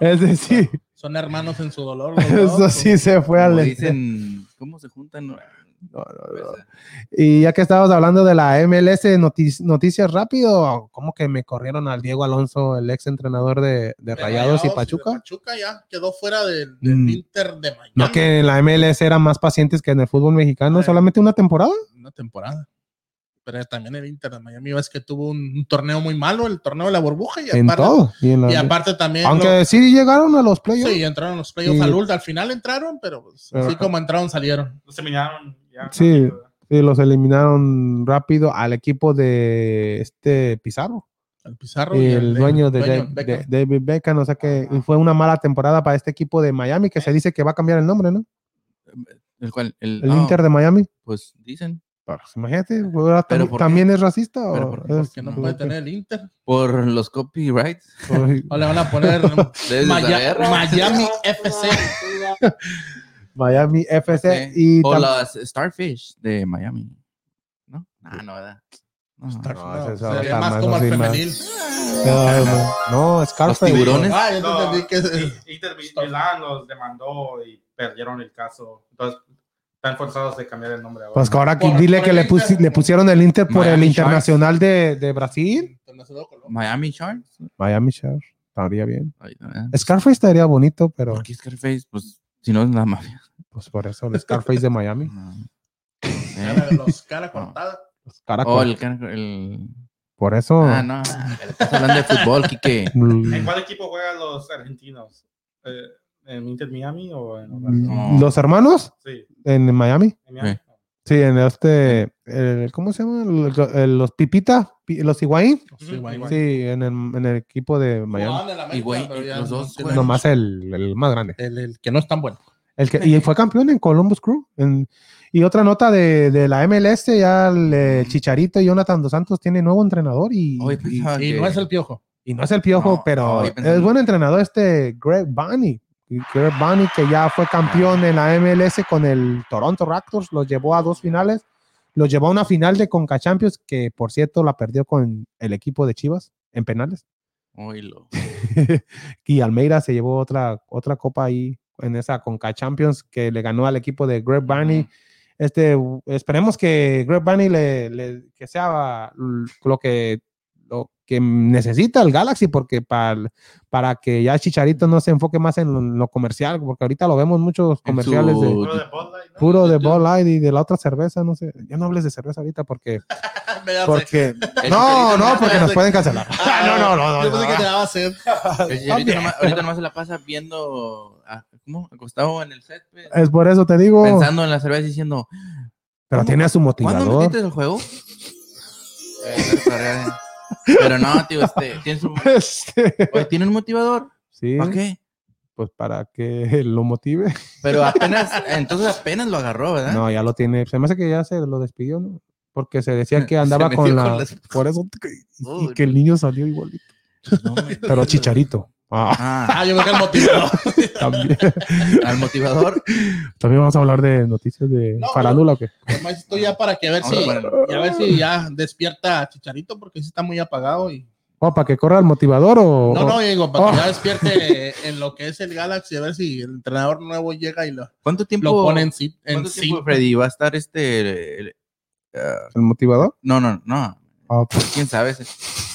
S1: es decir, <laughs>
S3: Son hermanos en su dolor. los dos, pues,
S1: eso sí se fue
S2: Como
S1: al...
S2: dicen, ¿cómo se juntan?
S1: No, no, no. Y ya que estabas hablando de la MLS, notic- noticias rápido, ¿cómo que me corrieron al Diego Alonso, el ex entrenador de, de
S3: De
S1: Rayados y
S3: de
S1: Pachuca?
S3: Pachuca ya quedó fuera del, del
S1: Mm.
S3: Inter de Miami.
S1: No, que en la MLS eran más pacientes que en el fútbol mexicano,
S3: Eh.
S1: solamente una temporada.
S3: Una temporada. Pero también el Inter de Miami ves que tuvo un, un torneo muy malo, el torneo de la burbuja. Y
S1: En
S3: aparte,
S1: todo. Y en la-
S3: Y aparte también.
S1: aunque sí llegaron a los playoffs.
S3: lo- sí, entraron los playoffs
S1: y-
S3: al ult- Al final entraron, pero pues,
S1: Pero-
S3: así como entraron, salieron.
S4: No se miraron. ya,
S1: Sí.
S4: rápido.
S1: Sí, los eliminaron rápido al equipo de este Pizarro,
S3: El Pizarro. y
S1: el
S3: de-
S1: dueño de,
S3: dueño,
S1: de-
S3: Beckham.
S1: de David Beckham. O sea que fue una mala temporada para este equipo de Miami que se dice que va a cambiar el nombre, ¿no?
S2: El cual, el,
S1: El
S2: ah,
S1: Inter de Miami.
S2: Pues dicen,
S1: Pues imagínate, güey, ahora
S2: ¿Pero
S1: tam-
S2: por qué?
S1: también es racista. o
S2: ¿Pero por qué?
S1: es-
S3: que no
S2: No,
S3: puede
S1: ok. <laughs>
S3: tener el Inter.
S2: por los copyrights.
S3: O le van
S1: <laughs>
S3: a poner
S1: Pues
S2: Debes de
S3: Maya-
S2: saber.
S3: Miami FC.
S1: Miami FC
S2: Sí.
S1: y
S2: ¿eh? O
S1: tam-
S2: las Starfish de Miami. ¿No? Ah, no, ¿verdad? No,
S1: Starfish.
S3: No,
S1: ese es
S3: sería
S1: otra
S3: más
S1: más,
S3: como al
S1: sí, más.
S3: femenil.
S1: No, no, no, Scarface.
S2: Los tiburones.
S3: Ah, yo
S4: No,
S3: entendí que es-
S4: y- Inter Mi- Milán los demandó y perdieron el caso. Entonces, están forzados de cambiar el nombre ahora.
S1: Pues ahora que
S3: Por-
S1: dile
S3: por
S1: que
S3: el
S1: le,
S3: Inter.
S1: pusi- le pusieron el Inter por el
S2: Miami
S1: Internacional de, de Brasil.
S3: Internacional Colombia.
S2: Miami Sharks.
S1: Miami Sharks. Estaría bien.
S2: Ay, no, ¿verdad?
S1: Scarface estaría bonito, pero
S2: ¿Por qué Scarface? Pues si no es la mafia.
S1: pues por eso el Scarface de Miami. <laughs>
S2: No.
S3: Cara
S2: Sí.
S3: de los cara cortada.
S1: Cara
S2: Oh,
S1: con-
S2: el, el-
S1: pues, Por eso.
S2: Ah, no. Estás hablando de fútbol, Kike.
S1: <laughs> mm,
S4: ¿En cuál equipo juegan los argentinos? Eh, ¿En Inter Miami o en Orlando?
S1: mm, Los hermanos
S4: Sí,
S1: en Miami.
S4: en Miami.
S2: Sí.
S1: Sí, en este. el- ¿Cómo se llama? El- el- Los Pipita, pi- los Higuaín.
S3: Pues Sí, Miami.
S1: Sí, en el, en el equipo de Miami.
S3: Jugaban en la América,
S2: Y, güey,
S3: pero ya
S2: los dos
S3: tienen-
S2: juegan-
S1: Nomás el, el más grande.
S3: El, el que no es tan bueno.
S1: El que, y fue campeón en Columbus Crew. En- y otra nota de, de la MLS, ya el eh, Chicharito y Jonathan Dos Santos tiene nuevo entrenador y,
S2: Hoy
S1: y-
S2: pensaba
S3: Y
S2: que-
S3: no es el piojo.
S1: y no es el piojo,
S2: No,
S1: pero
S2: no, yo pensé-
S1: es buen entrenador este Greg Bunny. Y Greg Bunny, que ya fue campeón en la MLS con el Toronto Raptors, los llevó a dos finales, los llevó a una final de Conca Champions, que por cierto la perdió con el equipo de Chivas en penales. <laughs>
S2: Hoy lo-
S1: y Almeida se llevó otra, otra copa ahí en esa Conca Champions que le ganó al equipo de Greg Bunny. Este, esperemos que Greg Bunny le, le- que sea lo que, lo que necesita el Galaxy, porque para, para que ya Chicharito no se enfoque más en lo, en lo comercial, porque ahorita lo vemos muchos
S2: En su-
S1: comerciales de
S4: Uno de Bud Light, ¿no?
S1: puro de Bud Light y de la otra cerveza, no sé. Ya no hables de cerveza ahorita
S2: <laughs>
S1: porque,
S2: Ah,
S3: Me da sed.
S1: porque,
S2: El
S1: no, no,
S2: Chicharito nomás-
S1: porque nos pueden cancelar.
S3: Ah,
S1: No, no, no, no,
S3: Yo pensé
S1: no.
S3: que te daba sed.
S2: el Chicharito nomás- Ahorita nomás se la pasa viendo, a- ¿cómo? Acostado en el césped,
S1: Es por eso te digo,
S2: pensando en la cerveza y diciendo,
S1: pero tiene a su
S2: ¿Cuándo
S1: motivador.
S2: metiste el juego? Eh, Pero no, tío, este, ¿tienes un,
S1: Este,
S2: oye, ¿tiene un motivador?
S1: sí,
S2: ¿Para qué?
S1: pues para que lo motive.
S2: Pero apenas, entonces apenas lo agarró, ¿verdad?
S1: No, ya lo tiene. Se me hace que ya se lo despidió, ¿no? Porque se
S2: <laughs>
S1: decía que
S2: Se
S1: andaba
S2: metió
S1: con
S2: con
S1: la.
S2: las-
S1: <laughs> Por eso. que- y-
S2: Uy,
S1: y que el niño salió igualito.
S2: No,
S1: <laughs>
S2: me-
S1: Pero chicharito. Ah, <laughs>
S2: Ah,
S3: Ah, yo me que el motivador.
S1: también,
S2: al <laughs> motivador.
S1: también vamos a hablar de noticias de
S3: No,
S1: farándula o qué.
S3: Nomás Pues, estoy ya para que a ver si,
S2: Vamos a ponerlo.
S3: y a ver si ya despierta a Chicharito porque sí está muy apagado y
S1: Oh, para que corra el motivador o.
S3: no, no, yo digo, para que
S1: Oh.
S3: ya despierte en lo que es el Galaxy, a ver si el entrenador nuevo llega y lo,
S2: ¿Cuánto tiempo,
S3: lo pone en sí. En
S2: ¿cuánto tiempo
S3: sí.
S2: Freddy, va a estar este... el- eh,
S1: el motivador.
S2: no, no, no.
S1: Ah, pues,
S2: ¿Quién sabe? Se-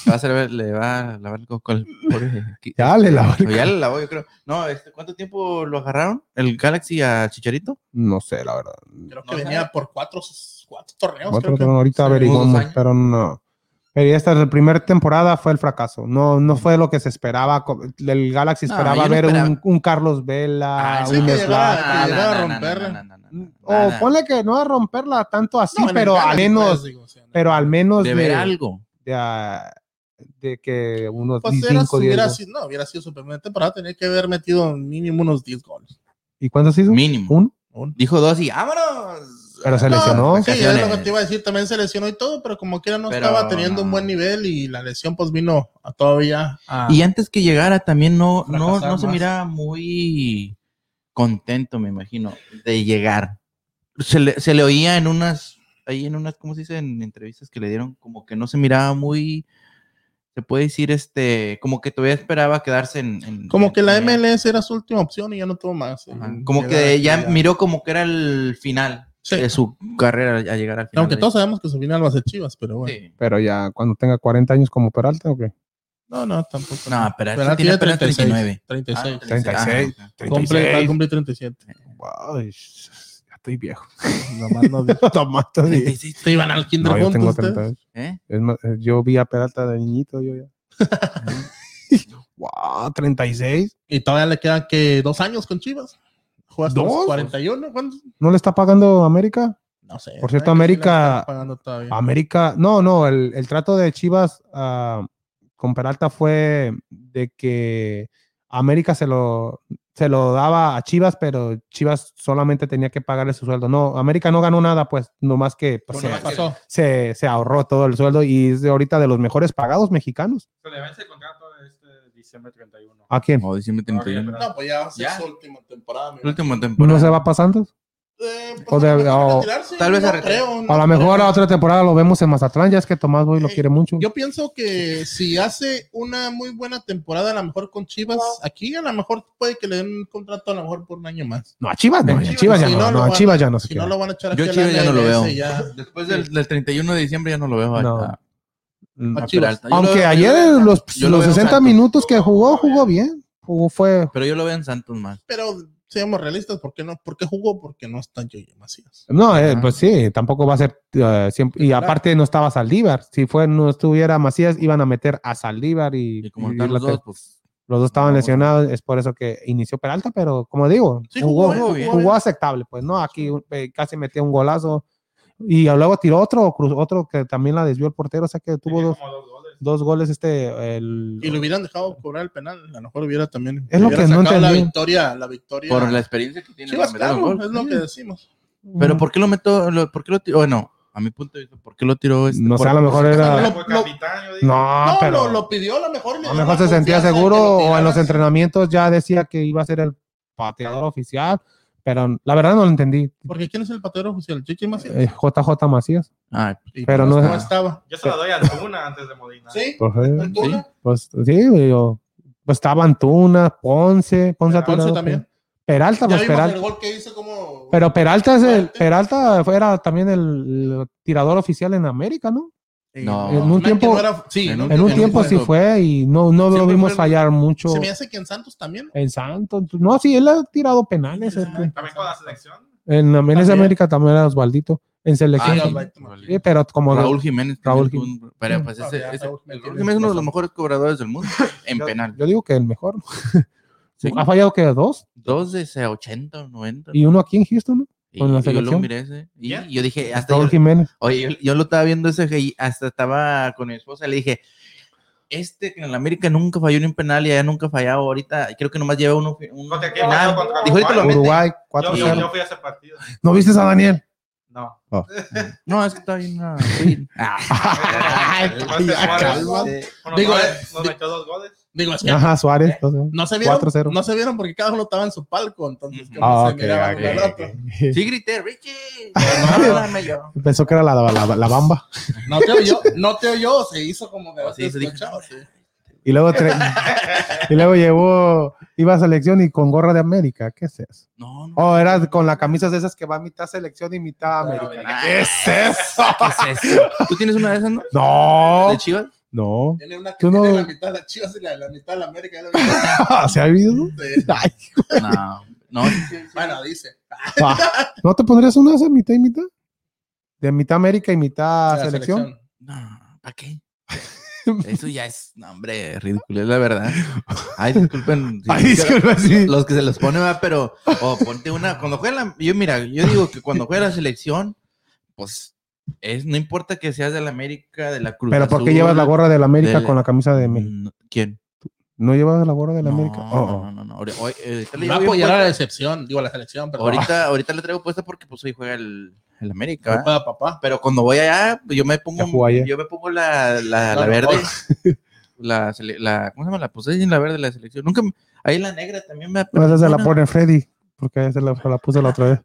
S2: Va a hacer, le va a lavar el coco al pobre-
S1: ya le la <laughs>
S2: O Ya le lavó, yo creo. No, este, ¿cuánto tiempo lo agarraron? ¿El Galaxy a Chicharito?
S1: No sé, la verdad.
S3: Creo que
S2: No,
S3: venía por cuatro, cuatro torneos.
S1: Otro,
S3: creo que.
S1: pero ahorita
S3: Sí,
S1: averiguamos,
S2: dos años.
S1: pero no. Pero esta la primera temporada fue el fracaso. No, no fue lo que se esperaba. co- El Galaxy
S2: No,
S1: esperaba
S2: yo no
S1: ver
S2: esperaba.
S1: Un, un Carlos Vela.
S3: Ah,
S1: un
S3: que
S1: Slav-
S3: llegaba-
S2: Ah,
S3: que
S2: no,
S3: llegaba a Oh,
S2: no, no,
S3: romperla.
S2: no, no, no, no, no,
S1: o
S2: nada.
S1: ponle que no a romperla tanto así,
S3: No, en el
S1: pero al
S3: Galaxy,
S1: menos,
S3: pues, digo, o sea, en el-
S1: pero al menos de,
S2: de ver algo.
S1: de, ah, de que unos
S3: Pues era,
S1: 5
S3: si
S1: 10
S3: hubiera
S1: goles.
S3: sido, no, hubiera sido su primera temporada, tenía que haber metido mínimo unos 10 goles.
S1: ¿Y cuántos hizo?
S2: Mínimo.
S1: ¿Un?
S3: Un-
S2: Dijo dos y vámonos.
S1: Pero se
S2: No,
S1: lesionó.
S3: pues Sí,
S2: vacaciones.
S3: es lo que te iba a decir, también se lesionó y todo, pero como quiera no
S2: Pero
S3: estaba teniendo un
S2: no.
S3: buen nivel y la lesión pues vino a todavía a...
S2: Y antes que llegara también no, no,
S3: Fracasar
S2: no se
S3: más.
S2: miraba muy contento, me imagino, de llegar. Se le, se le oía en unas, ahí en unas, ¿cómo se dice? En entrevistas que le dieron, como que no se miraba muy, se puede decir, este, como que todavía esperaba quedarse en... en-
S3: Como
S2: en-
S3: que la
S2: en-
S3: MLS era su última opción y ya no tuvo más. eh.
S2: Ajá.
S3: Y
S2: Como
S3: llegar
S2: que ya
S3: aquí,
S2: miró como que era el final.
S3: Sí.
S2: de su carrera a llegar al final.
S3: Aunque
S2: de-
S3: todos sabemos que su final va a ser Chivas, pero bueno.
S2: Sí.
S1: Pero ya cuando tenga 40 años como Peralta, ¿o qué?
S3: No, no, tampoco.
S2: No, pero él tiene apenas 39.
S3: 36.
S2: Ah,
S6: 36.
S2: Ajá.
S3: Cumple, va a
S6: 36.
S3: cumplir 37.
S6: Wow, es- ya estoy viejo.
S3: Nomás
S1: <laughs>
S3: no dijo.
S6: Tomate, sí.
S2: 36,
S3: Se iban al kinder
S1: No, yo
S3: juntos.
S1: tengo
S3: ustedes.
S1: 30 años.
S2: ¿eh?
S1: Es más, eh, yo vi a Peralta de niñito, yo ya.
S3: <laughs>
S6: Wow, 36.
S3: Y todavía le quedan que dos años con Chivas. Juega hasta los
S6: ¿Dos?
S3: 41, ¿cuántos?
S1: ¿No le está pagando América?
S3: No sé.
S1: Por cierto,
S3: Ay, que sí
S1: América- Ah,
S3: la están pagando todavía.
S1: América, no, no, el, el trato de Chivas ah, con Peralta fue de que América se lo, se lo daba a Chivas, pero Chivas solamente tenía que pagarle su sueldo. No, América no ganó nada, pues nomás que pues,
S3: Bueno,
S1: se,
S3: ya pasó.
S1: se- se ahorró todo el sueldo y es de ahorita de los mejores pagados mexicanos.
S4: Se le vence el contrato este diciembre 31.
S1: ¿A
S3: Oh,
S1: quién?
S2: O diciembre 31.
S4: No,
S3: No, pues ya va a ser
S2: Ya.
S3: su última temporada. mi
S2: La última
S1: ¿No
S2: temporada.
S1: se va pasando?
S3: Eh,
S1: O
S3: pues,
S1: de-
S3: a lo mejor
S1: o-
S3: retirarse,
S2: tal vez
S3: no
S2: a retirar.
S3: creo, no
S1: A lo mejor
S3: creo.
S1: a otra temporada lo vemos en Mazatlán, ya es que Tomás Boy lo
S3: Ey,
S1: quiere mucho.
S3: Yo pienso que si hace una muy buena temporada, a lo mejor con Chivas, aquí a lo mejor puede que le den un contrato a lo mejor por un año más.
S1: No, a Chivas no,
S2: Sí,
S1: a Chivas ya
S3: si
S1: no,
S3: no
S1: no,
S3: lo
S1: a
S3: van-
S1: Chivas ya no se
S3: Si no
S1: quiere.
S3: lo van a echar aquí
S2: Yo
S3: a la
S2: Chivas ya no lo
S3: MLS,
S2: veo.
S3: ya.
S2: Después del, del 31 de diciembre ya no lo veo. a-
S1: No.
S2: a-
S1: Mm.
S2: a
S3: Chivas.
S2: Peralta. Ah, Yo lo
S1: Aunque
S2: veo-
S1: ayer los,
S2: yo lo
S1: los
S2: veo
S1: 60
S2: Santos.
S1: minutos que jugó, jugó bien. Jugó, fue.
S2: Pero yo lo veo en Santos más.
S3: Pero seamos realistas, ¿por qué no? ¿Por qué jugó? Porque no está Yoyo Macías.
S1: No, eh,
S2: Ajá.
S1: pues sí, tampoco va a ser eh, siempre. Y aparte no estaba Saldívar. Si fue, no estuviera Macías, iban a meter a Saldívar y,
S2: Y como
S1: y
S2: están los
S1: la-
S2: dos, pues.
S1: los dos
S3: Ah,
S1: estaban
S2: Vamos.
S1: lesionados. Es por eso que inició Peralta, pero como digo,
S3: Sí,
S1: jugó,
S3: jugó,
S1: jugó,
S2: bien.
S1: aceptable. Pues no, aquí eh, casi metió un golazo. Y luego tiró otro, cruz, otro que también la desvió el portero. O sea que tuvo
S4: Tenía
S1: dos,
S4: como dos goles.
S1: dos goles este. El,
S3: Y lo hubieran dejado cobrar el penal. A lo mejor hubiera también.
S1: Es lo
S3: hubiera
S1: que no
S3: sacado
S1: entendí.
S3: La victoria, la victoria.
S2: Por la experiencia que tiene.
S3: Chivas,
S2: le metieron
S3: claro,
S2: gol.
S3: es lo que decimos.
S2: Pero ¿por qué lo meto? lo- ¿Por qué lo tiró? Bueno, a mi punto de vista, ¿por qué lo tiró este?
S1: Mm, no sé,
S2: por-
S1: a lo mejor era.
S3: Lo-
S4: Fue
S3: lo-
S4: capitán, yo digo.
S1: Ah. No,
S3: no,
S1: Ah, pero
S3: lo, lo pidió a lo mejor. le
S1: a lo
S3: dio
S1: mejor
S3: la
S1: se sentía
S3: confianza de que
S1: seguro
S3: lo
S1: o en los
S3: tiraras.
S1: entrenamientos ya decía que iba a ser el pateador oficial, pero la verdad no lo entendí.
S3: Porque ¿quién es el pateador oficial? Chichi Macías.
S1: Eh, JJ Macías.
S2: Ay,
S3: Y
S1: pero
S3: pues,
S1: no-
S3: estaba.
S4: Yo se la doy a Antuna antes de Molina.
S3: Sí,
S1: Pues, eh,
S3: Antuna.
S1: pues, sí, güey, yo- pues estaba Antuna, Ponce, Ponce, ha
S3: Ponce
S1: tirado,
S3: también.
S1: Peralta,
S3: Ya
S1: pues
S3: vimos el
S1: Peralta.
S3: gol que hizo como.
S1: Pero Peralta, es el,
S3: Fuerte.
S1: Peralta fue- era también el, el tirador oficial en América, ¿no?
S2: No.
S1: En un
S3: Una que
S1: tiempo-
S3: no era- sí,
S2: en
S3: no,
S2: un-
S3: que
S1: En un
S3: no
S1: tiempo
S3: fue.
S1: sí fue y no, no lo
S3: Siempre
S1: vimos
S3: fue-
S1: fallar mucho
S3: Se me hace que en Santos también.
S1: en Santos. No, sí, él ha tirado penales. este.
S4: También con la selección.
S1: En, en
S3: También. Ah,
S1: América también era Osvaldito. En selección.
S2: sí,
S3: Ay,
S1: también.
S2: Ah, vale.
S1: Sí, pero como
S2: Raúl Jiménez. tiene
S1: Raúl
S2: un- Pero pues
S3: Ah,
S2: ese,
S3: ya,
S2: ese-
S3: Raúl Jiménez.
S2: Raúl Jiménez es uno de los mejores cobradores del mundo en
S1: yo,
S2: penal.
S1: yo digo que el mejor.
S2: Sí.
S1: Ha fallado que dos
S2: Dos de ese 80 o 90.
S1: y uno aquí en Houston, ¿no?
S2: Y-
S1: con la
S2: y yo lo
S1: selección.
S2: miré ese. Y
S4: ¿Ya?
S2: yo dije, hasta
S1: Raúl
S2: yo-
S1: Jiménez.
S2: Oye, yo, yo lo estaba viendo ese y hasta estaba con mi esposa, le dije, este en el América nunca falló ni un penal y ya nunca ha fallado ahorita, creo que nomás lleva uno, un
S4: Porque aquí
S2: penal.
S4: falló contra
S2: Dijo, ahorita lo
S4: Uruguay.
S2: mete.
S1: Uruguay,
S4: Yo, yo,
S1: 4-0.
S4: yo fui a ese partido.
S1: ¿No viste a Daniel?
S4: No.
S2: No, es que está bien. ah,
S1: <laughs>
S2: sí.
S4: Ay,
S3: cálmate.
S4: Bueno,
S3: Digo,
S4: Digo,
S3: eh,
S4: nos
S3: di-
S4: metió dos goles.
S3: Digo, es que
S1: Ajá, Suárez. entonces.
S3: no se vieron.
S1: 4-0.
S3: No se vieron porque cada uno estaba en su palco. Entonces,
S2: Ujú.
S3: como
S1: Ah,
S3: se
S1: ok,
S3: miraban uno al
S1: ok,
S3: otro.
S1: ok.
S2: Sí,
S1: <laughs>
S2: grité, Richie. No, no, dame yo.
S1: Pensó que era la, la- la bamba.
S3: No te oyó, no te oyó, se hizo como que
S2: Oh, sí, se dijo,
S3: escuchaba, sí.
S1: Y luego, tre- <laughs> y luego llevó, iba a selección y con gorra de América. ¿Qué es eso? <laughs>
S2: No, no.
S1: Oh, era con las camisas de esas que va mitad selección y mitad América. Ah. ¿Qué es <laughs> eso?
S2: ¿Qué es eso? ¿Tú tienes una de esas, no?
S1: No,
S2: ¿De Chivas?
S1: no.
S3: Tiene una que
S1: Tú no-
S3: tiene la mitad de las Chivas y la, la mitad de la América. y
S1: <laughs>
S3: la-
S1: ¿Se ha habido?
S3: Sí.
S1: Ay,
S2: No. No,
S3: Bueno, dice.
S1: Ah, ¿No te pondrías una de esas mitad y mitad? De mitad América y mitad
S3: la
S1: selección.
S2: no, ¿para qué?
S1: <laughs>
S2: Eso ya es, no, hombre, ridículo, es la verdad. Ay, disculpen. si-
S1: Ay, disculpa, sí.
S2: <laughs> los que se los pone, va, pero o ponte una. Cuando juega la. Yo, mira, yo digo que cuando juega la selección, pues es, no importa que seas de la América, de la Cruz.
S1: Pero ¿por qué
S2: Azul,
S1: llevas la gorra de la América
S2: del-
S1: con la camisa de México?
S2: mm, ¿Quién?
S1: ¿No llevas la gorra de la América?
S2: No,
S1: Oh,
S2: no, no, no. Ahori- hoy- eh, ahorita le
S3: Va a
S2: llevo bien
S3: apoyar a la
S2: puesta.
S3: excepción, digo a la selección, pero
S2: ahorita, ¿eh? ahorita le traigo puesta porque pues hoy juega el, el América.
S3: no
S2: ¿va?
S3: pueda, papá.
S2: Pero cuando voy allá, pues, yo me
S1: Ya jugó
S2: pongo.
S1: ayer.
S2: Yo me pongo la, la,
S3: No,
S2: la
S3: no,
S2: verde.
S3: hoy.
S2: <laughs> La, sele- la, ¿Cómo se llama? La puse en la verde, la selección. Nunca. me- Ahí la negra también me.
S1: no. Esa se la
S2: una-
S1: pone Freddy, porque se la, se la puso la otra vez.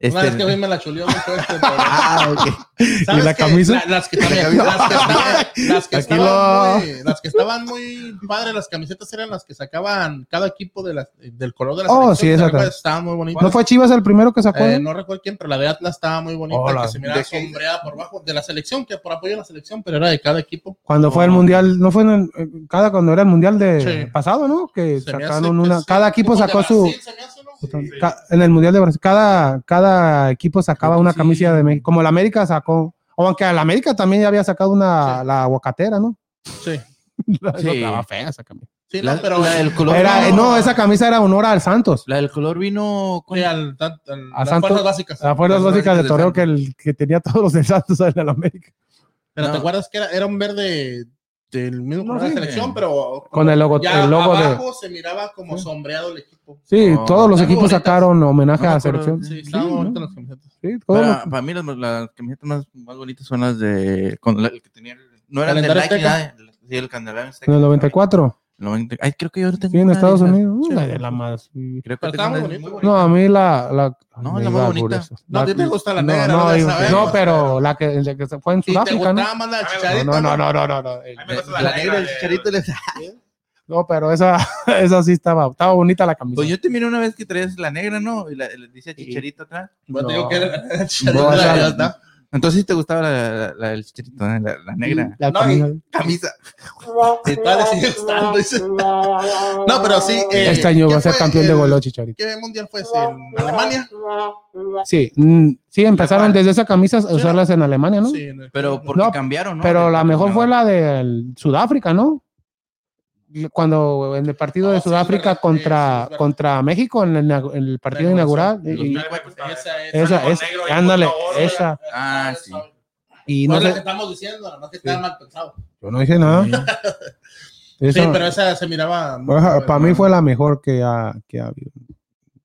S2: Este-
S3: Una vez que a mí me la chuleó mucho este,
S1: <laughs>
S3: pero-
S2: Ah, ok.
S3: ¿Sabes
S1: la
S3: qué?
S1: camisa?
S3: La- las que también- las que estaban,
S1: <laughs>
S3: las que
S1: Aquí
S3: estaban
S1: lo-
S3: muy, las que estaban muy padre, las camisetas eran las que sacaban cada equipo de la- del color de la
S1: Oh,
S3: selección,
S1: sí, esa
S3: ¿te
S1: también.
S3: acuerdas? Estaba muy bonita.
S1: ¿No fue Chivas el primero que sacó?
S3: Eh, no recuerdo quién, pero la de Atlas estaba muy bonita,
S1: Hola.
S3: que se miraba
S2: ¿De qué?
S3: sombreada por abajo de la selección, que por apoyo a la selección, pero era de cada equipo.
S1: Cuando fue el
S2: no.
S1: mundial, no fue en el- eh, cada cuando era el mundial de
S3: Sí.
S1: pasado, ¿no? Que
S3: Se me hace
S1: sacaron
S3: que
S1: una,
S3: sí,
S1: cada
S3: el
S1: equipo
S3: de
S1: sacó su,
S3: Brasil se me hace, ¿no?
S4: Sí.
S1: Ca- en el Mundial de Brasil, cada, cada equipo sacaba
S2: Creo que
S1: una
S2: sí.
S1: camisa de México, como el América sacó, o aunque el América también ya había sacado una, la aguacatera, ¿no? <laughs>
S3: Sí.
S8: Eso
S2: Sí.
S8: estaba fea esa camisa.
S3: Sí,
S2: La,
S3: no, pero
S2: la del color
S1: Era, eh,
S2: vino-
S1: no, esa camisa era honor al Santos,
S2: La del color vino con
S3: sí, al- al- al-
S1: A
S3: las
S1: Santos-
S3: fuerzas básicas.
S1: Ah, fue la
S2: Las
S1: lógica
S2: básicas
S1: de
S2: del
S1: Toreo
S2: Santos.
S1: que, el, que tenía todos los del Santos en el América,
S3: Pero
S2: No.
S3: te acuerdas que era, era un verde del mismo
S1: No,
S3: color de
S1: sí.
S3: la selección, pero
S1: con el logo,
S3: ya
S1: el logo de...
S3: abajo se miraba como sombreado el equipo.
S1: Sí,
S2: Oh,
S1: todos los
S3: están
S1: equipos
S3: bonitas.
S1: sacaron homenaje
S2: No me
S1: a la
S2: acuerdo.
S1: selección. Mm,
S3: Sí,
S1: Sí,
S3: estaban
S1: ¿no?
S3: bonitas las camisetas.
S1: Sí, todos los-
S2: Para, para mí las, las camisetas más, más bonitas son las de... Con la, el que tenía, el- no eran de
S3: Calendario
S2: Nike,
S3: Azteca.
S2: nada, el- sí, el calendario Azteca.
S1: en el 94,
S2: El 90 Ay, creo que yo tengo
S1: sí, en
S2: una de
S1: Estados
S2: esas.
S1: Unidos,
S3: Sí.
S1: una de la más...
S2: Creo que
S3: Pero
S2: tengo
S3: estaba muy
S2: una de-
S3: bonito.
S1: No, a mí la... la
S2: No,
S1: me
S2: la más
S1: iba a
S2: bonita.
S1: burlarse.
S3: No, a ti te gusta la negra,
S1: No,
S3: no,
S1: no,
S3: ya
S1: digo-
S3: sabemos,
S1: no, pero la que, la que se fue en
S3: Si te
S1: Sudáfrica, ¿no?
S3: gustaba más la
S4: no,
S3: chicharita. pues,
S1: No, no, no, no, no, no. eh,
S4: A mí me
S2: La,
S4: gusta la
S2: la negra
S4: negra
S2: del
S4: de-
S2: chicharito. les-
S1: No, pero esa, <laughs> esa sí estaba, estaba bonita la camisa.
S2: Pues yo te miré una vez que traías la negra, ¿no? Y la, le dice chicharito atrás.
S3: Bueno, Pues, digo
S1: No.
S3: que era la chicharita,
S1: No, esa-
S3: ya está.
S2: Entonces sí te gustaba la, la- la del chicharito, ¿eh? la, la negra.
S1: La
S3: No,
S1: camisa.
S2: Camisa.
S3: Sí, todavía sigue estando, dice. No, pero sí. eh,
S1: este año va a
S3: ¿qué
S1: ser
S3: fue
S1: campeón de
S3: el-
S1: goleo, Chicharito.
S3: ¿Qué mundial fue ese? ¿En Alemania?
S1: Sí, mm, sí, empezaron
S3: Alemania.
S1: desde esa camisa a
S3: Sí,
S1: usarlas en Alemania, ¿no?
S3: Sí, en el-
S2: Pero porque
S1: No,
S2: cambiaron, ¿no?
S1: Pero
S2: Del
S1: la mejor fue
S2: patrocinador.
S1: la de Sudáfrica, ¿no? Cuando en el partido
S3: Oh,
S1: de
S3: sí,
S1: Sudáfrica
S3: es verdad, sí, es
S1: contra,
S3: verdad.
S1: contra México en el, inaug- en el partido
S3: Bueno,
S1: inaugural.
S2: sí,
S1: Y,
S2: los-
S3: Esa es.
S1: esa, es,
S4: negro y
S1: ándale,
S4: punto oro,
S1: esa.
S2: Ah, sí.
S1: Y
S3: No
S1: no
S3: es lo que
S1: sé,
S3: estamos diciendo, nada más que está mal pensado.
S1: yo no dije nada.
S3: Sí,
S1: Esa-
S3: pero esa se miraba.
S1: Ajá, para mí fue la mejor que ha, que ha habido.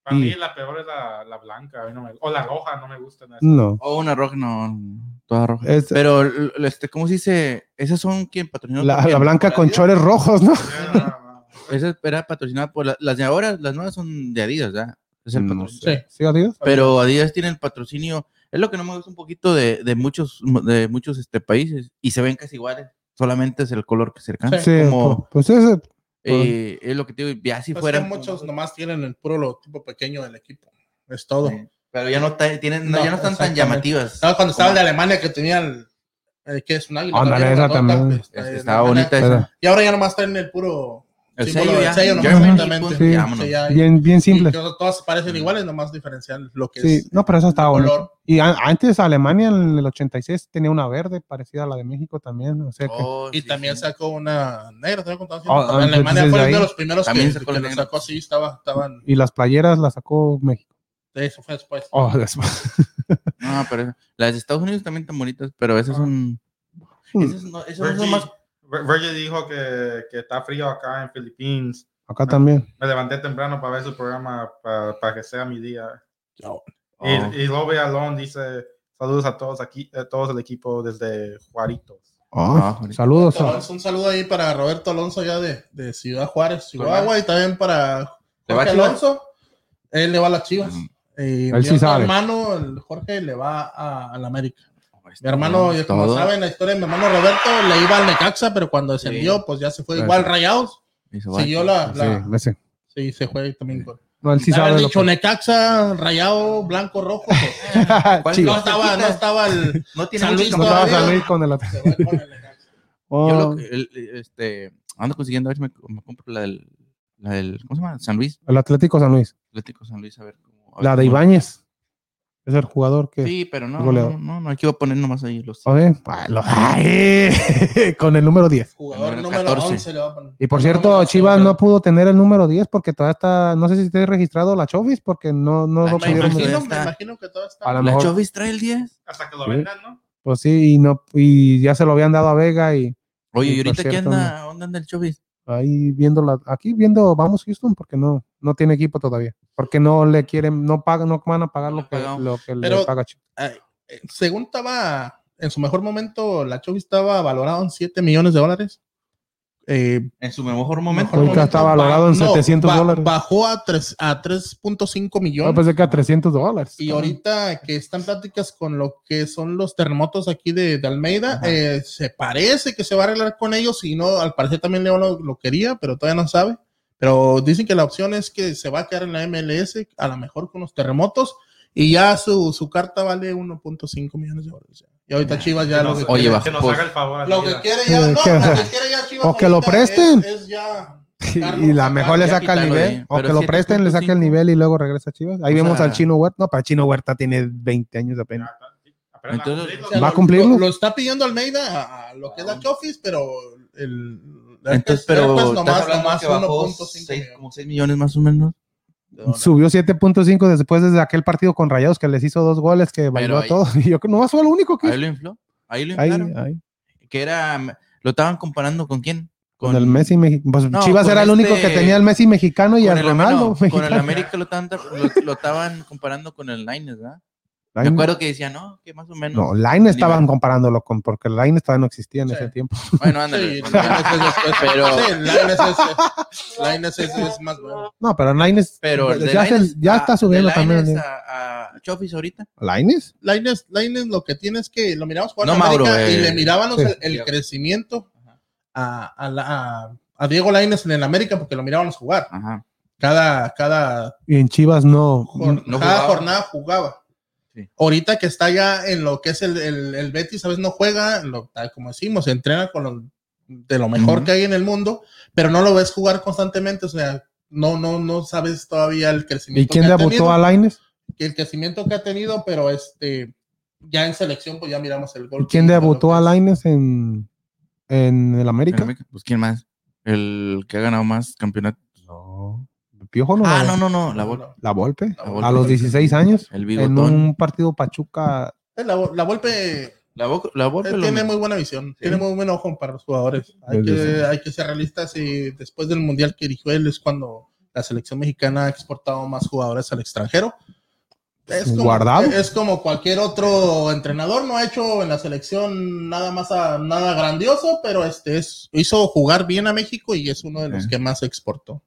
S4: Para mí la peor es la, la blanca, a mí no me- o la roja, no me gusta. nada.
S1: No.
S2: O una roja, no, toda roja.
S1: Es-
S2: Pero, l- l- este, ¿cómo se dice? Esas son quien patrocinó.
S1: la, la blanca con
S2: chores.
S1: chores rojos, ¿no?
S4: No, no, no.
S2: Esa era patrocinada por la- las de ahora, las nuevas son de Adidas, ¿ya? Es el
S1: No
S2: patrocinio.
S3: Sí.
S1: ¿Sí, adiós?
S2: Pero Adidas tiene el patrocinio. Es lo que no me gusta un poquito de, de muchos, de muchos este, países. Y se ven casi iguales. Solamente es el color que se alcanza.
S1: Sí,
S2: Como,
S1: pues pues ese-
S2: eh, es lo que te digo. Ya si
S3: Pues
S2: fuera.
S3: que muchos nomás tienen el puro logotipo pequeño del equipo. Es todo.
S2: Sí, Pero ya no, ta- tienen, no,
S3: No,
S2: ya no están tan
S3: exactamente.
S2: llamativas.
S3: No, cuando estaba el de Alemania que tenía el. el que es un águila.
S1: Ándale,
S3: también,
S1: esa
S3: grandota,
S1: también.
S3: pues,
S2: Este,
S3: eh,
S2: estaba
S3: Alemania.
S2: bonita esa.
S3: Y ahora ya nomás está en el puro.
S2: El
S3: símbolo
S2: sello
S3: del
S2: ya.
S3: sello,
S2: ya
S3: nomás,
S2: me-
S3: exactamente.
S1: Sí.
S2: Vámonos. Mm.
S3: Sí, ya hay-
S1: bien, bien
S3: y
S1: simple.
S3: que todas parecen iguales, nomás diferenciar lo que
S1: Sí,
S3: es.
S1: no, pero esa estaba
S3: color.
S1: bonita. Y a- antes Alemania en el 86 tenía una verde parecida a la de México también. O sea que
S2: Oh,
S3: Y
S2: sí,
S3: también
S2: sí.
S3: sacó una negra, te había contado.
S1: Ah, ah,
S3: en Alemania
S1: entonces
S3: fue
S1: ahí-
S3: uno de los primeros
S2: También
S3: que,
S2: sacó
S3: que
S2: la
S3: lo
S2: negra.
S3: sacó así, estaba, estaban.
S1: Y las playeras las sacó México.
S3: Eso fue después.
S1: Oh, después.
S2: No, pero las de Estados Unidos también están bonitas, pero esas son.
S3: Hmm.
S2: Esas no, esas no son
S4: Virgil,
S2: más.
S4: Vir- Virgil dijo que, que está frío acá en Filipinas.
S1: <laughs> Acá también.
S4: Me levanté temprano para ver su programa para, que sea mi día. Y,
S2: Oh.
S4: y Lobe Alon dice saludos a todos aquí, a todos el equipo desde Juaritos.
S1: Ah,
S2: Ah,
S1: saludos. a-
S3: Alonso, un saludo ahí para Roberto Alonso ya de, de Ciudad Juárez, Chihuahua,
S2: Juárez.
S3: y también para
S2: ¿Le va a
S3: Jorge
S2: Chivas?
S3: Alonso. Él le va a las Chivas.
S2: Mm.
S3: Y
S1: Él
S3: mi
S1: sí
S3: otro
S1: sabe.
S3: hermano, el Jorge, le va a, a la América.
S2: Pues,
S3: Mi hermano,
S2: todo,
S3: ya como
S2: todo.
S3: saben, la historia de mi hermano Roberto le iba al Necaxa, pero cuando descendió, pues ya se fue igual
S2: Claro.
S3: rayados.
S2: Y se va.
S3: Siguió la.
S1: Sí,
S3: la-
S1: ese.
S3: sí. se fue también con.
S1: No, él sí
S3: Habían
S1: sabe lo <laughs>
S3: dicho
S1: que-
S3: Necaxa, rayado, blanco, rojo. pues,
S2: ¿Cuál
S1: Chivas.
S3: no, estaba, no estaba el.
S2: No tiene
S3: San
S2: mucha
S3: Luis
S1: No te vas
S2: historia.
S1: a
S3: todavía.
S1: salir con el otro.
S3: se fue con el Necaxa.
S2: Yo
S1: Oh,
S2: lo que- el- el- este, ando consiguiendo, a ver si me, me compro la del, la del. ¿Cómo se llama? San Luis.
S1: el Atlético San Luis.
S2: Atlético San Luis, a ver. cómo- a ver
S1: La de
S2: cómo-
S1: Ibáñez. Es el jugador que.
S2: Sí, pero no.
S1: Goleador.
S2: No, no, no, aquí voy a poner nomás ahí los.
S1: A ver, ah, lo- <laughs> ay, <laughs> con el número 10.
S3: Jugador
S2: Número
S3: número
S2: 14.
S3: 11 le va a poner.
S1: Y por
S3: Número
S1: cierto,
S3: 11,
S1: Chivas
S3: pero-
S1: no pudo tener el número 10 porque todavía está, no sé si está registrado la Chovis porque no, no
S2: La
S1: lo
S2: Chovis,
S3: Me
S1: pudieron.
S2: sí.
S3: imagino,
S2: Ya
S3: me
S2: está.
S3: imagino que todo está.
S1: A la-
S2: ¿La
S1: mejor-
S2: Chovis trae el 10
S4: Hasta que lo
S1: Sí.
S4: vendan, ¿no?
S1: Pues sí, y no, y ya se lo habían dado a Vega y
S2: Oye,
S1: Sí,
S2: ¿y ahorita
S1: por
S2: qué
S1: cierto,
S2: anda? ¿Dónde anda el Chovis?
S1: ahí viendo la, aquí viendo vamos Houston porque no, no tiene equipo todavía. Porque no le quieren, no pagan, no van a pagar
S2: No
S1: lo
S2: le
S1: que,
S2: pagamos.
S1: lo que le
S3: Pero-
S1: paga Chivas.
S3: Eh, Según estaba en su mejor momento, la Chovi estaba valorada en 7 millones de dólares. eh,
S2: En su mejor momento.
S1: Ahorita
S3: momento,
S1: está valorado
S3: ba-
S1: en 700 dólares.
S3: Bajó a tres- a 3.5 millones.
S1: Yo pensé pues que a 300 dólares.
S3: y ahorita que están pláticas con lo que son los terremotos aquí de, de Almeida,
S2: Ajá.
S3: eh, se parece que se va a arreglar con ellos y no, al parecer también León lo, lo quería, pero todavía no sabe. Pero dicen que la opción es que se va a quedar en la MLS, a lo mejor con los terremotos, y ya su, su carta vale 1.5 millones de dólares. Y ahorita Chivas ya lo que
S2: Oye,
S3: quiere-
S2: baja,
S4: que nos
S2: pues.
S4: haga el favor.
S3: lo
S4: así,
S3: que
S4: la-
S3: quiere ya,
S1: Eh,
S3: no,
S1: ¿qué?
S3: lo que quiere ya Chivas
S1: O que lo
S3: ahorita
S1: presten.
S3: Es, es ya
S6: Y la mejor le saca el
S2: quitarlo de
S6: nivel.
S2: ahí.
S1: O
S2: Pero
S1: que lo
S2: 7.5.
S1: presten, le saque el nivel y luego regresa a Chivas. Ahí
S2: O
S1: vemos
S2: sea- Ah,
S1: al Chino Huerta. No, para Chino Huerta tiene 20 años apenas.
S4: apenas la
S2: Entonces-
S4: cumplí,
S3: O
S4: lo-
S3: sea,
S1: ¿Va a
S3: lo-
S1: cumplirlo?
S3: Lo, lo está pidiendo Almeida a, a lo que es la Office, pero el.
S2: Entonces,
S3: Herpes-
S2: pero
S3: Herpes
S2: estás hablando que bajó
S3: 1.5
S2: seis-
S3: millones.
S2: como 6 millones más o menos.
S1: Subió 7.5 después desde aquel partido con Rayados que les hizo dos goles que bailó a
S2: ahí-
S1: todos. <laughs> Y yo creo no fue lo único que
S2: Ahí
S1: hizo.
S2: lo infló. Ahí lo
S1: Ahí,
S2: inflaron.
S1: ahí.
S2: Que era. Lo estaban comparando con quién?
S1: Con, el Messi mexicano.
S2: No,
S1: Chivas
S2: con
S1: era el único
S2: este-
S1: que tenía el Messi mexicano y
S2: con
S1: al
S2: el-
S1: Ronaldo.
S2: no, con el
S1: mexicano.
S2: América lo estaban, lo, lo estaban comparando con el Lines, ¿verdad?
S1: Ay,
S2: Me acuerdo que decían, no, que más o menos.
S1: No, Line estaban
S2: Nivel.
S1: comparándolo con, porque Line todavía no existía en
S3: Sí.
S1: ese tiempo.
S2: Bueno, ándale.
S3: Sí,
S2: pero, <laughs>
S3: la NSS es más bueno.
S1: No, pero Line
S2: pero de
S1: ya, se-
S2: Lainez
S1: ya
S2: a-
S1: está
S2: de
S1: subiendo también. ¿eh?
S2: Lainez A, a Chofis ahorita.
S1: ¿Lines?
S3: Lainez, Lainez lo que tiene es que lo miramos jugar
S2: No,
S3: en América
S2: Mauro, eh,
S3: y le mirábamos
S1: sí.
S3: el, el crecimiento a, a, la- a- a Diego Lainez en el América porque lo mirábamos jugar.
S2: Ajá.
S3: Cada, cada
S1: Y en Chivas no.
S3: Jor-
S2: No
S3: cada
S2: jugaba.
S3: jornada jugaba.
S2: Sí.
S3: Ahorita que está ya en lo que es el, el, el Betis, a veces no juega, lo- tal como decimos, entrena con lo, de lo mejor
S2: Ujú.
S3: que hay en el mundo, pero no lo ves jugar constantemente, o sea, no, no, no sabes todavía el
S1: ¿Y
S3: crecimiento.
S1: quién
S3: que ha
S1: debutó
S3: tenido,
S1: a Lines?
S3: El crecimiento que ha tenido, pero este, ya en selección, pues ya miramos el gol.
S1: ¿Y quién
S3: que hizo,
S1: debutó
S3: lo
S1: a
S3: que es-
S1: Lines en, en el América?
S2: Pues quién más. El que ha ganado más campeonato.
S1: No. Piojo no.
S2: Ah,
S1: la-
S2: no, no, no. La Volpe.
S1: La Volpe.
S2: La Volpe.
S1: A los 16 años.
S2: El
S1: En
S2: bigotón.
S1: un partido Pachuca.
S3: La, la Volpe
S2: La, Vo- la Volpe lo-
S3: tiene muy buena visión, tiene muy buen ojo para los jugadores. Hay
S1: Desde
S3: que, hay que ser realistas y después del mundial que dirigió él es cuando la selección mexicana ha exportado más jugadores al extranjero. Es como,
S1: Guardado.
S3: es como cualquier otro entrenador, no ha hecho en la selección nada más a- nada grandioso, pero este es, hizo jugar bien a México y es uno de los
S2: Sí.
S3: que más exportó.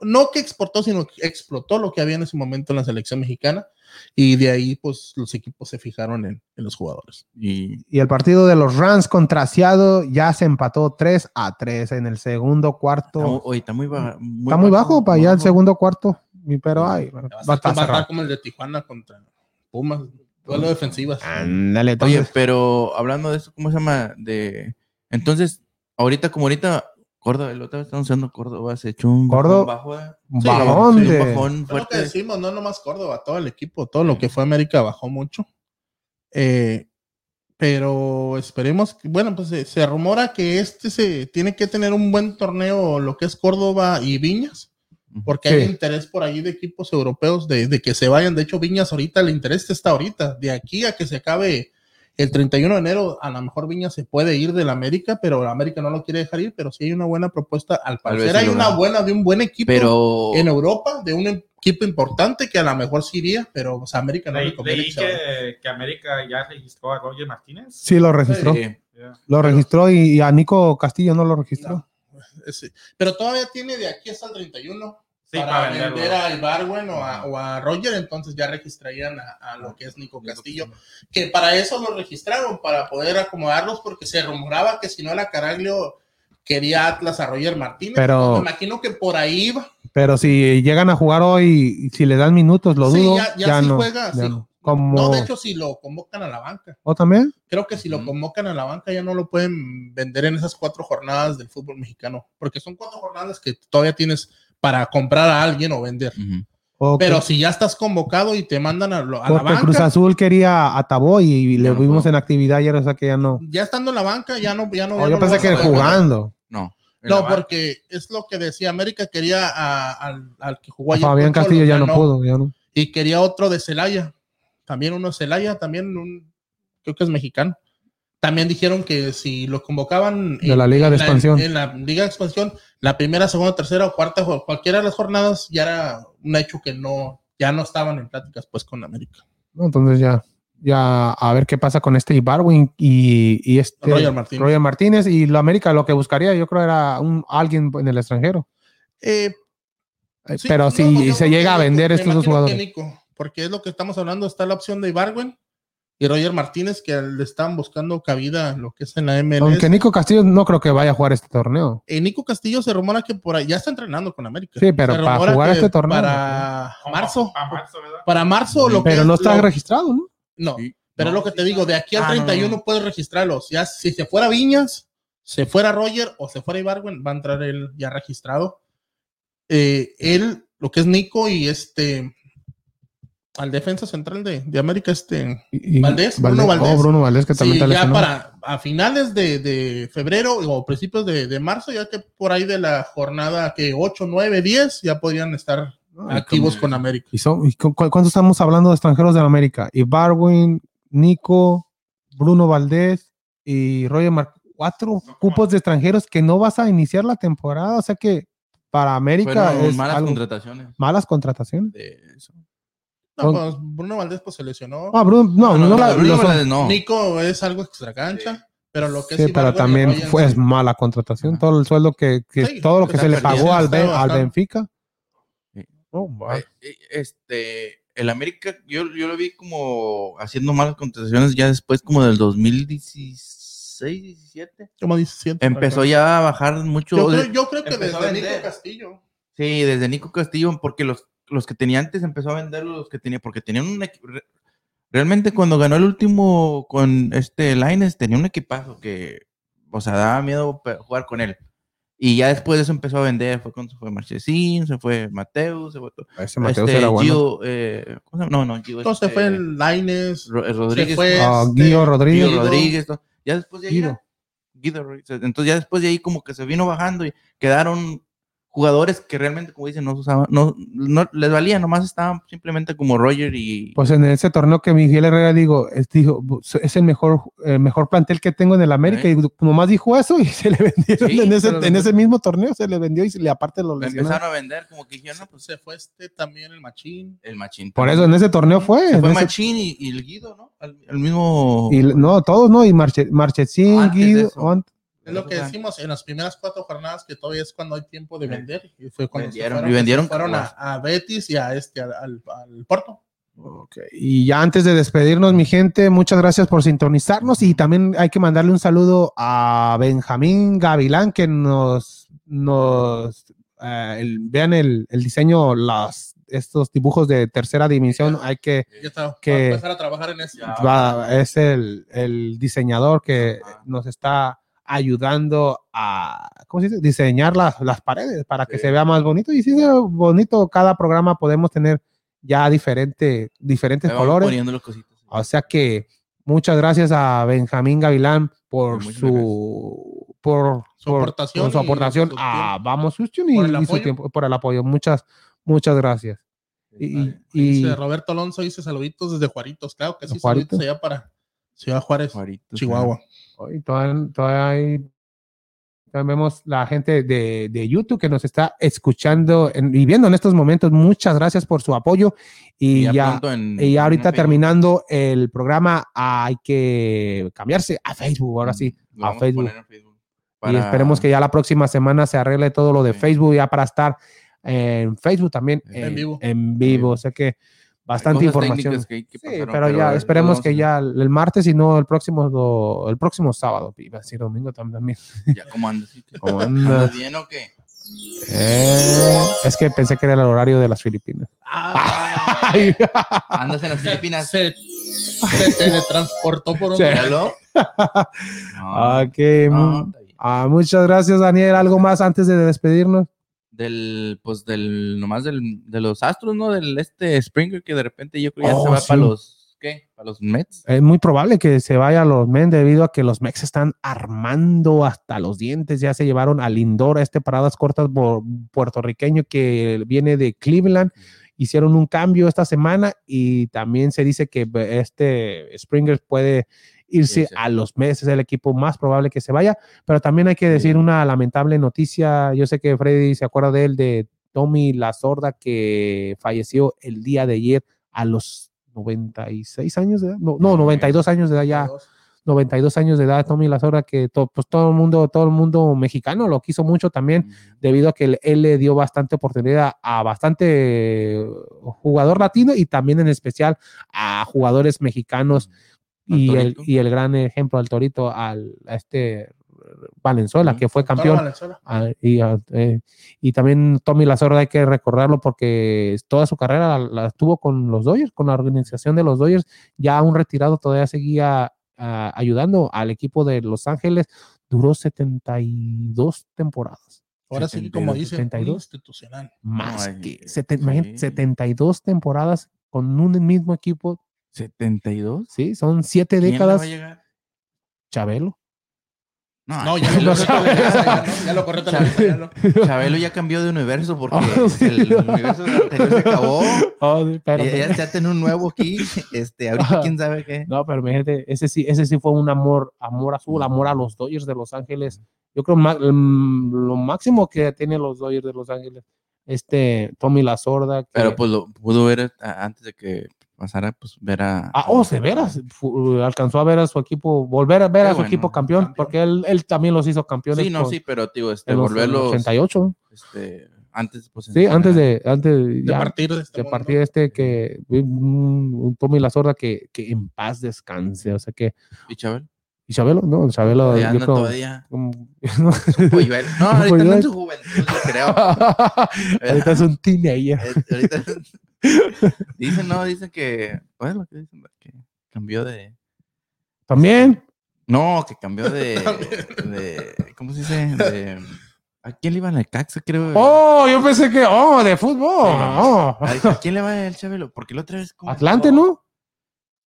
S3: No que exportó, sino que explotó lo que había en ese momento en la selección mexicana y de ahí pues los equipos se fijaron en- en los jugadores.
S2: Y
S1: Y el partido de los Rams contra Seattle ya se empató 3 a 3 en el segundo cuarto.
S2: está mu- oye, está muy, ba-
S1: Está muy bajo para allá el
S2: bajo.
S1: segundo cuarto. mi Pero ay, va
S3: Va
S1: a
S3: a
S1: estar
S3: estar
S1: cerrado.
S3: como el de Tijuana contra Pumas. Duelo defensivas.
S1: Ah, Ándale,
S2: Oye,
S1: entonces.
S2: pero hablando de eso, ¿cómo se llama? De entonces, ahorita como ahorita Córdoba, el otro estamos usando Córdoba, se echó un
S1: Córdoba.
S2: bajón bajo, ¿eh?
S3: sí,
S1: bajón
S2: Sí, un
S1: de-
S2: bajón
S3: Fue lo que
S2: fuerte.
S3: decimos, no nomás Córdoba, todo el equipo, todo lo que fue América bajó mucho. Eh, pero esperemos, que- bueno, pues se, se rumora que este se tiene que tener un buen torneo, lo que es Córdoba y Viñas, porque hay
S1: Sí.
S3: interés por ahí de equipos europeos de, de que se vayan. De hecho, Viñas ahorita, el interés está ahorita, de aquí a que se acabe el 31 de enero, a lo mejor Viñas se puede ir del América, pero la América no lo quiere dejar ir, pero sí hay una buena propuesta, al
S2: Tal vez
S3: parecer
S2: sí
S3: hay
S2: lo
S3: una
S2: gana.
S3: buena de un buen equipo
S2: Pero eh,
S3: en Europa de un equipo importante que a lo mejor sí iría, pero o sea, América no le
S4: Leí,
S3: conviene
S4: leí
S3: que se vaya.
S4: que, que América ya registró a Roger Martínez.
S1: Sí, lo registró.
S2: eh,
S4: Yeah.
S1: Lo registró y, y a Nico Castillo no lo registró.
S3: No. Ese- Pero todavía tiene de aquí hasta el 31
S4: Sí,
S3: para,
S4: para
S3: vender
S4: venderlo.
S3: a Ibarwen o a, o a Roger, entonces ya registrarían a, a lo que es Nico Castillo, que para eso lo registraron, para poder acomodarlos, porque se rumoraba que si no era Caraglio quería Atlas a Roger Martínez.
S1: Pero-
S3: Me imagino que por ahí va.
S1: Pero si llegan a jugar hoy, y si le dan minutos, lo
S3: Sí,
S1: dudo.
S3: ya-
S1: ya,
S3: ya sí
S1: no.
S3: juega,
S1: ya
S3: sí.
S1: no. Como.
S3: No, de hecho, si lo convocan a la banca.
S1: ¿O también?
S3: creo que si lo
S2: Ujú.
S3: convocan a la banca ya no lo pueden vender en esas cuatro jornadas del fútbol mexicano, porque son cuatro jornadas que todavía tienes para comprar a alguien o vender.
S2: ujú.
S1: O
S3: Pero
S1: que-
S3: si ya estás convocado y te mandan a, lo- a la
S1: porque
S3: banca,
S1: Cruz Azul quería a Tabó y, y le
S2: Ya no
S1: vimos
S2: puedo.
S1: en actividad ayer, o sea que ya no.
S3: ya estando en la banca, ya no, ya no.
S1: O
S3: ya no
S1: yo
S3: lo
S1: pensé
S3: vas a
S1: que
S3: poder vender.
S1: jugando.
S2: no. en la
S3: No,
S2: banca.
S3: porque es lo que decía América, quería a- al, al que jugó
S1: A
S3: ayer
S1: Fabián
S3: con Cholos,
S1: Castillo ya no pudo, ya no.
S3: Y quería otro de Celaya, también uno de Celaya, también un, creo que es mexicano. También dijeron que si lo convocaban
S1: De la Liga de Expansión.
S3: En la Liga de Expansión, la primera, segunda, tercera o cuarta, jo- cualquiera de las jornadas, ya era un hecho que no, ya no estaban en pláticas pues con América.
S1: No, Entonces ya. ya a ver qué pasa con este Ibarwin y, y este
S3: Roger Martínez.
S1: Roger Martínez y la América lo que buscaría yo creo era un alguien en el extranjero.
S3: Eh,
S1: Eh,
S3: sí,
S1: Pero
S3: no,
S1: si
S3: yo
S1: se
S3: creo
S1: llega a
S3: que-
S1: vender
S3: me
S1: estos dos
S3: imagino que
S1: jugadores.
S3: Nico, porque es lo que estamos hablando, está la opción de Ibarwen y Roger Martínez que le están buscando cabida en lo que es en la MLS.
S1: Aunque Nico Castillo no creo que vaya a jugar este torneo.
S3: Eh, Nico Castillo se rumora que por ahí ya está entrenando con América.
S1: Sí, pero
S3: Se
S1: para
S3: rumora
S1: jugar
S3: que
S1: este torneo,
S3: Para marzo.
S2: ah,
S4: A marzo, ¿verdad?
S3: Para marzo lo
S1: Pero
S3: que
S1: no está
S3: lo-
S1: registrado, ¿no?
S3: No,
S2: Sí.
S3: pero
S4: No,
S3: es lo que
S4: sí
S3: te
S4: está.
S3: digo, de aquí al
S2: Ah, no, no,
S3: 31
S2: no.
S3: puedes registrarlos. Ya si se fuera Viñas, se fuera Roger o se fuera Ibarwen, va a entrar él ya registrado. Eh, él, lo que es Nico y este al defensa central de, de América, este
S1: Y- y-
S3: Valdés, Bruno Valdés.
S1: Oh, Bruno Valdés que
S3: sí,
S1: también está
S3: ya
S1: lesionado.
S3: para a finales de, de febrero o principios de, de marzo, ya que por ahí de la jornada que 8, 9, 10 ya podrían estar activos con América.
S1: ¿Y son, y cu- cu- ¿Cuántos estamos hablando de extranjeros de América? Y Barwin, Nico, Bruno Valdés y Roger Mar Cuatro cupos de extranjeros que no vas a iniciar la temporada. O sea que para América
S2: Fueron
S1: es
S2: malas
S1: algo-
S2: contrataciones.
S1: malas contrataciones.
S2: de eso.
S3: No,
S1: Con-
S3: pues, Bruno Valdés pues se lesionó.
S1: Ah, Bruno, no, no,
S3: no,
S1: la-
S2: Bruno
S1: los-
S2: Valdés, no.
S3: Nico es algo extra cancha, pero lo que
S1: sí,
S3: es
S1: pero
S3: Ibargüen y
S1: también
S3: Ryan
S1: fue
S3: sí.
S1: es mala contratación.
S2: Ajá.
S1: Todo el sueldo que, que-
S3: Sí,
S1: todo lo
S3: que
S1: que
S2: está
S1: se le
S2: perdiendo,
S1: pagó al,
S3: está
S1: Ben- al
S3: bastante.
S1: Benfica.
S2: Sí.
S1: Oh, va.
S2: Eh, Este, el América, yo, yo lo vi como haciendo malas contrataciones ya después, como del 2016, 17.
S3: Como 17.
S2: Empezó ya a bajar mucho.
S3: Yo
S2: de-
S3: creo, yo creo que
S4: Empezó
S3: desde
S4: a
S3: Nico
S4: vender.
S3: Castillo.
S2: sí, desde Nico Castillo, porque los, los que tenía antes empezó a vender los que tenía, porque tenían un equi- re- Realmente cuando ganó el último con este Lines tenía un equipazo que, o sea, daba miedo pe- jugar con él. Y ya después de eso empezó a vender, fue cuando se fue Marchesín, se fue Mateo, se fue todo.
S1: Ese Mateus
S2: Este,
S1: era bueno.
S2: Gio, eh, ¿cómo se llama? no, no, Gio,
S3: Entonces
S2: este,
S3: fue el Lines,
S2: Ro- eh, Rodríguez,
S3: se fue
S1: Ah,
S3: este,
S1: Guido Rodríguez.
S2: Guido
S3: Guido.
S2: Rodríguez, todo. ya después de ahí,
S1: Guido.
S2: ya, Guido Rodríguez. entonces ya después de ahí como que se vino bajando y quedaron jugadores que realmente, como dicen, no usaban, no, no les valía, nomás estaban simplemente como Roger y
S1: Pues en ese torneo que Miguel Herrera digo, es, dijo, es el mejor, el mejor plantel que tengo en el América. Y nomás dijo eso y <laughs> se le vendieron
S2: Sí,
S1: en, ese,
S2: pero-
S1: en ese mismo torneo, se le vendió y se le aparte lo lesionaron.
S2: empezaron a vender, como que dijeron, no, pues
S3: se fue este también el Machín.
S2: el machín.
S1: Por eso en ese torneo fue.
S2: Se
S1: en
S2: fue
S1: ese-
S2: Machín y, y el Guido, ¿no? Al, al mismo...
S1: y, no, todos no, y Marche, Marchesín,
S2: Antes de
S1: Guido,
S2: eso.
S1: Ant-
S3: Es lo que
S2: Ajá.
S3: decimos en las primeras cuatro jornadas, que todavía es cuando hay tiempo de
S2: Sí.
S3: vender. Y fue cuando se
S2: Vendieron,
S3: fueron,
S2: y vendieron Pues.
S3: se fueron a,
S2: caguas.
S3: a Betis y a este, al, al- al Porto.
S1: Ok, Y ya antes de despedirnos, mi gente, muchas gracias por sintonizarnos y también hay que mandarle un saludo a Benjamín Gavilán que nos, nos eh, el- vean el, el diseño, las, estos dibujos de tercera dimensión, hay que
S3: Ya está,
S1: Que-
S3: va a empezar a trabajar en eso.
S2: Ya.
S1: va- es el, el diseñador que
S2: Ajá.
S1: nos está ayudando a ¿cómo se dice? diseñar las, las paredes para que
S2: Sí.
S1: se vea más bonito y si se ve bonito cada programa podemos tener ya diferente, diferentes
S2: Ahí vamos
S1: colores Ah,
S2: poniendo los cositas.
S1: o sea que muchas gracias a Benjamín Gavilán por
S2: Muchas
S1: su por
S3: Su
S1: por-
S3: aportación
S1: por su
S3: y
S1: aportación
S3: su
S1: a
S3: tiempo.
S1: Vamos Houston y,
S3: Por el
S1: y su
S3: apoyo.
S1: tiempo- por el apoyo. Muchas, muchas gracias. Y, y- y-
S3: Dice Roberto Alonso dice saluditos desde Juaritos. Claro que sí,
S1: Juaritos.
S3: saluditos allá para Ciudad Juárez,
S2: Juaritos,
S3: Chihuahua.
S1: y todavía, todavía hay- todavía vemos la gente de, de YouTube que nos está escuchando en- y viendo en estos momentos. Muchas gracias por su apoyo y,
S2: ya
S1: ya
S2: pronto en-
S1: Y
S2: en
S1: ya ahorita
S2: Facebook.
S1: terminando el programa, hay que cambiarse a Facebook, ahora sí.
S2: Lo
S1: a
S2: vamos poner
S1: Facebook.
S2: en Facebook
S1: Y
S2: para-
S1: esperemos que ya la próxima semana se arregle todo lo de
S2: Sí.
S1: Facebook, ya para estar en Facebook también. eh,
S2: En
S3: vivo.
S1: En vivo, o sea que bastante
S2: Hay cosas
S1: información.
S2: técnicas que hay que
S1: Sí,
S2: pasaron,
S1: pero ya
S2: eh,
S1: esperemos
S2: todos,
S1: que ya el el martes y no el próximo do- el próximo sábado, iba a decir domingo tam-
S2: <laughs>
S1: también.
S2: ya ¿Cómo andas?
S1: ¿Cómo
S2: ¿Andas
S1: andas?
S2: bien o qué?
S1: Eh, es que pensé que era el horario de las Filipinas. Ah. Ay, <laughs>
S2: ¿Andas en las Filipinas?
S3: Ah, se, se teletransportó por un
S1: Sí.
S2: ¿Aló? No,
S1: <laughs> ah, qué
S2: no,
S1: mu-
S2: está bien.
S1: ah, muchas gracias, Daniel. ¿Algo más antes de despedirnos?
S2: Del, pues del, nomás del, de los astros, ¿no? Del este Springer que de repente yo creo ya se
S1: Oh,
S2: va
S1: sí.
S2: para los, ¿qué? Para los Mets.
S1: Es muy probable que se vaya a los men debido a que los Mex están armando hasta los dientes. Ya se llevaron a Lindor, a este paradas cortas por- puertorriqueño que viene de Cleveland. Hicieron un cambio esta semana y también se dice que este Springer puede irse
S2: Sí, sí.
S1: a los Mets. Es el equipo más probable que se vaya. Pero también hay que decir
S2: Sí.
S1: una lamentable noticia. Yo sé que Freddy se acuerda de él, de Tommy La Sorda, que falleció el día de ayer a los 96 años de edad, no, no 92 años de edad ya, 92 años de edad Tommy Lazora, que to- pues todo el mundo, todo el mundo mexicano lo quiso mucho también debido a que él, él le dio bastante oportunidad a bastante eh, jugador latino y también en especial a jugadores mexicanos
S2: Al
S1: y el,
S2: Torito.
S1: y el gran ejemplo al Torito, al, a este Valenzuela,
S2: Ujú.
S1: que fue
S3: Toda la
S1: campeón.
S3: Valenzuela.
S1: Ah, y, ah, eh, y también Tommy Lazorda hay que recordarlo porque toda su carrera la, la tuvo con los Dodgers, con la organización de los Dodgers. Ya un retirado todavía seguía ah, ayudando al equipo de Los Ángeles. Duró 72 temporadas.
S3: Ahora sí que como dice,
S1: 72.
S3: institucional.
S1: Más
S2: Ay,
S1: que seten- imagínate,
S2: sí.
S1: 72 temporadas con un mismo equipo.
S2: 72.
S1: Sí, son siete
S2: ¿Quién le va a
S1: décadas.
S2: llegar?
S1: Chabelo.
S2: <laughs>
S3: No, ya,
S1: <laughs> no
S3: lo corrió
S1: sabe.
S3: Televisa, ya, no, ya lo corrió Televisa, ya no.
S2: Chabelo ya cambió de universo
S1: <laughs>
S2: porque
S1: Ah, sí.
S2: el universo anterior se acabó.
S1: Oh, sí, pero-
S2: Ah, Ya, ya tiene un nuevo aquí. Este, ahorita
S1: Ajá.
S2: quién sabe qué.
S1: No, pero imagínate, ese sí, ese sí fue un amor, amor azul, amor a los Dodgers de Los Ángeles. Yo creo ma- mm, lo máximo que tiene los Dodgers de Los Ángeles, este Tommy La Sorda. que-
S2: Pero pues lo pudo ver a- antes de que pasara, pues ver a.
S1: Ah, oh, de veras, fu- alcanzó a ver a su equipo, volver a ver
S2: Qué
S1: a su
S2: bueno,
S1: equipo campeón,
S3: campeón.
S1: porque él, él también los hizo campeones.
S2: Sí, no,
S1: con-
S2: sí, pero tío, este,
S1: en los- en los
S2: volverlos.
S1: 88.
S2: Este, antes, pues. en
S1: Sí, antes
S2: general.
S1: de, antes
S3: De
S1: ya,
S3: partir de este
S1: de
S3: mundo.
S1: partir este que mm, Tommy La Sorda que, que en paz descanse, o sea que
S2: ¿Y Chabelo?
S1: y Chabelo, no, Chabelo, Oh, yo
S2: Todavía anda
S1: creo- <laughs>
S2: todavía.
S1: como-
S2: Polluelo.
S1: <laughs>
S2: No, ahorita
S1: Polluelo.
S2: no en su juventud, yo creo.
S1: <laughs> Ahorita es un teenager.
S2: Eh, <laughs>
S1: <laughs>
S2: ahorita- dicen, no, dicen que. ¿Cuál es lo que dicen? Que cambió de.
S1: También.
S2: No, que cambió de. de- ¿Cómo se dice? De- ¿A quién le iba el Caxa, creo?
S1: Oh, yo pensé que, oh, de fútbol. oh.
S2: ¿A, a quién le va el Chabelo? Porque la otra vez. ¿cómo?
S1: Atlante, ¿no?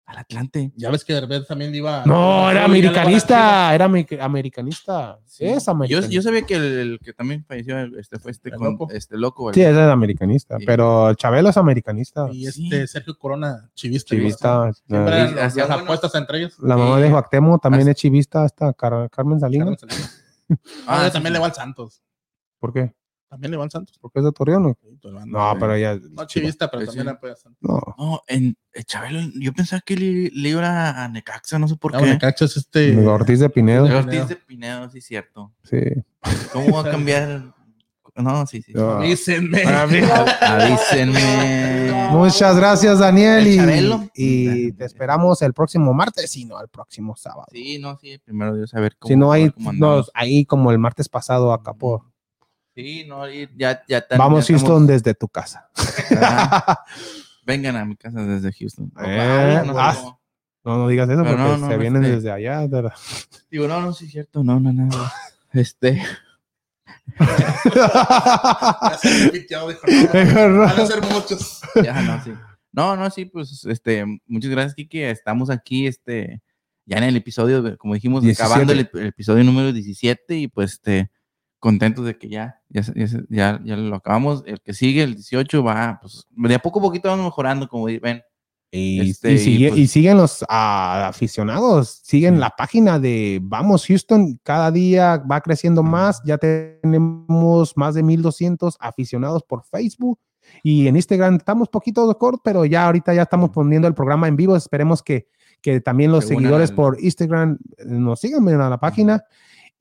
S2: Al Atlante.
S3: Ya ves que Derbez también iba.
S1: No, era
S3: Ya le va a las Chivas.
S1: americanista. Era ami- americanista. Sí, es
S2: Yo,
S1: americanista.
S2: yo sabía que el, el que también falleció el- este, fue este,
S3: El
S2: con,
S3: loco.
S2: este loco. el-
S1: Sí, ese es americanista.
S2: Sí.
S1: Pero Chabelo es americanista.
S3: Y
S2: Sí.
S3: este Sergio Corona, chivista. igual.
S1: Chivista.
S3: Siempre
S1: La,
S3: eran
S2: Y
S3: las
S2: hacían buenos-
S3: apuestas entre ellos.
S1: la mamá
S2: Sí.
S1: de Joactemo también
S2: Así-
S1: es chivista. Hasta Car- Carmen Salinas.
S3: Carlos Salinas.
S2: Ah,
S3: Ah,
S2: sí,
S3: también
S2: sí.
S3: le va al Santos.
S1: ¿Por qué?
S3: También le va al Santos. pues,
S1: ¿Porque es de Torreón? o qué? No, pues,
S2: sí.
S1: pero ella.
S3: No chivista, pero
S2: Sí.
S3: también le apoya a Santos.
S1: No.
S2: No, en, el Chabelo, yo pensaba que le, le iba a Necaxa, no sé por
S3: No,
S2: qué.
S3: me cachas este.
S1: Ortiz de Pinedo.
S2: El Ortiz
S3: Pinedo.
S2: de Pinedo, sí, cierto.
S1: Sí.
S2: ¿Cómo va a cambiar? No, sí, sí.
S1: No.
S3: Dícenme.
S2: <laughs>
S1: <laughs>
S2: Avísenme.
S1: Muchas gracias, Daniel.
S2: El
S1: y-
S2: Chabelo.
S1: Y, te esperamos el próximo martes, y no el próximo sábado.
S2: Sí, no, sí, primero Dios, a ver cómo.
S1: si no,
S2: a
S1: hay,
S2: ver cómo andamos.
S1: nos, ahí como el martes pasado acá por.
S2: Sí, no, ahí ya, ya tan-
S1: Vamos,
S2: ya estamos-
S1: Houston, desde tu casa. <laughs>
S2: Ajá. Vengan a mi casa desde Houston.
S1: Eh,
S2: Ah, no,
S1: ah.
S2: no.
S1: No, no digas eso
S2: Pero
S1: porque
S2: no, no,
S1: se
S2: no,
S1: vienen
S2: este-
S1: desde allá. de la-
S2: Digo, no, no, sí, es cierto, no, no, no.
S1: <laughs>
S2: Este, <laughs>
S3: Ya se me piteado, dijo,
S1: <laughs>
S3: no,
S1: Mejor no.
S3: Van a ser muchos.
S2: ya, no, sí. No, no, sí, pues, este, muchas gracias, Kike. Estamos aquí, este, ya en el episodio, como dijimos,
S1: 17.
S2: acabando el, el episodio número 17 y pues, este, contentos de que ya, ya, se- ya, se- ya, ya lo acabamos. El que sigue, el 18, va, pues, de a poco a poquito vamos mejorando, como di- ven.
S1: Y,
S2: Este,
S1: y
S2: y
S1: sigue-
S2: pues-
S1: y siguen los ah, aficionados, siguen
S2: Sí.
S1: la página de Vamos Houston, cada día va creciendo más, ya tenemos más de 1200 aficionados por Facebook y en Instagram estamos poquito cortos, pero ya ahorita ya estamos poniendo el programa en vivo, esperemos que, que también los
S2: Se unan
S1: seguidores
S2: al-
S1: por Instagram eh, nos sigan miren, a la página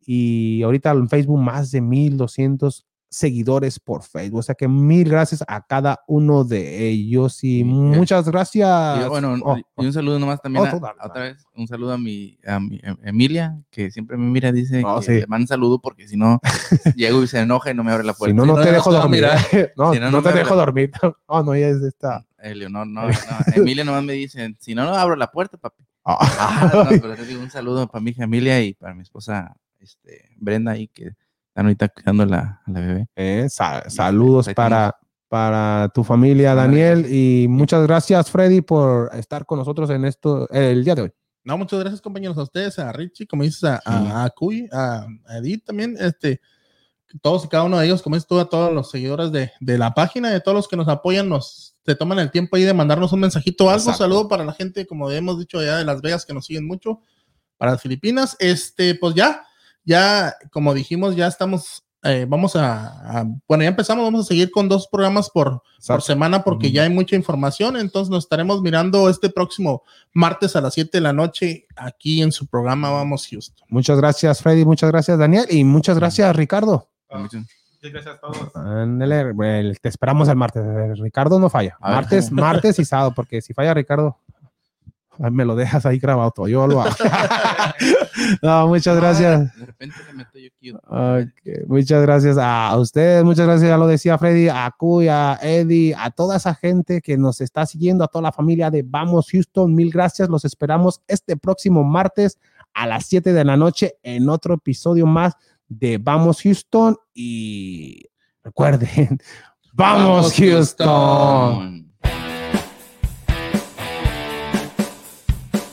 S1: y ahorita en Facebook más de 1200 seguidores por Facebook, o sea que mil gracias a cada uno de ellos y
S2: Sí, eh,
S1: muchas gracias.
S2: Y bueno,
S1: Oh,
S2: y un saludo nomás también.
S1: Oh,
S2: a-
S1: tú dale,
S2: a otra vez, un saludo a mi, a mi em- Emilia, que siempre me mira, dice
S1: Oh,
S2: que
S1: sí.
S2: le manda saludo porque si
S1: <laughs>
S2: no, llego y se enoja y pues, no me abre la
S1: si
S2: puerta.
S1: no, no
S3: no
S1: te
S3: le
S1: dejo
S3: puedo
S1: dormir. ¿eh?
S3: mirar.
S1: <laughs> No,
S2: Si no,
S1: no,
S2: no
S1: te
S2: me
S1: dejo
S2: habla.
S1: dormir. <laughs> Oh, no, ya es esta.
S2: Eh,
S1: <laughs>
S2: Leonor, no, no, Emilia nomás me dice, si no, no abro la puerta, papi.
S1: Ah,
S2: Ah, <laughs> no, pero te digo un saludo para mi familia y para mi esposa este, Brenda ahí que están ahorita cuidando la, a la bebé.
S1: eh, sa- saludos
S2: ahí
S1: para, para tu familia,
S2: Ándale,
S1: Daniel. Y muchas gracias, Freddy, por estar con nosotros en esto el día de hoy.
S3: No, muchas gracias, compañeros, a ustedes, a Richie, como dices, a, a, a Cuy, a, a Edith también, este, todos y cada uno de ellos, como dices tú, a todos los seguidores de, de la página, de todos los que nos apoyan, nos se toman el tiempo ahí de mandarnos un mensajito o algo.
S1: Exacto.
S3: Saludo para la gente, como hemos dicho, allá de Las Vegas, que nos siguen mucho, para las Filipinas. Este, pues ya, ya, como dijimos, ya estamos eh, vamos a, a- bueno, ya empezamos, vamos a seguir con dos programas por, por semana porque ya hay mucha información, entonces nos estaremos mirando este próximo martes a las 7 de la noche aquí en su programa Vamos Houston.
S1: Muchas gracias, Freddy. Muchas gracias, Daniel. Y muchas gracias, Ricardo.
S4: Um, sí, gracias a todos.
S1: Ándale, el- te esperamos el martes. Eh, Ricardo no falla.
S2: A ver. <laughs>
S1: martes, martes y sábado, porque si falla Ricardo, ay, me lo dejas ahí grabado todo. Yo
S2: <laughs>
S1: lo hago. <laughs> No, muchas gracias.
S2: De repente me meto yo aquí.
S1: Ok, Muchas gracias a ustedes, muchas gracias, ya lo decía Freddy, a Cuy, a Eddie, a toda esa gente que nos está siguiendo, a toda la familia de Vamos Houston, mil gracias, los esperamos este próximo martes a las 7 de la noche en otro episodio más de Vamos Houston y recuerden, <laughs> Vamos,
S3: Vamos, Houston.
S1: Houston.
S2: Con-